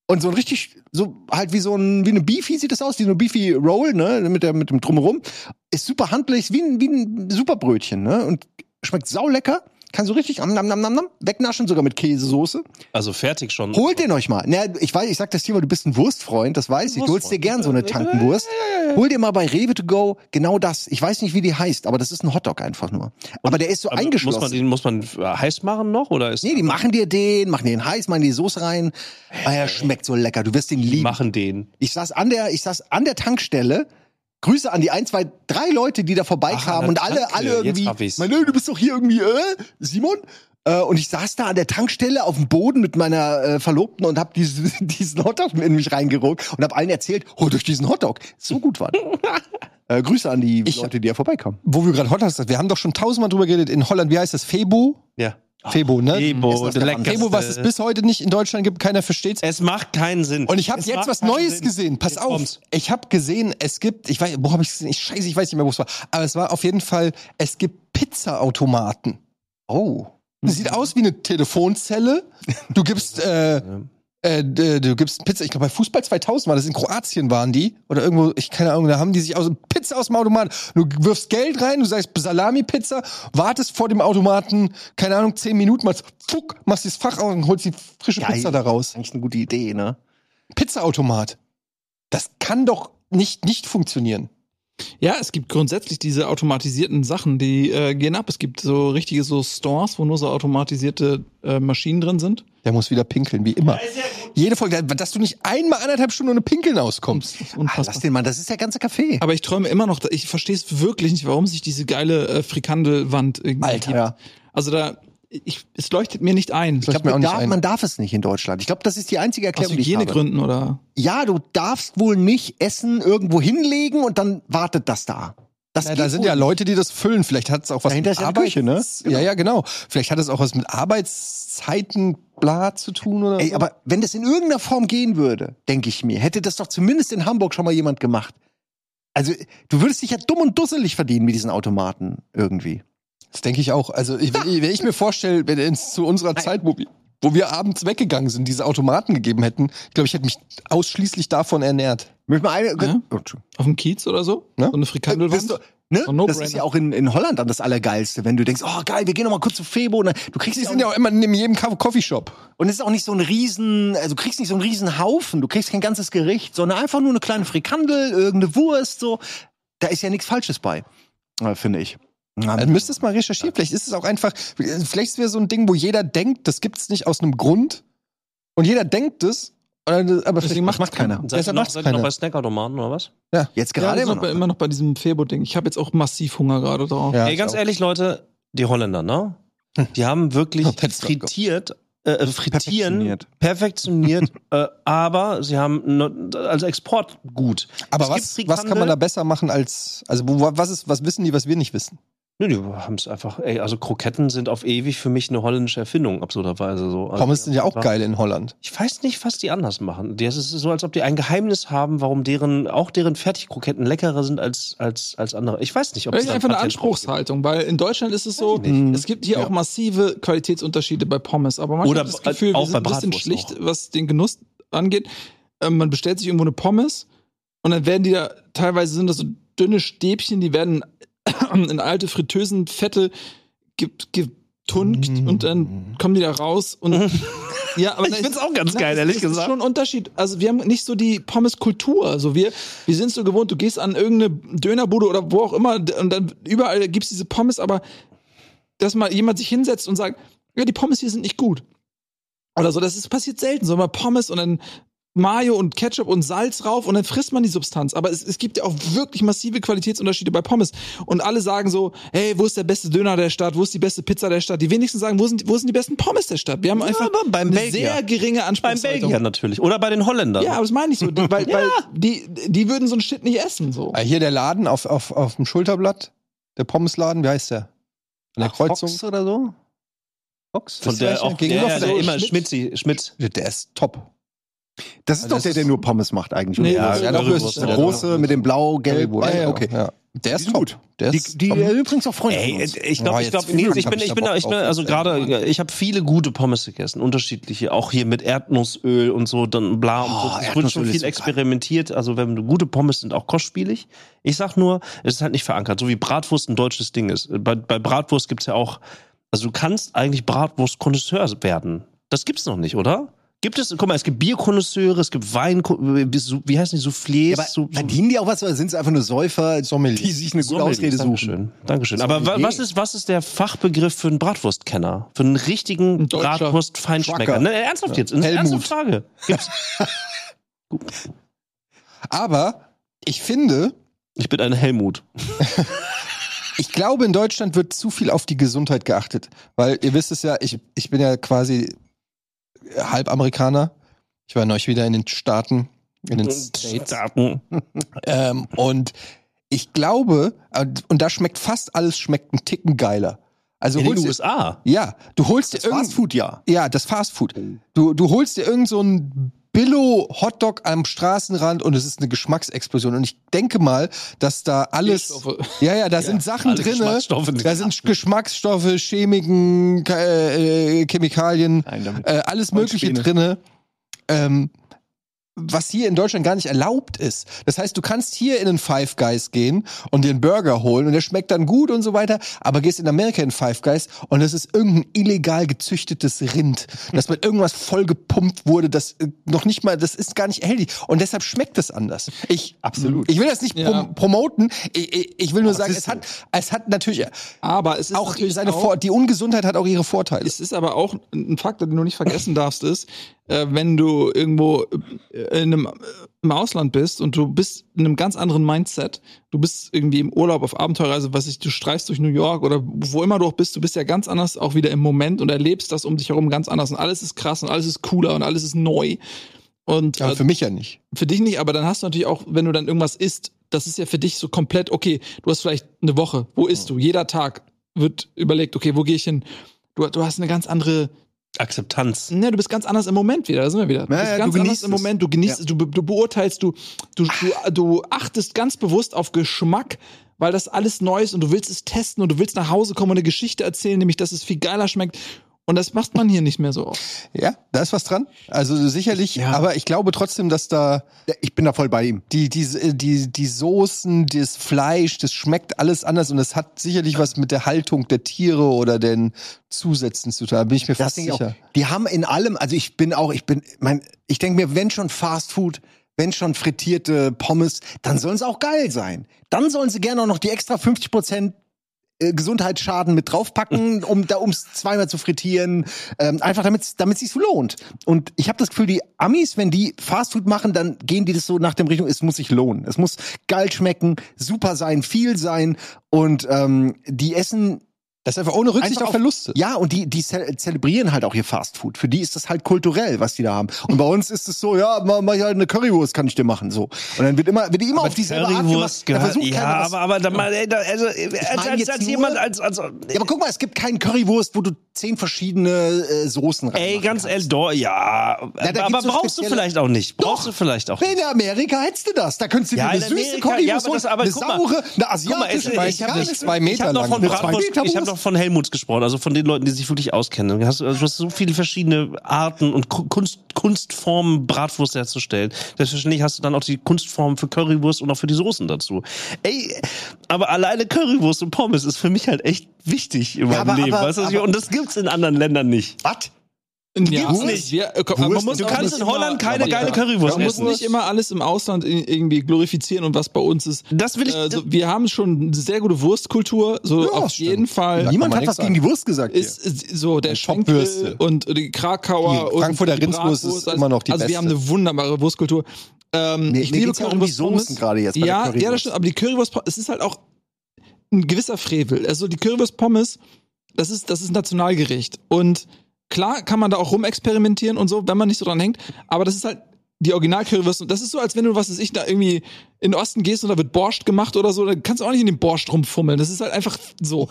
C: und so ein richtig, so halt wie so ein, wie eine Beefy sieht das aus, wie so eine Beefy Roll, ne, mit, der, mit dem Drumherum. Ist super handlich, ist wie ein, wie ein Superbrötchen, ne, und schmeckt saulecker. Kann so richtig am nam nam nam nam wegnaschen, sogar mit Käsesoße.
B: also fertig schon.
C: Holt den euch mal. Na, ich weiß, ich sag das hier, weil du bist ein Wurstfreund, das weiß ich. Du holst dir gern so eine Tankenwurst. Hol dir mal bei Rewe to go genau das. Ich weiß nicht, wie die heißt, aber das ist ein Hotdog einfach nur. Aber der ist so
B: Aber
C: eingeschlossen.
B: also Muss man den muss man äh, heiß machen noch oder ist
C: nee, die machen dir den, machen den heiß, machen die Soße rein. Ah, er schmeckt so lecker. Du wirst ihn
B: die
C: lieben.
B: machen den?
C: Ich saß an der, ich saß an der Tankstelle. Grüße an die ein, zwei, drei Leute, die da
B: Ach, an
C: vorbeikamen
B: der
C: und alle,
B: Tanke.
C: alle
B: Jetzt
C: irgendwie.
B: hab ich's.
C: Meine, du bist doch hier irgendwie, äh, Simon? Äh, und ich saß da an der Tankstelle auf dem Boden mit meiner äh, Verlobten und hab diesen, diesen Hotdog in mich reingeruckt und hab allen erzählt, holt euch diesen Hotdog. So gut war der. äh, Grüße an die Leute, die da vorbeikamen.
A: wo wir gerade Hotdogs wir haben doch schon tausendmal drüber geredet in Holland. Wie heißt das? Febo?
B: Ja.
A: Febo, ne?
B: Febo,
C: das
B: der
C: der Mann?
B: leckerste.
A: Febo, was es bis heute nicht in Deutschland gibt, keiner versteht's.
B: Es macht keinen Sinn.
A: Und ich habe
B: Es
A: jetzt
B: macht
A: was
B: keinen
A: Neues
B: Sinn.
A: gesehen. Pass
B: Jetzt
A: auf.
B: kommt's.
A: Ich habe gesehen, es gibt, ich weiß, wo habe ich gesehen? Ich scheiße, ich weiß nicht mehr, wo es war. Aber es war auf jeden Fall, es gibt Pizzaautomaten.
C: Oh.
B: Mhm.
A: Sieht aus wie eine Telefonzelle. Du gibst, äh, äh, d- du gibst Pizza. Ich glaube, bei Fußball 2000 war das in Kroatien waren die oder irgendwo. Ich keine Ahnung. Da haben die sich aus Pizza aus dem Automaten. Du wirfst Geld rein. Du sagst Salami Pizza. Wartest vor dem Automaten. Keine Ahnung. Zehn Minuten. Machst fuck. Machst das Fach auf und holst die frische
C: Geil.
A: Pizza daraus.
C: Eigentlich eine gute Idee, ne?
A: Pizzaautomat. Das kann doch nicht nicht funktionieren.
D: Ja, es gibt grundsätzlich diese automatisierten Sachen, die äh, gehen ab. Es gibt so richtige so Stores, wo nur so automatisierte äh, Maschinen drin sind.
A: Der muss wieder pinkeln, wie immer. Jede Folge, dass du nicht einmal anderthalb Stunden ohne Pinkeln auskommst.
D: Das ist
C: Ah, lass
D: unfassbar.
C: den mal, das ist der ganze Kaffee.
D: Aber ich träume immer noch, ich verstehe es wirklich nicht, warum sich diese geile äh, Frikandelwand irgendwie
A: Alter,
D: gibt.
A: ja.
D: Also da, ich, es leuchtet mir nicht ein.
A: glaub,
C: Ich glaube,
A: auch nicht
C: darf,
A: ein.
C: man darf es nicht in Deutschland. Ich glaube, das ist die einzige
D: Aus
C: Erklärung, die ich habe.
D: Hygienegründen oder
C: ja, du darfst wohl nicht Essen irgendwo hinlegen und dann wartet das da. Das
A: Ja,
C: geht
A: da sind
C: wohl
A: ja Leute, die das füllen. Vielleicht hat es auch was
C: Dahinter ist ja die Küche, ne?
A: Ja, ja, genau. Vielleicht hat es auch was mit Arbeitszeiten, bla, zu tun oder
C: Ey,
A: so.
C: aber wenn das in irgendeiner Form gehen würde, denke ich mir, hätte das doch zumindest in Hamburg schon mal jemand gemacht. Also, du würdest dich ja dumm und dusselig verdienen mit diesen Automaten irgendwie.
A: Das denke ich auch. Also, ich, wenn wenn ich mir vorstelle, wenn es zu unserer Zeit, wo wir, wo wir abends weggegangen sind, diese Automaten gegeben hätten, ich glaube, ich hätte mich ausschließlich davon ernährt.
C: Möcht mal eine,
D: Ja.
C: Oh, Entschuldigung.
D: auf dem Kiez oder so?
A: Ne?
D: So eine
C: Bist
D: Frikandelwand?
C: du- Ne?
D: So No-Brainer.
C: das ist ja auch in, in Holland dann das Allergeilste, wenn du denkst, oh geil, wir gehen noch mal kurz zu Febo. Und dann, du kriegst
A: Die
C: ja auch
A: sind ja auch immer in jedem Ka- Coffeeshop.
C: Und es ist auch nicht so ein riesen, also du kriegst nicht so einen riesen Haufen, du kriegst kein ganzes Gericht, sondern einfach nur eine kleine Frikandel, irgendeine Wurst, so. Da ist ja nichts Falsches bei, äh, finde ich. Na,
A: Dann müsstest mal recherchieren. Vielleicht ist es auch einfach, vielleicht ist es so ein Ding, wo jeder denkt, das gibt es nicht aus einem Grund. Und jeder denkt es, und dann- aber
D: Deswegen
A: vielleicht
D: macht
A: macht keiner.
B: Seid ihr
A: Deshalb
B: noch,
A: macht's
B: seid ihr noch
A: keiner.
B: bei Snackautomaten oder was?
C: Jetzt
D: Ja, immer,
C: gerade immer
D: noch bei,
C: noch.
D: immer noch bei diesem Febo-Ding. Ich habe jetzt auch massiv Hunger gerade drauf.
A: Ja,
B: Ey, ganz ehrlich, Leute, die Holländer, ne? Die haben wirklich
A: Oh, Pets dot com.
B: frittiert, äh, äh, frittieren,
C: Perfektioniert.
B: perfektioniert, äh, aber sie haben ne, als Exportgut.
A: Aber
B: Es
A: was,
B: gibt
A: was kann man
B: Frikandel-
A: da besser machen als, also wo, was, ist, was wissen die, was wir nicht wissen?
B: Nö, die haben es einfach, ey, also Kroketten sind auf ewig für mich eine holländische Erfindung, absurderweise so. Also,
A: Pommes sind ja auch
B: geil.
A: geil in Holland.
B: Ich weiß nicht, was die anders machen. Das ist so, als ob die ein Geheimnis haben, warum deren, auch deren Fertigkroketten leckerer sind als, als, als andere. Ich weiß nicht, ob
D: Das ist
B: da
D: einfach eine
B: Patent drauf
D: Anspruchshaltung, weil in Deutschland ist es so, es gibt hier auch massive Qualitätsunterschiede bei Pommes, aber manchmal
B: Oder
D: habe ich das Gefühl,
B: auch
D: wir sind
B: bei
D: ein bisschen
B: Bratwurst
D: schlicht, was den Genuss angeht. Ähm, man bestellt sich irgendwo eine Pommes und dann werden die da, teilweise sind das so dünne Stäbchen, die werden in alte Fritteusen, Fette ge- getunkt
B: Mm.
D: und dann kommen die da raus und ja, aber
B: Ich
D: da
B: find's
D: ist-
B: auch ganz
D: na,
B: geil,
D: es-
B: ehrlich
D: es ist
B: gesagt.
D: schon ein Unterschied. Also wir haben nicht so die Pommes-Kultur. Also wir, wir sind so gewohnt, du gehst an irgendeine Dönerbude oder wo auch immer d- und dann überall gibt's diese Pommes, aber dass mal jemand sich hinsetzt und sagt, ja, die Pommes hier sind nicht gut. Oder so, das ist passiert selten. So mal Pommes und dann Mayo und Ketchup und Salz rauf und dann frisst man die Substanz. Aber es, es gibt ja auch wirklich massive Qualitätsunterschiede bei Pommes. Und alle sagen so, hey, wo ist der beste Döner der Stadt? Wo ist die beste Pizza der Stadt? Die wenigsten sagen, wo sind, wo sind die besten Pommes der Stadt? Wir haben einfach
B: aber beim
D: eine
B: Belgier.
D: sehr geringe
B: Beim
D: Anspruchshaltung.
B: Belgier natürlich. Oder bei den Holländern.
D: Ja, aber das meine ich so, die, weil, weil die, die würden so einen Shit nicht essen. So.
A: Ah, hier der Laden auf, auf, auf dem Schulterblatt, der Pommesladen, wie heißt der? An der Kreuzung.
C: Fox oder so? Fox?
B: Von der auch
A: Gegenüber
B: ja, ja,
A: von
B: der
A: so
B: immer
A: Schmidt.
B: Schmitzi, Schmidt.
A: Der ist top.
C: Also Das ist doch
A: Das
C: der,
A: ist-
C: der nur Pommes macht eigentlich. oder?
D: Nee, Ja,
A: ja,
B: dafür
C: das ist
B: der
C: der große mit dem blau-gelb.
A: Ja, ja,
C: okay.
A: okay. Ja. Der
C: Die
A: ist
C: sind
A: top.
C: gut.
A: Der
C: Die,
A: ist
C: die
A: top.
C: äh, übrigens auch Freunde
B: Ey,
C: von
B: ich
C: uns.
B: glaube,
A: Ja,
B: ich
A: jetzt
B: glaube,
A: fühlen
B: Nils, ich
A: hab
B: bin,
A: ich
B: ich
A: da
B: bin,
A: Bock
B: ich bin,
A: drauf.
B: also gerade, ich habe viele gute Pommes gegessen, unterschiedliche, auch hier mit Erdnussöl und so, dann bla. Und
C: Oh,
B: so. Es
C: Erdnussöl
B: wurde schon
C: ist
B: viel
C: super.
B: experimentiert. Also wenn du gute Pommes sind, auch kostspielig. Ich sag nur, es ist halt nicht verankert, so wie Bratwurst ein deutsches Ding ist. Bei, bei Bratwurst gibt's ja auch, also du kannst eigentlich Bratwurst-Konnoisseur werden. Das gibt's noch nicht, oder? Gibt es, guck mal, es gibt Bierkonnoisseure, es gibt Wein, wie heißen die, Soufflés,
C: Ja, äh, aber
B: so, so
C: verdienen die auch was oder sind es einfach nur Säufer,
A: Sommelier.
C: die sich eine gute
B: Sommelier,
C: Ausrede suchen?
B: Dankeschön. Dankeschön. Aber wa
C: Sommelier.
B: was ist, was ist der Fachbegriff für einen Bratwurstkenner? Für einen richtigen
D: Ein deutscher
B: Bratwurst-Feinschmecker?
C: Schwacker.
B: Ne, ernsthaft jetzt? Eine ernste
A: Helmut.
B: Frage. Gibt's,
A: Aber ich finde,
B: ich bin ein Helmut.
A: Ich glaube, in Deutschland wird zu viel auf die Gesundheit geachtet. Weil ihr wisst es ja, ich, ich bin ja quasi halb Amerikaner. Ich war neulich wieder in den Staaten, in den States.
B: Daten.
A: Ähm, und ich glaube, und und da schmeckt fast alles, schmeckt einen Ticken geiler. Also
B: In den
A: holst du,
B: USA.
A: ja, du holst dir
C: Das Fast
A: irgend,
C: Food, ja.
A: ja, das Fastfood. Du, du holst dir irgend so ein Billo-Hotdog am Straßenrand und es ist eine Geschmacksexplosion. Und ich denke mal, dass da alles.
D: Geschmacksstoffe.
A: Ja, ja, da sind Sachen
B: alle
A: drin.
B: Geschmacksstoffe sind
A: Da sind Geschmacksstoffe, Chemiken, Ke- äh, äh, Chemikalien,
C: Nein, damit-
A: äh, alles Mögliche
C: Späne.
A: drin. Ähm, was hier in Deutschland gar nicht erlaubt ist. Das heißt, du kannst hier in einen Five Guys gehen und dir einen Burger holen und der schmeckt dann gut und so weiter, aber gehst in Amerika in Five Guys und das ist irgendein illegal gezüchtetes Rind, das mit irgendwas vollgepumpt wurde, das äh, noch nicht mal, das ist gar nicht erhältlich und deshalb schmeckt es anders. Ich absolut. Ich will das nicht
D: Ja.
A: prom promoten. Ich, ich, ich will nur sagen, es hat, es hat natürlich
D: Aber es ist
A: auch
D: natürlich
A: seine Vor die Ungesundheit hat auch ihre Vorteile.
D: Es ist aber auch ein Faktor, den du nicht vergessen darfst, ist, äh, wenn du irgendwo äh, in einem, äh, im Ausland bist und du bist in einem ganz anderen Mindset, du bist irgendwie im Urlaub auf Abenteuerreise, was ich, du streifst durch New York oder wo immer du auch bist, du bist ja ganz anders auch wieder im Moment und erlebst das um dich herum ganz anders und alles ist krass und alles ist cooler und alles ist neu. Und
A: Aber
D: äh,
A: für mich ja nicht.
D: für dich nicht, aber dann hast du natürlich auch, wenn du dann irgendwas isst, das ist ja für dich so komplett, okay, du hast vielleicht eine Woche, wo isst du? Jeder Tag wird überlegt, okay, wo gehe ich hin? Du, du hast eine ganz andere,
B: Akzeptanz.
D: ne, du bist ganz anders im Moment wieder, da sind wir wieder. Du
C: Ja,
D: bist
C: ja,
D: ganz
C: du
D: anders
C: genießt
D: im
C: es.
D: Moment, du genießt, es, du, be- du beurteilst, du, du, du, du achtest ganz bewusst auf Geschmack, weil das alles neu ist und du willst es testen und du willst nach Hause kommen und eine Geschichte erzählen, nämlich, dass es viel geiler schmeckt. Und das macht man hier nicht mehr so oft.
A: Ja, da ist was dran. Also sicherlich, aber ich glaube trotzdem, dass da
C: Ja, Ich bin da voll bei ihm.
A: die, die, die, die Soßen, das Fleisch, das schmeckt alles anders und es hat sicherlich was mit der Haltung der Tiere oder den Zusätzen zu tun. Da bin ich mir
C: Das
A: fast
C: denke ich auch.
A: sicher.
C: Die haben in allem, also ich bin auch, ich bin, mein, ich denke mir, wenn schon Fast Food, wenn schon frittierte Pommes, dann sollen sie auch geil sein. Dann sollen sie gerne auch noch die extra 50 Prozent äh, Gesundheitsschaden mit draufpacken, um da ums zweimal zu frittieren, ähm, einfach damit damit sich's lohnt. Und ich habe das Gefühl, die Amis, wenn die Fastfood machen, dann gehen die das so nach dem Richtung, es muss sich lohnen, es muss geil schmecken, super sein, viel sein und ähm, die essen
A: Das ist einfach ohne Rücksicht
C: Einfach
A: auf Verluste.
C: Ja, und die, die ze zelebrieren halt auch ihr Fastfood. Für die ist das halt kulturell, was die da haben. Und bei uns ist es so, ja, ma- mach ich halt eine Currywurst, kann ich dir machen. So. Und dann wird immer, wird die immer auf dieselbe Art gemacht.
B: Currywurst
C: Da
B: gehört.
C: versucht
B: Ja,
C: keiner was.
B: aber, aber da mal, ey, da, also, als, als,
C: jetzt
B: als
C: nur-
B: jemand, als, als,
C: ja, aber guck mal, es gibt keinen Currywurst, wo du zehn verschiedene äh, Soßen rein.
B: ey, ganz ehrlich, doch, ja.
C: da
B: aber
C: gibt's so
B: brauchst du
C: spezielle-
B: vielleicht auch nicht. Brauchst du vielleicht auch nicht.
C: In Amerika hättest du das. Da könntest du
B: Ja,
C: dir eine
B: in
C: süße
B: Amerika, ja,
C: Currywurst
B: aber das-
C: holen,
B: aber
C: eine
B: guck mal.
C: saure, eine
B: Guck mal, es, ich
C: asiatische,
A: hab
B: habe
A: nicht
C: amerikanische.
A: zwei
B: ich hab
A: Meter
B: noch
A: lang.
B: von
A: Eine
B: Bratwurst,
C: zwei Meter
B: ich habe noch
C: Wurst.
B: von Helmuts gesprochen, also von den Leuten, die sich wirklich auskennen. Du hast, also du hast so viele verschiedene Arten und Ku- Kunst, Kunstformen Bratwurst herzustellen. Selbstverständlich hast du dann auch die Kunstformen für Currywurst und auch für die Soßen dazu. Ey, aber alleine Currywurst und Pommes ist für mich halt echt wichtig in meinem
C: aber-
B: Leben,
C: aber-
B: weißt du? was ich-
C: aber-
B: und das gibt's in anderen Ländern nicht.
C: Was?
D: Ja,
C: Gibt's
D: alles-
C: nicht.
D: Wir, äh, komm, man
C: Wurst-
D: muss
C: Du
D: auch
B: kannst
D: nicht
B: in Holland
D: immer-
B: keine
D: aber
B: geile
D: ja.
B: Currywurst
D: Man muss
B: essen.
D: nicht immer alles im Ausland i- irgendwie glorifizieren und was bei uns ist.
C: Also,
B: Das will ich-
D: Äh, so, wir haben schon eine sehr gute Wurstkultur, so
C: Ja,
D: auf
C: stimmt.
D: jeden Fall.
A: Da
C: Niemand
A: kann man
C: hat was
A: nichts
C: gegen die Wurst gesagt. hier.
D: ist ist so der
A: Top-Würste.
D: Schwenkel und die Krakauer
A: Die
D: und
A: Frankfurter
D: die
A: Rindswurst
D: Bratwurst,
A: ist immer noch die
D: Also wir haben
A: beste.
D: eine wunderbare Wurstkultur. Ähm,
C: Nee,
D: ich
C: mir
D: liebe
C: geht's ja auch um die
D: Currywurst-Pommes.
C: Soßen gerade jetzt bei der
D: Ja, ja,
C: Currywurst.
D: das stimmt, aber die Currywurst es ist halt auch ein gewisser Frevel. Also die Currywurst Pommes, das ist das ist ein Nationalgericht und klar kann man da auch rumexperimentieren und so, wenn man nicht so dran hängt, aber das ist halt die Original Currywurst und das ist so als wenn du was weiß ich da irgendwie in den Osten gehst und da wird Borscht gemacht oder so, dann kannst du auch nicht in den Borscht rumfummeln. Das ist halt einfach so.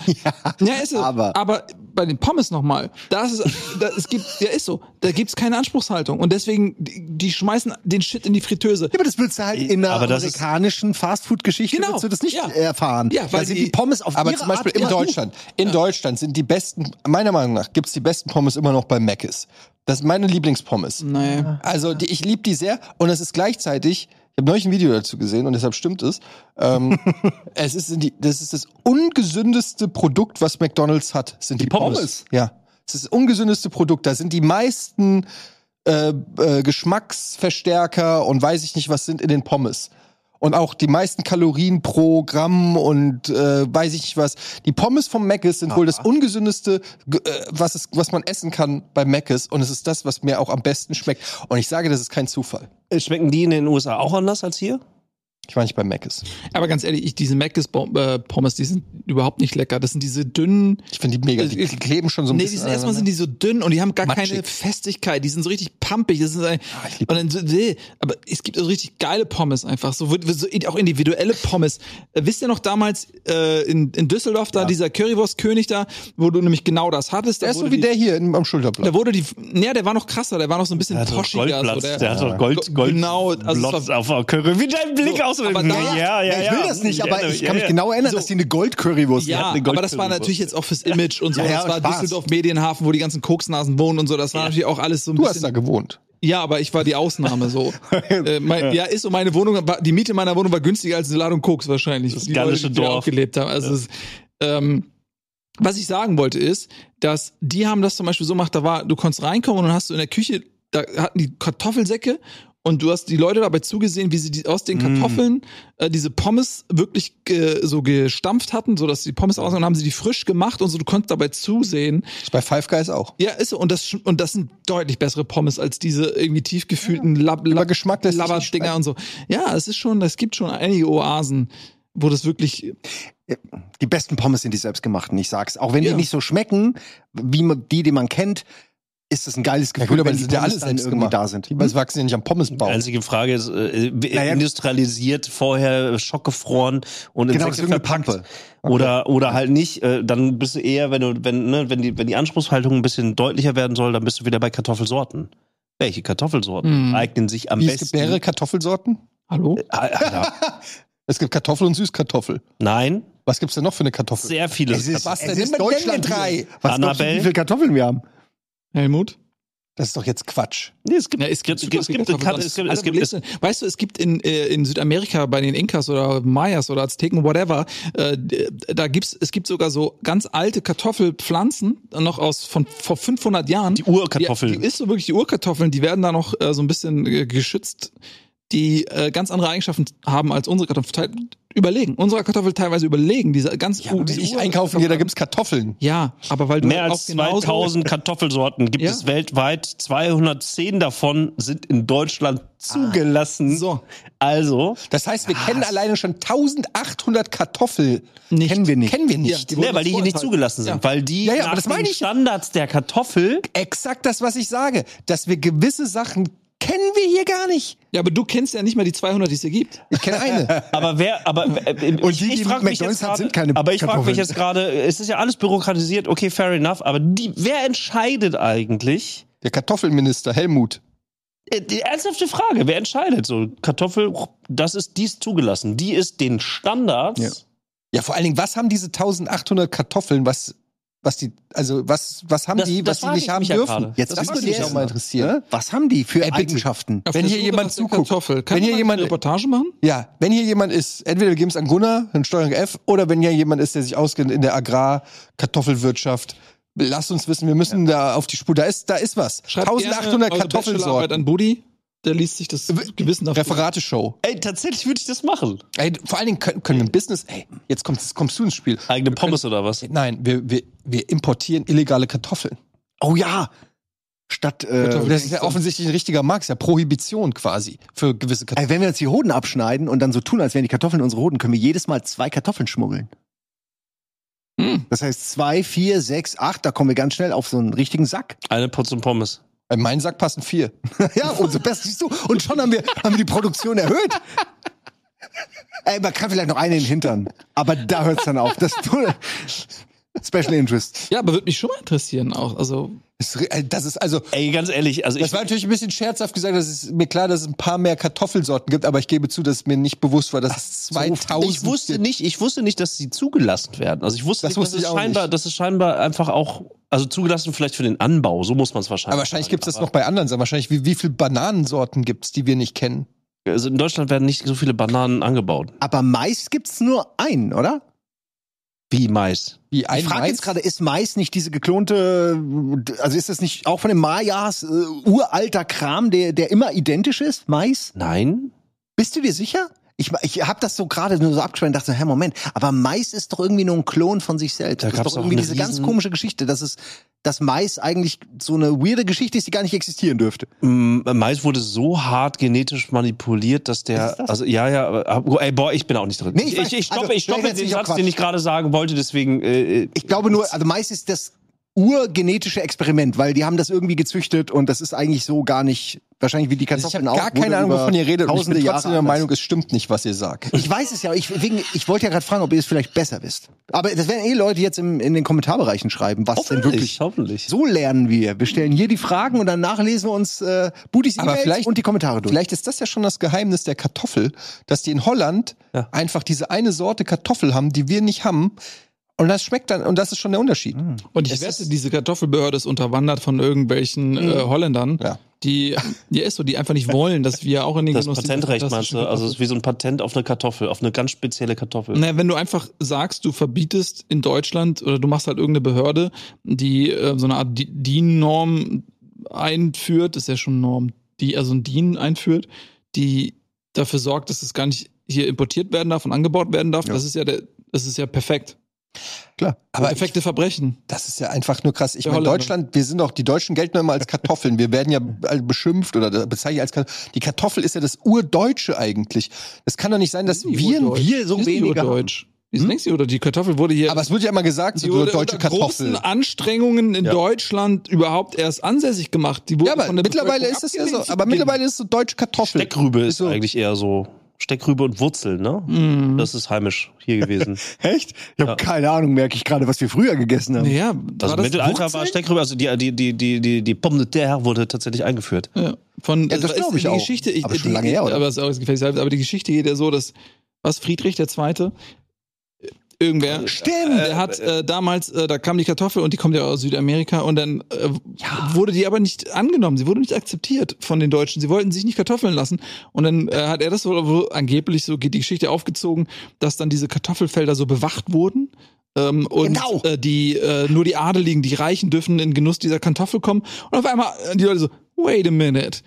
D: Ja, ist es.
C: aber-
D: aber bei den Pommes nochmal, da ist es, da, es gibt, ja ist so, da gibt's keine Anspruchshaltung und deswegen, die, die schmeißen den Shit in die Fritteuse.
C: Ja, aber das willst du halt in einer
B: Aber das ist-
C: amerikanischen Fastfood-Geschichte
D: Genau,
C: willst du das nicht
D: ja.
C: erfahren.
D: Ja, weil
C: da sind
D: die-
C: die Pommes auf
A: Aber
C: ihre
A: zum Beispiel
C: Art
A: in
C: immer gut.
A: Deutschland. In Deutschland sind die besten, meiner Meinung nach, gibt's die besten Pommes immer noch bei Mc's. Das ist meine Lieblingspommes.
D: Naja.
A: Also die, ich liebe die sehr und es ist gleichzeitig, ich habe neulich ein Video dazu gesehen und deshalb stimmt es. Ähm, es ist in die, das ist das ungesündeste Produkt, was McDonald's hat, sind die,
B: Pommes.
A: Pommes. Ja, es ist das ungesündeste Produkt. Da sind die meisten äh, äh, Geschmacksverstärker und weiß ich nicht was sind in den Pommes. Und auch die meisten Kalorien pro Gramm und äh, weiß ich nicht was. Die Pommes vom Mc's sind wohl das ungesündeste, g- äh, was, es, was man essen kann bei Mc's. Und es ist das, was mir auch am besten schmeckt. Und ich sage, das ist kein Zufall.
B: Äh, Schmecken die in den USA auch anders als hier?
A: Ich war nicht bei Mc's.
D: Aber ganz ehrlich, ich, diese Mc's Bom- äh, Pommes, die sind überhaupt nicht lecker. Das sind diese dünnen.
A: Ich finde die mega. Die, die kleben schon so ein
D: nee, die
A: bisschen.
D: sind, erstmal sind die so dünn und die haben gar keine
A: Matschig.
D: Festigkeit. Die sind so richtig pumpig. Das ist ein, und dann so, nee. Aber es gibt so richtig geile Pommes einfach. So, wird- so in- auch individuelle Pommes. Äh, Wisst ihr noch damals äh, in, in Düsseldorf da, dieser Currywurst-König da, wo du nämlich genau das hattest? Da
A: der ist so
D: wurde
A: wie
D: die-
A: der hier in, am Schulterblatt.
D: Da wurde die, ja, der war noch krasser, der war noch so ein bisschen
B: Der hat doch
D: poschiger.
B: Goldplatz.
D: So, der,
B: der hat doch Gold, Gold.
D: Genau, also es
B: Blotz
D: war-
B: auf der Curry. Wie dein Blick
D: So,
B: aus.
D: aber da-
B: ja, ja, ja.
C: Ja, ich will das nicht, aber ich kann mich genau erinnern, dass die eine Gold-Currywurst
D: ja,
C: hatten.
D: aber das war natürlich jetzt auch fürs Image und so.
C: Ja, ja,
D: das war
C: Spaß.
D: Düsseldorf Medienhafen, wo die ganzen Koksnasen wohnen und so. Das war natürlich auch alles so ein
A: Du hast
D: bisschen.
A: da gewohnt.
D: ja, aber ich war die Ausnahme so. äh, mein, ja, ist so meine Wohnung, war, die Miete meiner Wohnung war günstiger als eine Ladung Koks wahrscheinlich. Das
B: Das gallische
D: die da
B: Dorf.
D: auch gelebt haben. Also es, ähm, was ich sagen wollte ist, dass die haben das zum Beispiel so gemacht, da war, du konntest reinkommen und dann hast du in der Küche, da hatten die Kartoffelsäcke und du hast die Leute dabei zugesehen, wie sie die, aus den Kartoffeln äh, diese Pommes wirklich äh, so gestampft hatten, so dass die Pommes aussahen, und haben sie die frisch gemacht und so, du konntest dabei zusehen,
A: Ist bei Five Guys auch.
D: ja, ist so. Und das, sch- und das sind deutlich bessere Pommes als diese irgendwie tiefgefühlten Lab,
A: Über
D: Lab,
A: Geschmack lässt sich nicht
D: Labberdinger und so. Ja, es ist schon, es gibt schon einige Oasen, wo das wirklich.
C: die besten Pommes sind die selbstgemachten, ich sag's. Auch wenn
D: Ja.
C: die nicht so schmecken, wie man, die, die man kennt, ist das ein geiles Gefühl,
A: gut, aber
C: wenn
A: die sind
C: die
A: ja
C: Pommes
A: alle
C: dann irgendwie
A: selbstgemacht.
C: da sind.
D: Hm?
A: Die Pommes wachsen ja nicht am
B: Die
A: Pommesbaum.
B: einzige Frage ist, äh,
C: Naja.
B: industrialisiert, vorher schockgefroren und in
C: Genau, das
B: Säcke
C: ist irgendeine
B: verpackt.
C: Pampe.
B: Oder, oder halt nicht, äh, dann bist du eher, wenn du, wenn, ne, wenn die, wenn die Anspruchshaltung ein bisschen deutlicher werden soll, dann bist du wieder bei Kartoffelsorten. Welche Kartoffelsorten
C: Hm.
D: Mhm.
B: eignen sich am
A: Wie, es gibt
B: besten?
A: mehrere Kartoffelsorten. Äh.
D: Hallo?
B: Ah, Alter.
A: Es gibt Kartoffel und Süßkartoffel.
B: Nein,
A: Was gibt's denn noch für eine Kartoffel?
B: sehr viele.
C: Es ist,
A: Was denn?
C: es
A: Nimm
C: ist
A: mal
C: Deutschland
A: Denge drei.
C: drei. Was glaubst du,
B: Annabelle?
C: wie viele Kartoffeln wir haben?
D: Helmut?
A: Das ist doch jetzt Quatsch.
B: Nee, es gibt,
D: Ja, es gibt,
B: es gibt, es gibt, es gibt, es gibt, es gibt
D: gibt Weißt du, es gibt in, äh, in Südamerika bei den Inkas oder Mayas oder Azteken, whatever, äh, da gibt's, es gibt sogar so ganz alte Kartoffelpflanzen, noch aus von vor 500 Jahren.
B: die Urkartoffel.
D: Die, die ist so wirklich die Urkartoffeln, die werden da noch äh, so ein bisschen äh, geschützt, die äh, ganz andere Eigenschaften haben als unsere Kartoffeln. Teil- Überlegen. Unsere Kartoffel teilweise überlegen. Diese äh, ganz oh,
A: Ja, wenn
D: diese
A: ich
D: Ur-
A: einkaufen gehe, da gibt's Kartoffeln.
D: Ja, aber weil du
B: Mehr
D: auch
B: als
D: genauso-
B: 2000 Kartoffelsorten gibt
D: Ja.
B: es weltweit. 210 davon sind in Deutschland zugelassen.
D: So.
B: Also,
A: Ah, Das heißt, wir kennen alleine schon 1800 Kartoffeln.
D: Nicht.
A: Kennen wir nicht. Kennen wir nicht.
D: Ja,
B: ne, weil die hier nicht zugelassen sind,
D: Ja.
B: weil die
A: Ja, ja,
B: nach
A: aber das meine
B: den
A: ich ja.
B: Standards der Kartoffel
A: Exakt das, was ich sage. Dass wir gewisse Sachen kennen wir hier gar nicht.
D: Ja, aber du kennst ja nicht mal die 200, die es hier gibt.
A: Ich kenne eine.
B: Aber wer, aber äh, äh,
C: Und die, die
B: frag mich
C: McDonald's
B: jetzt
C: hat,
B: gerade-
C: sind keine
B: Aber ich frage mich
C: Kartoffeln.
B: jetzt gerade, es ist ja alles bürokratisiert, okay, fair enough, aber die, wer entscheidet eigentlich?
A: Der Kartoffelminister Helmut.
B: Äh, Die ernsthafte Frage, wer entscheidet? So, Kartoffel, das ist dies zugelassen, die ist den Standards.
C: Ja.
A: Ja, vor allen Dingen, was haben diese 1800 Kartoffeln, was, was die, also was, was haben
B: Das-
A: die, was
B: das
A: die
B: frage
A: nicht
B: ich
A: haben
B: mich ja
A: dürfen?
B: gerade.
C: Jetzt
A: das
C: das
A: würde mich auch mal interessieren.
C: Was haben die für
A: Ne? Ey, bitte.
C: Eigenschaften?
D: Auf
A: Wenn
D: der
A: hier
D: Suche
A: jemand
D: nach der
A: zuguckt.
D: Kartoffel. Kann
A: Wenn
D: man
A: hier
D: mal
A: jemand-
D: eine Reportage machen?
A: Ja, wenn hier jemand ist, entweder wir geben es an Gunnar, dann Steuerung F, oder wenn hier jemand ist, der sich auskennt in der Agrarkartoffelwirtschaft, Lasst uns wissen, wir müssen da auf die Spur. Da ist, da ist was.
D: Schreibt
A: 1800
D: gerne eure Bachelorarbeit
A: Kartoffelsorten.
D: an Buddy. Der liest sich das Gewissen davon.
A: Referateshow.
B: Ey, tatsächlich würde ich das machen.
A: Ey, vor allen Dingen können, können wir im Business, ey, jetzt kommst, kommst du ins Spiel.
B: Eigene Pommes oder was?
A: Nein, wir, wir, wir importieren illegale Kartoffeln.
C: Oh ja. Statt,
A: Kartoffeln.
C: äh,
A: Das ist ja offensichtlich ein richtiger Markt, ist ja Prohibition quasi für gewisse Kartoffeln.
C: ey, wenn wir uns die Hoden abschneiden und dann so tun, als wären die Kartoffeln unsere Hoden, können wir jedes Mal zwei Kartoffeln schmuggeln.
D: Hm.
C: Das heißt, zwei, vier, sechs, acht, da kommen wir ganz schnell auf so einen richtigen Sack.
B: Eine Portion Pommes.
A: In meinen Sack passen vier.
C: ja, unser Bestes, siehst du? Und schon haben wir, haben wir die Produktion erhöht. Ey, man kann vielleicht noch einen in den Hintern. Aber da hört's dann auf. Das Special Interest.
D: Ja, aber würde mich schon mal interessieren auch. Also,
A: Das ist- äh, Das ist also.
B: Ey, ganz ehrlich, also ich.
A: Das war natürlich ein bisschen scherzhaft gesagt, das ist mir klar, dass es ein paar mehr Kartoffelsorten gibt, aber ich gebe zu, dass es mir nicht bewusst war, dass es 2000
B: ich wusste nicht, ich wusste nicht, dass sie zugelassen werden. Also ich wusste,
A: Das
B: nicht,
A: wusste
B: dass
A: ich
B: es
A: auch
B: scheinbar,
A: nicht.
B: dass es scheinbar einfach auch, also zugelassen vielleicht für den Anbau, so muss man es wahrscheinlich.
A: Aber wahrscheinlich
B: sagen.
A: gibt es das
B: Aber-
A: noch bei anderen Sachen. Wahrscheinlich, wie, wie viele Bananensorten gibt es, die wir nicht kennen?
B: Also in Deutschland werden nicht so viele Bananen angebaut.
C: Aber meist gibt's nur einen, oder?
B: Wie Mais.
A: Wie ein
C: Ich frage
A: Mais?
C: jetzt gerade, ist Mais nicht diese geklonte, also ist das nicht auch von den Mayas äh, uralter Kram, der, der immer identisch ist? Mais?
B: Nein?
C: Bist du dir sicher? Ich, ich habe das so gerade nur so abgeschwemmt und dachte, hä, Moment, aber Mais ist doch irgendwie nur ein Klon von sich selbst.
B: Da
C: das
B: gab's
C: ist
B: auch
C: doch irgendwie
B: eine
C: diese ganz
B: riesen-
C: komische Geschichte, dass es, dass Mais eigentlich so eine weirde Geschichte ist, die gar nicht existieren dürfte.
B: Mm, Mais wurde so hart genetisch manipuliert, dass der, also ja, ja, aber- ey, boah, ich bin auch nicht drin.
C: Nee, ich
B: ich,
C: weiß.
B: ich, ich
C: Also,
B: stoppe, ich
C: vielleicht
B: stoppe
C: erzähl
B: den
C: ich auch
B: Satz,
C: Quatsch.
B: den ich gerade sagen wollte, deswegen. Äh, äh,
C: Ich glaube nur, also Mais ist das urgenetische Experiment, weil die haben das irgendwie gezüchttet und das ist eigentlich so gar nicht, wahrscheinlich wie die
A: Also ich
C: Kartoffeln
A: habe gar
C: auch, genau wurde
A: keine Ahnung,
C: über
A: wovon ihr redet. Und ich
C: Tausende
A: bin
C: Jahre
A: trotzdem der
C: anders.
A: Meinung, es stimmt nicht, was ihr sagt.
C: Ich weiß es ja, aber ich, wegen, ich wollte ja gerade fragen, ob ihr es vielleicht besser wisst. Aber das werden eh Leute jetzt im, in den Kommentarbereichen schreiben, was denn wirklich.
B: hoffentlich.
C: So lernen wir. Wir stellen hier die Fragen und danach lesen wir uns äh, Budis
A: Aber
C: E-Mails
A: vielleicht-
C: und die Kommentare durch.
A: Vielleicht ist das ja schon das Geheimnis der Kartoffel, dass die in Holland
B: Ja.
A: einfach diese eine Sorte Kartoffel haben, die wir nicht haben. Und das schmeckt dann, und das ist schon der Unterschied.
C: Hm,
D: und ich wette, diese Kartoffelbehörde ist unterwandert von irgendwelchen äh, Holländern,
A: Ja.
D: die, ja, ist so, die einfach nicht wollen, dass wir auch in den
B: Das
D: Genuss dieser
B: Patentrecht meinst
D: fantastischen
B: du? Also es
D: Kartoffeln-
B: ist wie so ein Patent auf eine Kartoffel, auf eine ganz spezielle Kartoffel.
D: Naja, wenn du einfach sagst, du verbietest in Deutschland oder du machst halt irgendeine Behörde, die äh, so eine Art Di- DIN-Norm einführt, ist ja schon Norm, die also ein DIN einführt, die dafür sorgt, dass es gar nicht hier importiert werden darf und angebaut werden darf, das ist ja der, das ist ja perfekt.
A: Klar. Aber
D: Aber
A: ich,
D: perfekte Verbrechen.
A: das ist ja einfach nur krass. Ich
D: Der
A: meine,
D: Holländer.
A: Deutschland, wir sind doch, die Deutschen gelten immer als Kartoffeln. Wir werden ja be- beschimpft oder bezeichnet als Kartoffeln. Die Kartoffel ist ja das Urdeutsche eigentlich. Es kann doch nicht sein, dass wir, wir so wenige haben. Hm?
D: Deutsch. Die ist nicht oder die Kartoffel wurde hier
A: Aber es wird ja immer gesagt, so
D: die wurde
A: deutsche
D: unter
A: Kartoffel.
D: großen Anstrengungen in Deutschland überhaupt erst ansässig gemacht. Die wurde
A: Ja, aber
D: von der
A: mittlerweile
D: Bevölkerung
A: ist es ja so.
D: abgelehnt.
A: Aber mittlerweile ist es so deutsche Kartoffel.
B: Steckrübe ist
A: so-
B: eigentlich eher so. Steckrübe und Wurzeln, ne? Das ist heimisch hier gewesen.
C: Echt? Ich habe keine Ahnung, merke ich gerade, was wir früher gegessen haben.
D: Ja,
B: Also
D: war
B: im
D: das
B: Mittelalter war
D: Wurzeln?
B: Steckrübe, also die, die, die, die, die, die Pomme de terre wurde tatsächlich eingeführt.
D: Ja, von,
C: Ja, das
D: ist
C: glaub ich
D: die
C: auch.
D: Geschichte, ich,
C: Aber schon
D: die,
C: lange her, oder?
D: Aber, ist auch jetzt gefährlich, aber die Geschichte geht ja so, dass, was, Friedrich der Zweite? Irgendwer.
C: Stimmt.
D: Der hat äh, damals, äh, da kam die Kartoffel und die kommt ja aus Südamerika und dann äh, wurde die aber nicht angenommen, sie wurde nicht akzeptiert von den Deutschen, sie wollten sich nicht kartoffeln lassen und dann äh, hat er das wohl wohl angeblich, so geht die Geschichte aufgezogen, dass dann diese Kartoffelfelder so bewacht wurden ähm, und
C: Genau.
D: äh, die äh, nur die Adeligen, die Reichen dürfen in Genuss dieser Kartoffel kommen und auf einmal äh, die Leute so, wait a minute.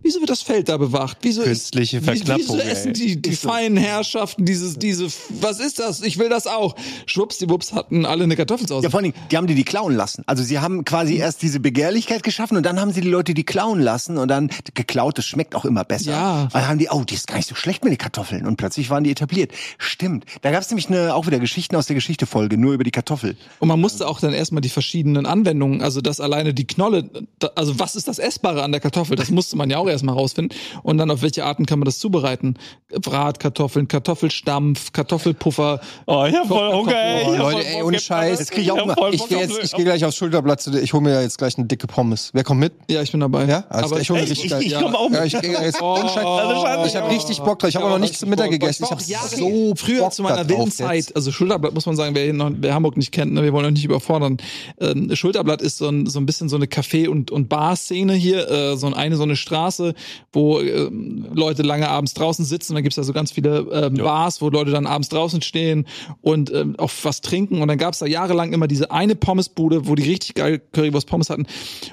D: Wieso wird das Feld da bewacht? Wieso ist-
B: Künstliche
D: wie-
B: Verknappung,
D: Wieso essen
B: ey.
D: die, die feinen Herrschaften dieses, diese, was ist das? Ich will das auch. Schwupps, die Wups hatten alle eine Kartoffelsauce.
C: Ja, vor allen Dingen, die haben die die klauen lassen. Also sie haben quasi erst diese Begehrlichkeit geschaffen und dann haben sie die Leute die klauen lassen und dann geklautes schmeckt auch immer besser.
D: Ja.
C: Und dann haben die, oh, die ist gar nicht so schlecht mit den Kartoffeln und plötzlich waren die etabliert. Stimmt. Da gab es nämlich eine, auch wieder Geschichten aus der Geschichte-Folge, nur über die Kartoffel.
D: Und man musste auch dann erstmal die verschiedenen Anwendungen, also das alleine die Knolle, da, also was ist das Essbare an der Kartoffel? Das musste man ja auch erstmal rausfinden. Und dann auf welche Arten kann man das zubereiten? Bratkartoffeln, Kartoffelstampf, Kartoffelpuffer.
B: Oh, ich hab voll Hunger, ey.
A: Oh,
B: Ich hab voll
A: Leute, ey,
B: Bock,
A: ohne
B: jetzt
A: Scheiß.
B: alles.
A: Jetzt krieg ich auch
B: Ich hab
A: mal.
B: voll
A: Ich,
B: Bock
A: geh
B: auf
A: jetzt-
B: Müll.
A: ich gehe gleich aufs Schulterblatt zu dir. Ich hole mir jetzt gleich eine dicke Pommes. Wer kommt mit?
D: Ja, ich bin dabei.
A: Ja? Ah, Alles
D: aber
A: klar, ich hole mir
B: Ey,
A: richtig
B: ich-
A: geil.
B: ich
A: ja.
B: komm auch mit.
A: Ja, ich, äh, geh jetzt, ohne Scheiß.
B: Also scheiße,
A: ich habe
B: ja.
A: richtig Bock drauf. Ich habe
D: Ja,
A: auch noch
D: richtig
A: nichts zum Mittag
D: Bock.
A: gegessen. Ich
D: war
A: habe
D: auch Jahre
A: so
D: früher
A: Bock
D: zu meiner
A: darauf
D: wilden
A: jetzt.
D: Zeit. Also Schulterblatt muss man sagen, wer, noch, wer Hamburg nicht kennt, ne, wir wollen euch nicht überfordern. Ähm, Schulterblatt ist so ein, so ein bisschen so eine Café- und, und Bar-Szene hier, äh, so ein, eine so eine Straße Straße, wo ähm, Leute lange abends draußen sitzen. Da gibt's da so ganz viele ähm, Bars, wo Leute dann abends draußen stehen und ähm, auch was trinken. Und dann gab's da jahrelang immer diese eine Pommesbude, wo die richtig geil Currywurst Pommes hatten.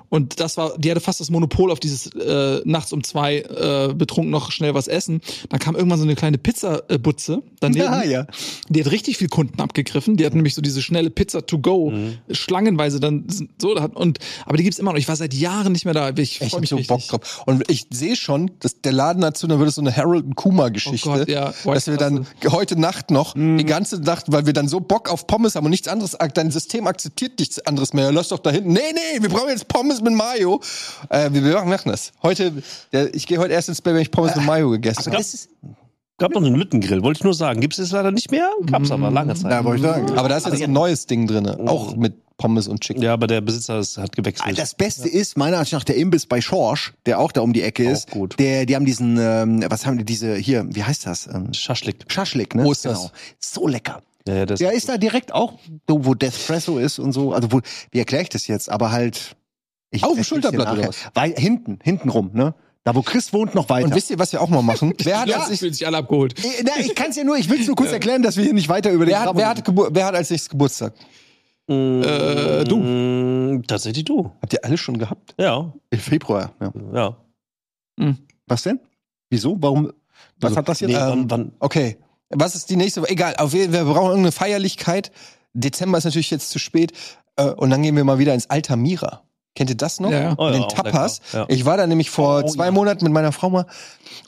D: Und das war, die hatte fast das Monopol auf dieses äh, nachts um zwei äh, betrunken noch schnell was essen. Dann kam irgendwann so eine kleine Pizzabutze daneben.
C: Ja, ja.
D: Die hat richtig viel Kunden abgegriffen. Die hat nämlich so diese schnelle Pizza to go schlangenweise dann so da hat und aber die gibt's immer noch. Ich war seit Jahren nicht mehr da. Ich,
A: Ich
D: freu
A: hab
D: mich
A: so
D: richtig.
A: Bock drauf. Und ich sehe schon, dass der Laden dazu, dann wird es so eine Harold und Kuma Geschichte,
D: Oh Gott, ja.
A: dass wir dann heute Nacht noch die ganze Nacht, weil wir dann so Bock auf Pommes haben und nichts anderes, ak- dein System akzeptiert nichts anderes mehr. Lass doch da hinten. Nee, nee, wir brauchen jetzt Pommes mit Mayo. Äh, wir machen, machen das. Heute, der, ich gehe heute erst ins Bett, wenn ich Pommes mit Mayo gegessen habe.
B: das ist Gab noch einen Lüttengrill, wollte ich nur sagen. Gibt es das leider nicht mehr? Gab es aber lange Zeit.
C: Ja, wollte ich sagen.
A: Mhm. Aber da ist jetzt ein neues Ding drin, ne? auch mit Pommes und Chicken.
B: Ja, aber der Besitzer ist, hat gewechselt.
C: Ah, Das Beste ist, meiner Ansicht nach, der Imbiss bei Schorsch, der auch da um die Ecke ist.
B: gut.
C: Der, die haben diesen, ähm, was haben die, diese, hier, wie heißt das? Ähm,
B: Schaschlik.
C: Schaschlik, ne?
A: Wo ist das?
C: So lecker.
B: Ja, ja, das
C: Der ist da direkt auch, so, wo Deathpresso ist und so. Also, wo, wie erkläre ich das jetzt? Aber halt. Ich,
A: Auf dem
C: ich-
A: Schulterblatt
C: nachher.
A: oder was?
C: Weil, hinten, hinten rum, ne? Da, wo Chris wohnt, noch weiter.
A: Und wisst ihr, was wir auch mal machen? Wer hat,
D: Ja,
A: als ich,
D: fühlen sich alle abgeholt.
C: Äh, Na, ich kann es ja nur, ich will es nur kurz erklären, dass wir hier nicht weiter über den
A: wer, hat,
C: Kram
A: wer, hat Gebur- wer hat als nächstes Geburtstag?
D: Äh, du.
B: Mm, Tatsächlich du.
A: Habt ihr alle schon gehabt?
B: Ja,
C: Im Februar, ja.
B: ja.
D: Mhm.
C: Was denn? Wieso? Warum? Was hat das jetzt?
B: Also, Nee,
C: Äh,
B: wann, wann,
A: Okay. Was ist die nächste? Egal, auf jeden Fall, wir brauchen irgendeine Feierlichkeit. Dezember ist natürlich jetzt zu spät. Äh, Und dann gehen wir mal wieder ins Altamira. Kennt ihr das noch?
D: Ja, ja.
B: Oh ja,
A: den
B: auch
A: Tapas.
B: lecker, ja.
A: Ich war da nämlich vor
B: Oh,
A: zwei
B: ja.
A: Monaten mit meiner Frau mal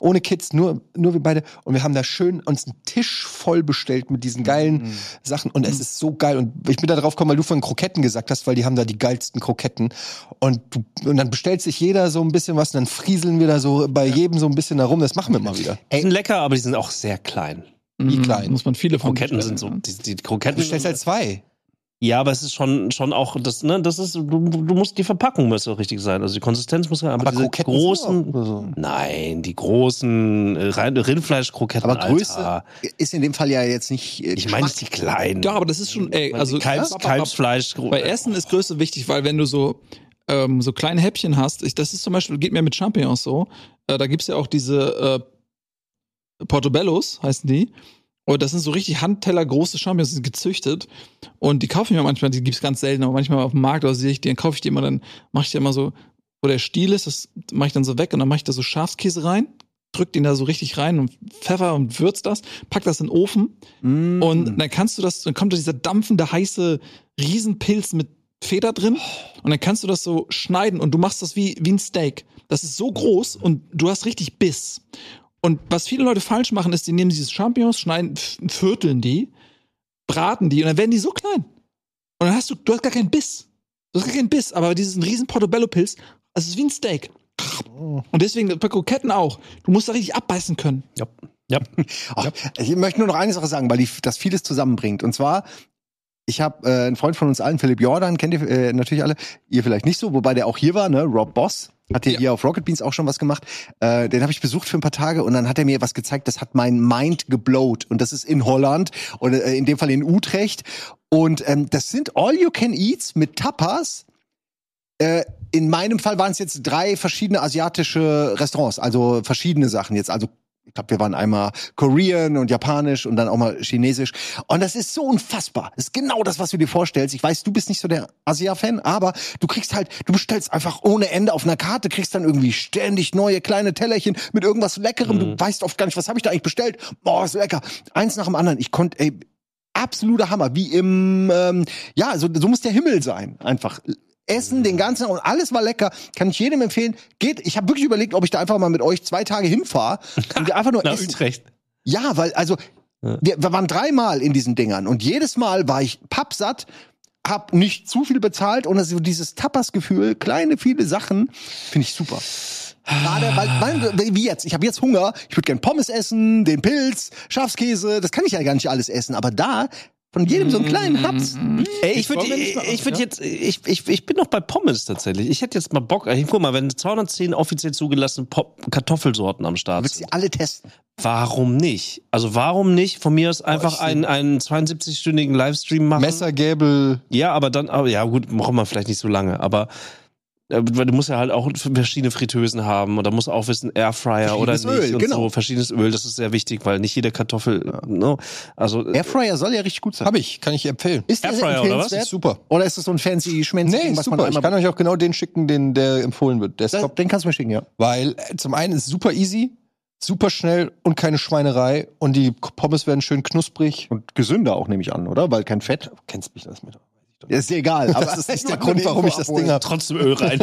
A: ohne Kids, nur, nur wir beide. Und wir haben da schön uns einen Tisch voll bestellt mit diesen geilen
B: Mhm.
A: Sachen. Und es ist so geil. Und ich bin da drauf gekommen, weil du von Kroketten gesagt hast, weil die haben da die geilsten Kroketten. Und, du, und dann bestellt sich jeder so ein bisschen was und dann frieseln wir da so bei jedem so ein bisschen da rum. Das machen wir mal wieder.
B: die sind lecker, aber die sind auch sehr klein.
A: Wie klein?
D: Mhm. Muss man viele von
B: Kroketten
D: bestellen,
B: sind so,
D: ja.
B: die, die Kroketten.
A: Du bestellst halt zwei.
B: ja, aber es ist schon, schon auch, das, ne, das ist, du, du musst, die Verpackung muss auch richtig sein. Also die Konsistenz muss ja, aber,
A: Aber
C: Also,
B: diese
A: Kroketten
B: großen,
A: sind auch so.
B: nein, die großen äh, Rein- Rindfleischkroketten,
C: aber Größe
B: Alter.
C: ist in dem Fall ja jetzt nicht. äh,
B: Ich meine nicht die
C: Geschmack.
B: kleinen.
D: Ja, aber das ist schon, ey, also
B: Kalbs, Kalbsfleisch.
D: Bei Essen ist Größe wichtig, weil wenn du so, ähm, so kleine Häppchen hast, ich, das ist zum Beispiel, geht mir mit Champignons so, äh, da gibt's ja auch diese äh, Portobellos, heißen die. Und das sind so richtig Handteller große Champignons, die sind gezüchtet. Und die kaufe ich mir manchmal, die gibt's ganz selten, aber manchmal auf dem Markt oder sehe ich die, dann kaufe ich die immer, dann mache ich die immer so, wo der Stiel ist, das mache ich dann so weg und dann mache ich da so Schafskäse rein, drück den da so richtig rein und Pfeffer und würz das, pack das in den Ofen
C: Mm.
D: und dann kannst du das, dann kommt da dieser dampfende, heiße Riesenpilz mit Feder drin. Und dann kannst du das so schneiden und du machst das wie, wie ein Steak. Das ist so groß und du hast richtig Biss. Und was viele Leute falsch machen, ist, die nehmen diese Champignons, schneiden, pf- vierteln die, braten die und dann werden die so klein. Und dann hast du, du hast gar keinen Biss. Du hast gar keinen Biss, aber diesen riesen Portobello-Pilz, das ist wie ein Steak. Und deswegen bei Kroketten auch. Du musst da richtig abbeißen können.
B: Ja. Ja.
C: Ach, Ich möchte nur noch eine Sache sagen, weil die, das vieles zusammenbringt. Und zwar, ich habe äh, einen Freund von uns allen, Philipp Jordan, kennt ihr äh, natürlich alle, ihr vielleicht nicht so, wobei der auch hier war, ne? Rob Boss. Hat hier, hier auf Rocket Beans auch schon was gemacht. Äh, den habe ich besucht für ein paar Tage und dann hat er mir was gezeigt, das hat mein Mind geblowt. Und das ist in Holland oder äh, in dem Fall in Utrecht. Und ähm, das sind All-You-Can-Eats mit Tapas. Äh, in meinem Fall waren es jetzt drei verschiedene asiatische Restaurants, also verschiedene Sachen jetzt. Also ich glaube, wir waren einmal Korean und Japanisch und dann auch mal Chinesisch. Und das ist so unfassbar. Das ist genau das, was du dir vorstellst. Ich weiß, du bist nicht so der Asia-Fan, aber du kriegst halt, du bestellst einfach ohne Ende auf einer Karte, kriegst dann irgendwie ständig neue kleine Tellerchen mit irgendwas Leckerem. Du weißt oft gar nicht, was habe ich da eigentlich bestellt? Boah, ist lecker. Eins nach dem anderen. Ich konnte, ey, absoluter Hammer. Wie im, ähm, ja, so, so muss der Himmel sein. Einfach. Essen den ganzen und alles war lecker. Kann ich jedem empfehlen. Geht. Ich habe wirklich überlegt, ob ich da einfach mal mit euch zwei Tage hinfahre und wir einfach nur
B: Na,
C: essen.
B: Utrecht.
C: Ja, weil also wir, wir waren dreimal in diesen Dingern und jedes Mal war ich pappsatt, hab nicht zu viel bezahlt und also dieses Tapas-Gefühl, kleine viele Sachen, finde ich super. Gerade, weil, weil, wie jetzt, ich habe jetzt Hunger, ich würde gern Pommes essen, den Pilz, Schafskäse, das kann ich ja gar nicht alles essen, aber da von jedem so einen kleinen Haps.
A: Mm.
B: Ey, ich würde
D: wollen wir nicht machen,
B: ich würd
D: ja?
B: jetzt, ich, ich, ich bin noch bei Pommes tatsächlich. Ich hätte jetzt mal Bock, ich, guck mal, wenn 210 offiziell zugelassene Pop Kartoffelsorten am
C: Du
B: Start
C: willst sie
B: sind,
C: alle testen.
B: warum nicht? Also warum nicht von mir aus einfach
A: ich
B: einen, einen 72-stündigen Livestream machen?
A: Messer, Gäbel,
B: Ja, aber dann, aber, ja gut, braucht man vielleicht nicht so lange, aber Äh, Weil du musst ja halt auch verschiedene Fritteusen haben und da musst du auch wissen, Airfryer oder nicht
C: Verschiedenes Öl,
B: und
C: genau.
B: so. Verschiedenes Öl, das ist sehr wichtig, weil nicht jede Kartoffel, ne? Also, äh,
C: Airfryer soll ja richtig gut sein.
A: Hab ich, kann ich empfehlen.
C: Ist der
B: Airfryer, oder was?
A: Das
C: empfehlenswert?
A: ist super.
C: Oder ist das so ein fancy Schmenzi,
A: Nee, ist
C: was
A: super.
C: man
A: Ich kann
C: einmal...
A: euch auch genau den schicken, den der empfohlen wird. Der ist
C: Das,
A: top.
C: den kannst du mir schicken, ja.
A: Weil äh, zum einen ist super easy, super schnell und keine Schweinerei und die K- Pommes werden schön knusprig.
C: Und gesünder auch, nehme ich an, oder? Weil kein Fett.
A: Kennst mich das mit?
C: Ist dir egal. Aber
A: Das ist nicht der Grund, warum ich das Ding habe.
B: trotzdem Öl rein.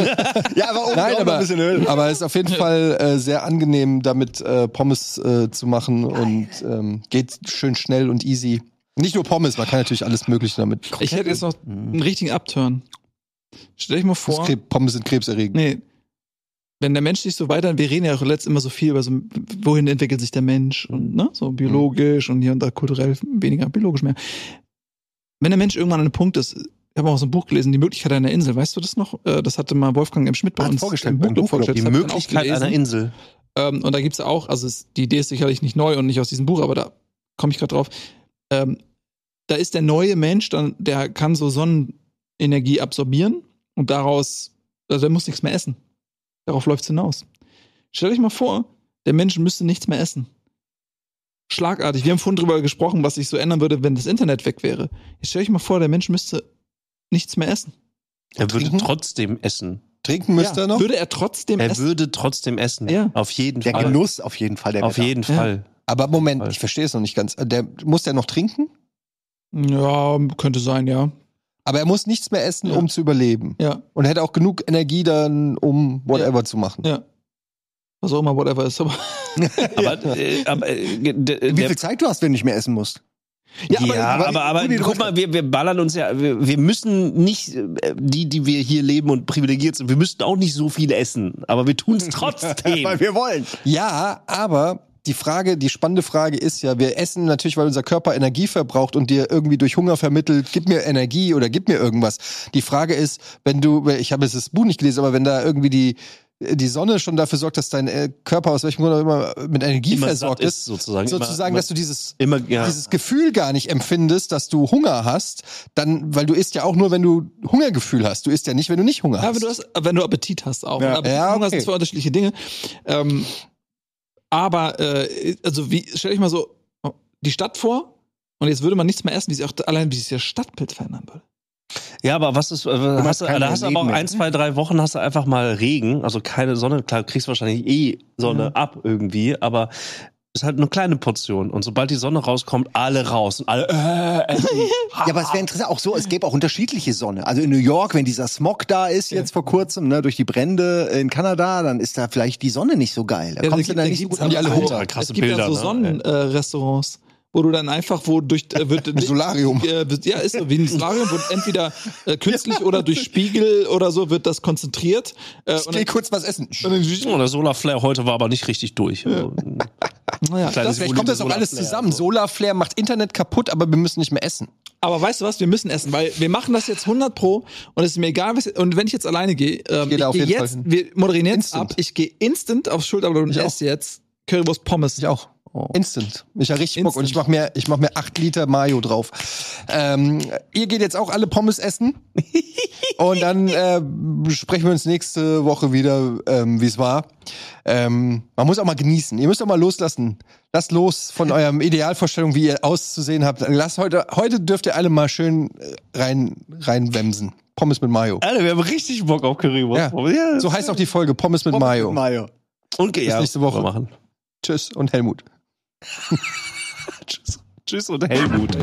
C: Ja, aber oben
A: Nein,
C: auch noch
A: aber,
C: ein bisschen Öl.
A: aber es ist auf jeden Fall äh, sehr angenehm, damit äh, Pommes äh, zu machen und ähm, geht schön schnell und easy. Nicht nur Pommes, man kann natürlich alles Mögliche damit.
D: Ich hätte jetzt noch einen richtigen Upturn. Stell dich mal
A: Das
D: vor,
A: Krebs- Pommes sind krebserregend.
D: nee, wenn der Mensch sich so weiter, wir reden ja auch letztens immer so viel über so, wohin entwickelt sich der Mensch und ne, so
C: Mhm.
D: biologisch und hier und da kulturell weniger biologisch mehr. Wenn der Mensch irgendwann an einem Punkt ist, ich habe auch so ein Buch gelesen, die Möglichkeit einer Insel, weißt du das noch? Äh, Das hatte mal Wolfgang M. Schmidt bei
C: Hat
D: uns
C: vorgestellt,
D: im
C: beim
D: Buchclub
C: Buchclub,
D: vorgestellt.
C: die
D: Hab ich dann auch
B: Möglichkeit
D: gelesen.
B: einer Insel.
D: Ähm, und da gibt's auch, also es, die Idee ist sicherlich nicht neu und nicht aus diesem Buch, aber da komme ich gerade drauf. Ähm, da ist der neue Mensch, dann, der kann so Sonnenenergie absorbieren und daraus, also der muss nichts mehr essen. Darauf läuft's hinaus. Stell euch mal vor, der Mensch müsste nichts mehr essen. Schlagartig. Wir haben vorhin drüber gesprochen, was sich so ändern würde, wenn das Internet weg wäre. Jetzt stell euch mal vor, der Mensch müsste nichts mehr essen.
B: Er würde
A: Trinken?
B: trotzdem essen.
A: Trinken müsste er noch.
D: Würde er trotzdem
B: Er
D: essen?
B: würde trotzdem essen.
D: Ja.
B: Auf jeden
C: Der
B: Fall.
C: Genuss auf jeden Fall. Der
B: Auf jeden
D: Ja.
B: Fall.
A: Aber Moment,
B: Voll.
A: ich verstehe es noch nicht ganz. Äh, Der, muss der noch trinken?
D: Ja, könnte sein, ja.
A: Aber er muss nichts mehr essen,
D: Ja.
A: um zu überleben.
D: Ja.
A: Und er hätte auch genug Energie dann, um whatever zu machen.
D: Ja. Was auch immer, whatever ist. Aber,
B: Aber, äh, aber, äh, der,
C: Wie
B: der,
C: viel Zeit du hast, wenn du nicht mehr essen musst?
B: ja, aber, aber,
C: Rudi, du
B: guck
C: kannst-
B: mal, wir, wir ballern uns ja, wir, wir müssen nicht, äh, die, die wir hier leben und privilegiert sind, wir müssten auch nicht so viel essen, aber wir tun es trotzdem.
C: Weil wir wollen.
A: Ja, aber die Frage, die spannende Frage ist ja, wir essen natürlich, weil unser Körper Energie verbraucht und dir irgendwie durch Hunger vermittelt, gib mir Energie oder gib mir irgendwas. Die Frage ist, wenn du, ich habe jetzt das Buch nicht gelesen, aber wenn da irgendwie die die Sonne schon dafür sorgt, dass dein äh, Körper aus welchem Grund auch immer mit Energie
B: Immer satt
A: versorgt
B: ist,
A: ist,
B: sozusagen.
A: sozusagen,
B: Immer-
A: dass du dieses
B: Immer, ja.
A: dieses Gefühl gar nicht empfindest, dass du Hunger hast, dann, weil du isst ja auch nur, wenn du Hungergefühl hast. Du isst ja nicht, wenn du nicht Hunger
D: ja,
A: hast.
D: wenn du, hast, wenn du Appetit hast auch.
C: Ja.
D: Und Appetit
A: Ja,
D: und Hunger
A: okay.
D: sind zwei unterschiedliche Dinge. Ähm, aber, äh, also wie, stell dich mal so oh, die Stadt vor und jetzt würde man nichts mehr essen, wie sich auch allein wie sich das Stadtbild verändern würde.
B: Ja, aber was ist, äh, hast, du-
C: kein
B: da hast du aber auch
C: Leben mehr.
B: ein, zwei, drei Wochen hast du einfach mal Regen, also keine Sonne, klar, du kriegst wahrscheinlich eh Sonne ab irgendwie, aber ist halt nur kleine Portion und sobald die Sonne rauskommt, alle raus und alle, äh, essen.
C: Ja, aber es wäre interessant, auch so, es gäbe auch unterschiedliche Sonne. Also in New York, wenn dieser Smog da ist, jetzt vor kurzem, ne, durch die Brände in Kanada, dann ist da vielleicht die Sonne nicht so geil. Da
D: Ja,
C: kommst
D: da
C: du dann
D: gibt-
C: nicht
D: da
C: so gut
D: gibt's
C: an die
D: aber
C: alle
D: auch-
C: runter.
B: krasse
D: es gibt
B: Bilder,
D: ja so
B: ne?
D: Sonnenrestaurants, wo du dann einfach, wo durch äh, wird
A: Solarium.
D: Äh, wird- ja, ist so wie ein Solarium, wird entweder äh, künstlich oder durch Spiegel oder so wird das konzentriert. Äh,
A: ich geh kurz was essen.
B: Oh, der Solarflare heute war aber nicht richtig durch. Also,
D: naja,
B: Kleines
A: Vielleicht kommt das auch alles
B: Solarflare.
A: zusammen. Solarflare macht Internet kaputt, aber wir müssen nicht mehr essen.
D: Aber weißt du was? Wir müssen essen, weil wir machen das jetzt 100 pro und es ist mir egal, was, und wenn ich jetzt alleine gehe, ähm,
A: geh da auf
D: ich geh
A: jeden
D: jetzt,
A: Fall hin.
D: wir moderieren jetzt
A: Instant.
D: ab, ich gehe instant aufs Schulterblatt und esse jetzt Currywurst Pommes.
A: Ich auch. Oh. Instant. Ich habe richtig Bock und ich
D: Instant.
A: mache mir, ich mach mir acht Liter Mayo drauf. Ähm, ihr geht jetzt auch alle Pommes essen und dann äh, sprechen wir uns nächste Woche wieder, ähm, wie es war. Ähm, man muss auch mal genießen. Ihr müsst auch mal loslassen. Lasst los von eurem Idealvorstellung, wie ihr auszusehen habt. Lasst heute, heute dürft ihr alle mal schön äh, rein, reinwemsen. Pommes mit Mayo.
B: Alter, wir haben richtig Bock auf
A: Ja.
B: Currywurst. Ja.
A: So heißt auch die Folge Pommes mit Mayo.
C: Mayo.
B: und ja,
A: nächste Woche.
B: wir Machen.
A: Tschüss und Helmut.
B: Tschüss. Tschüss und Helmut.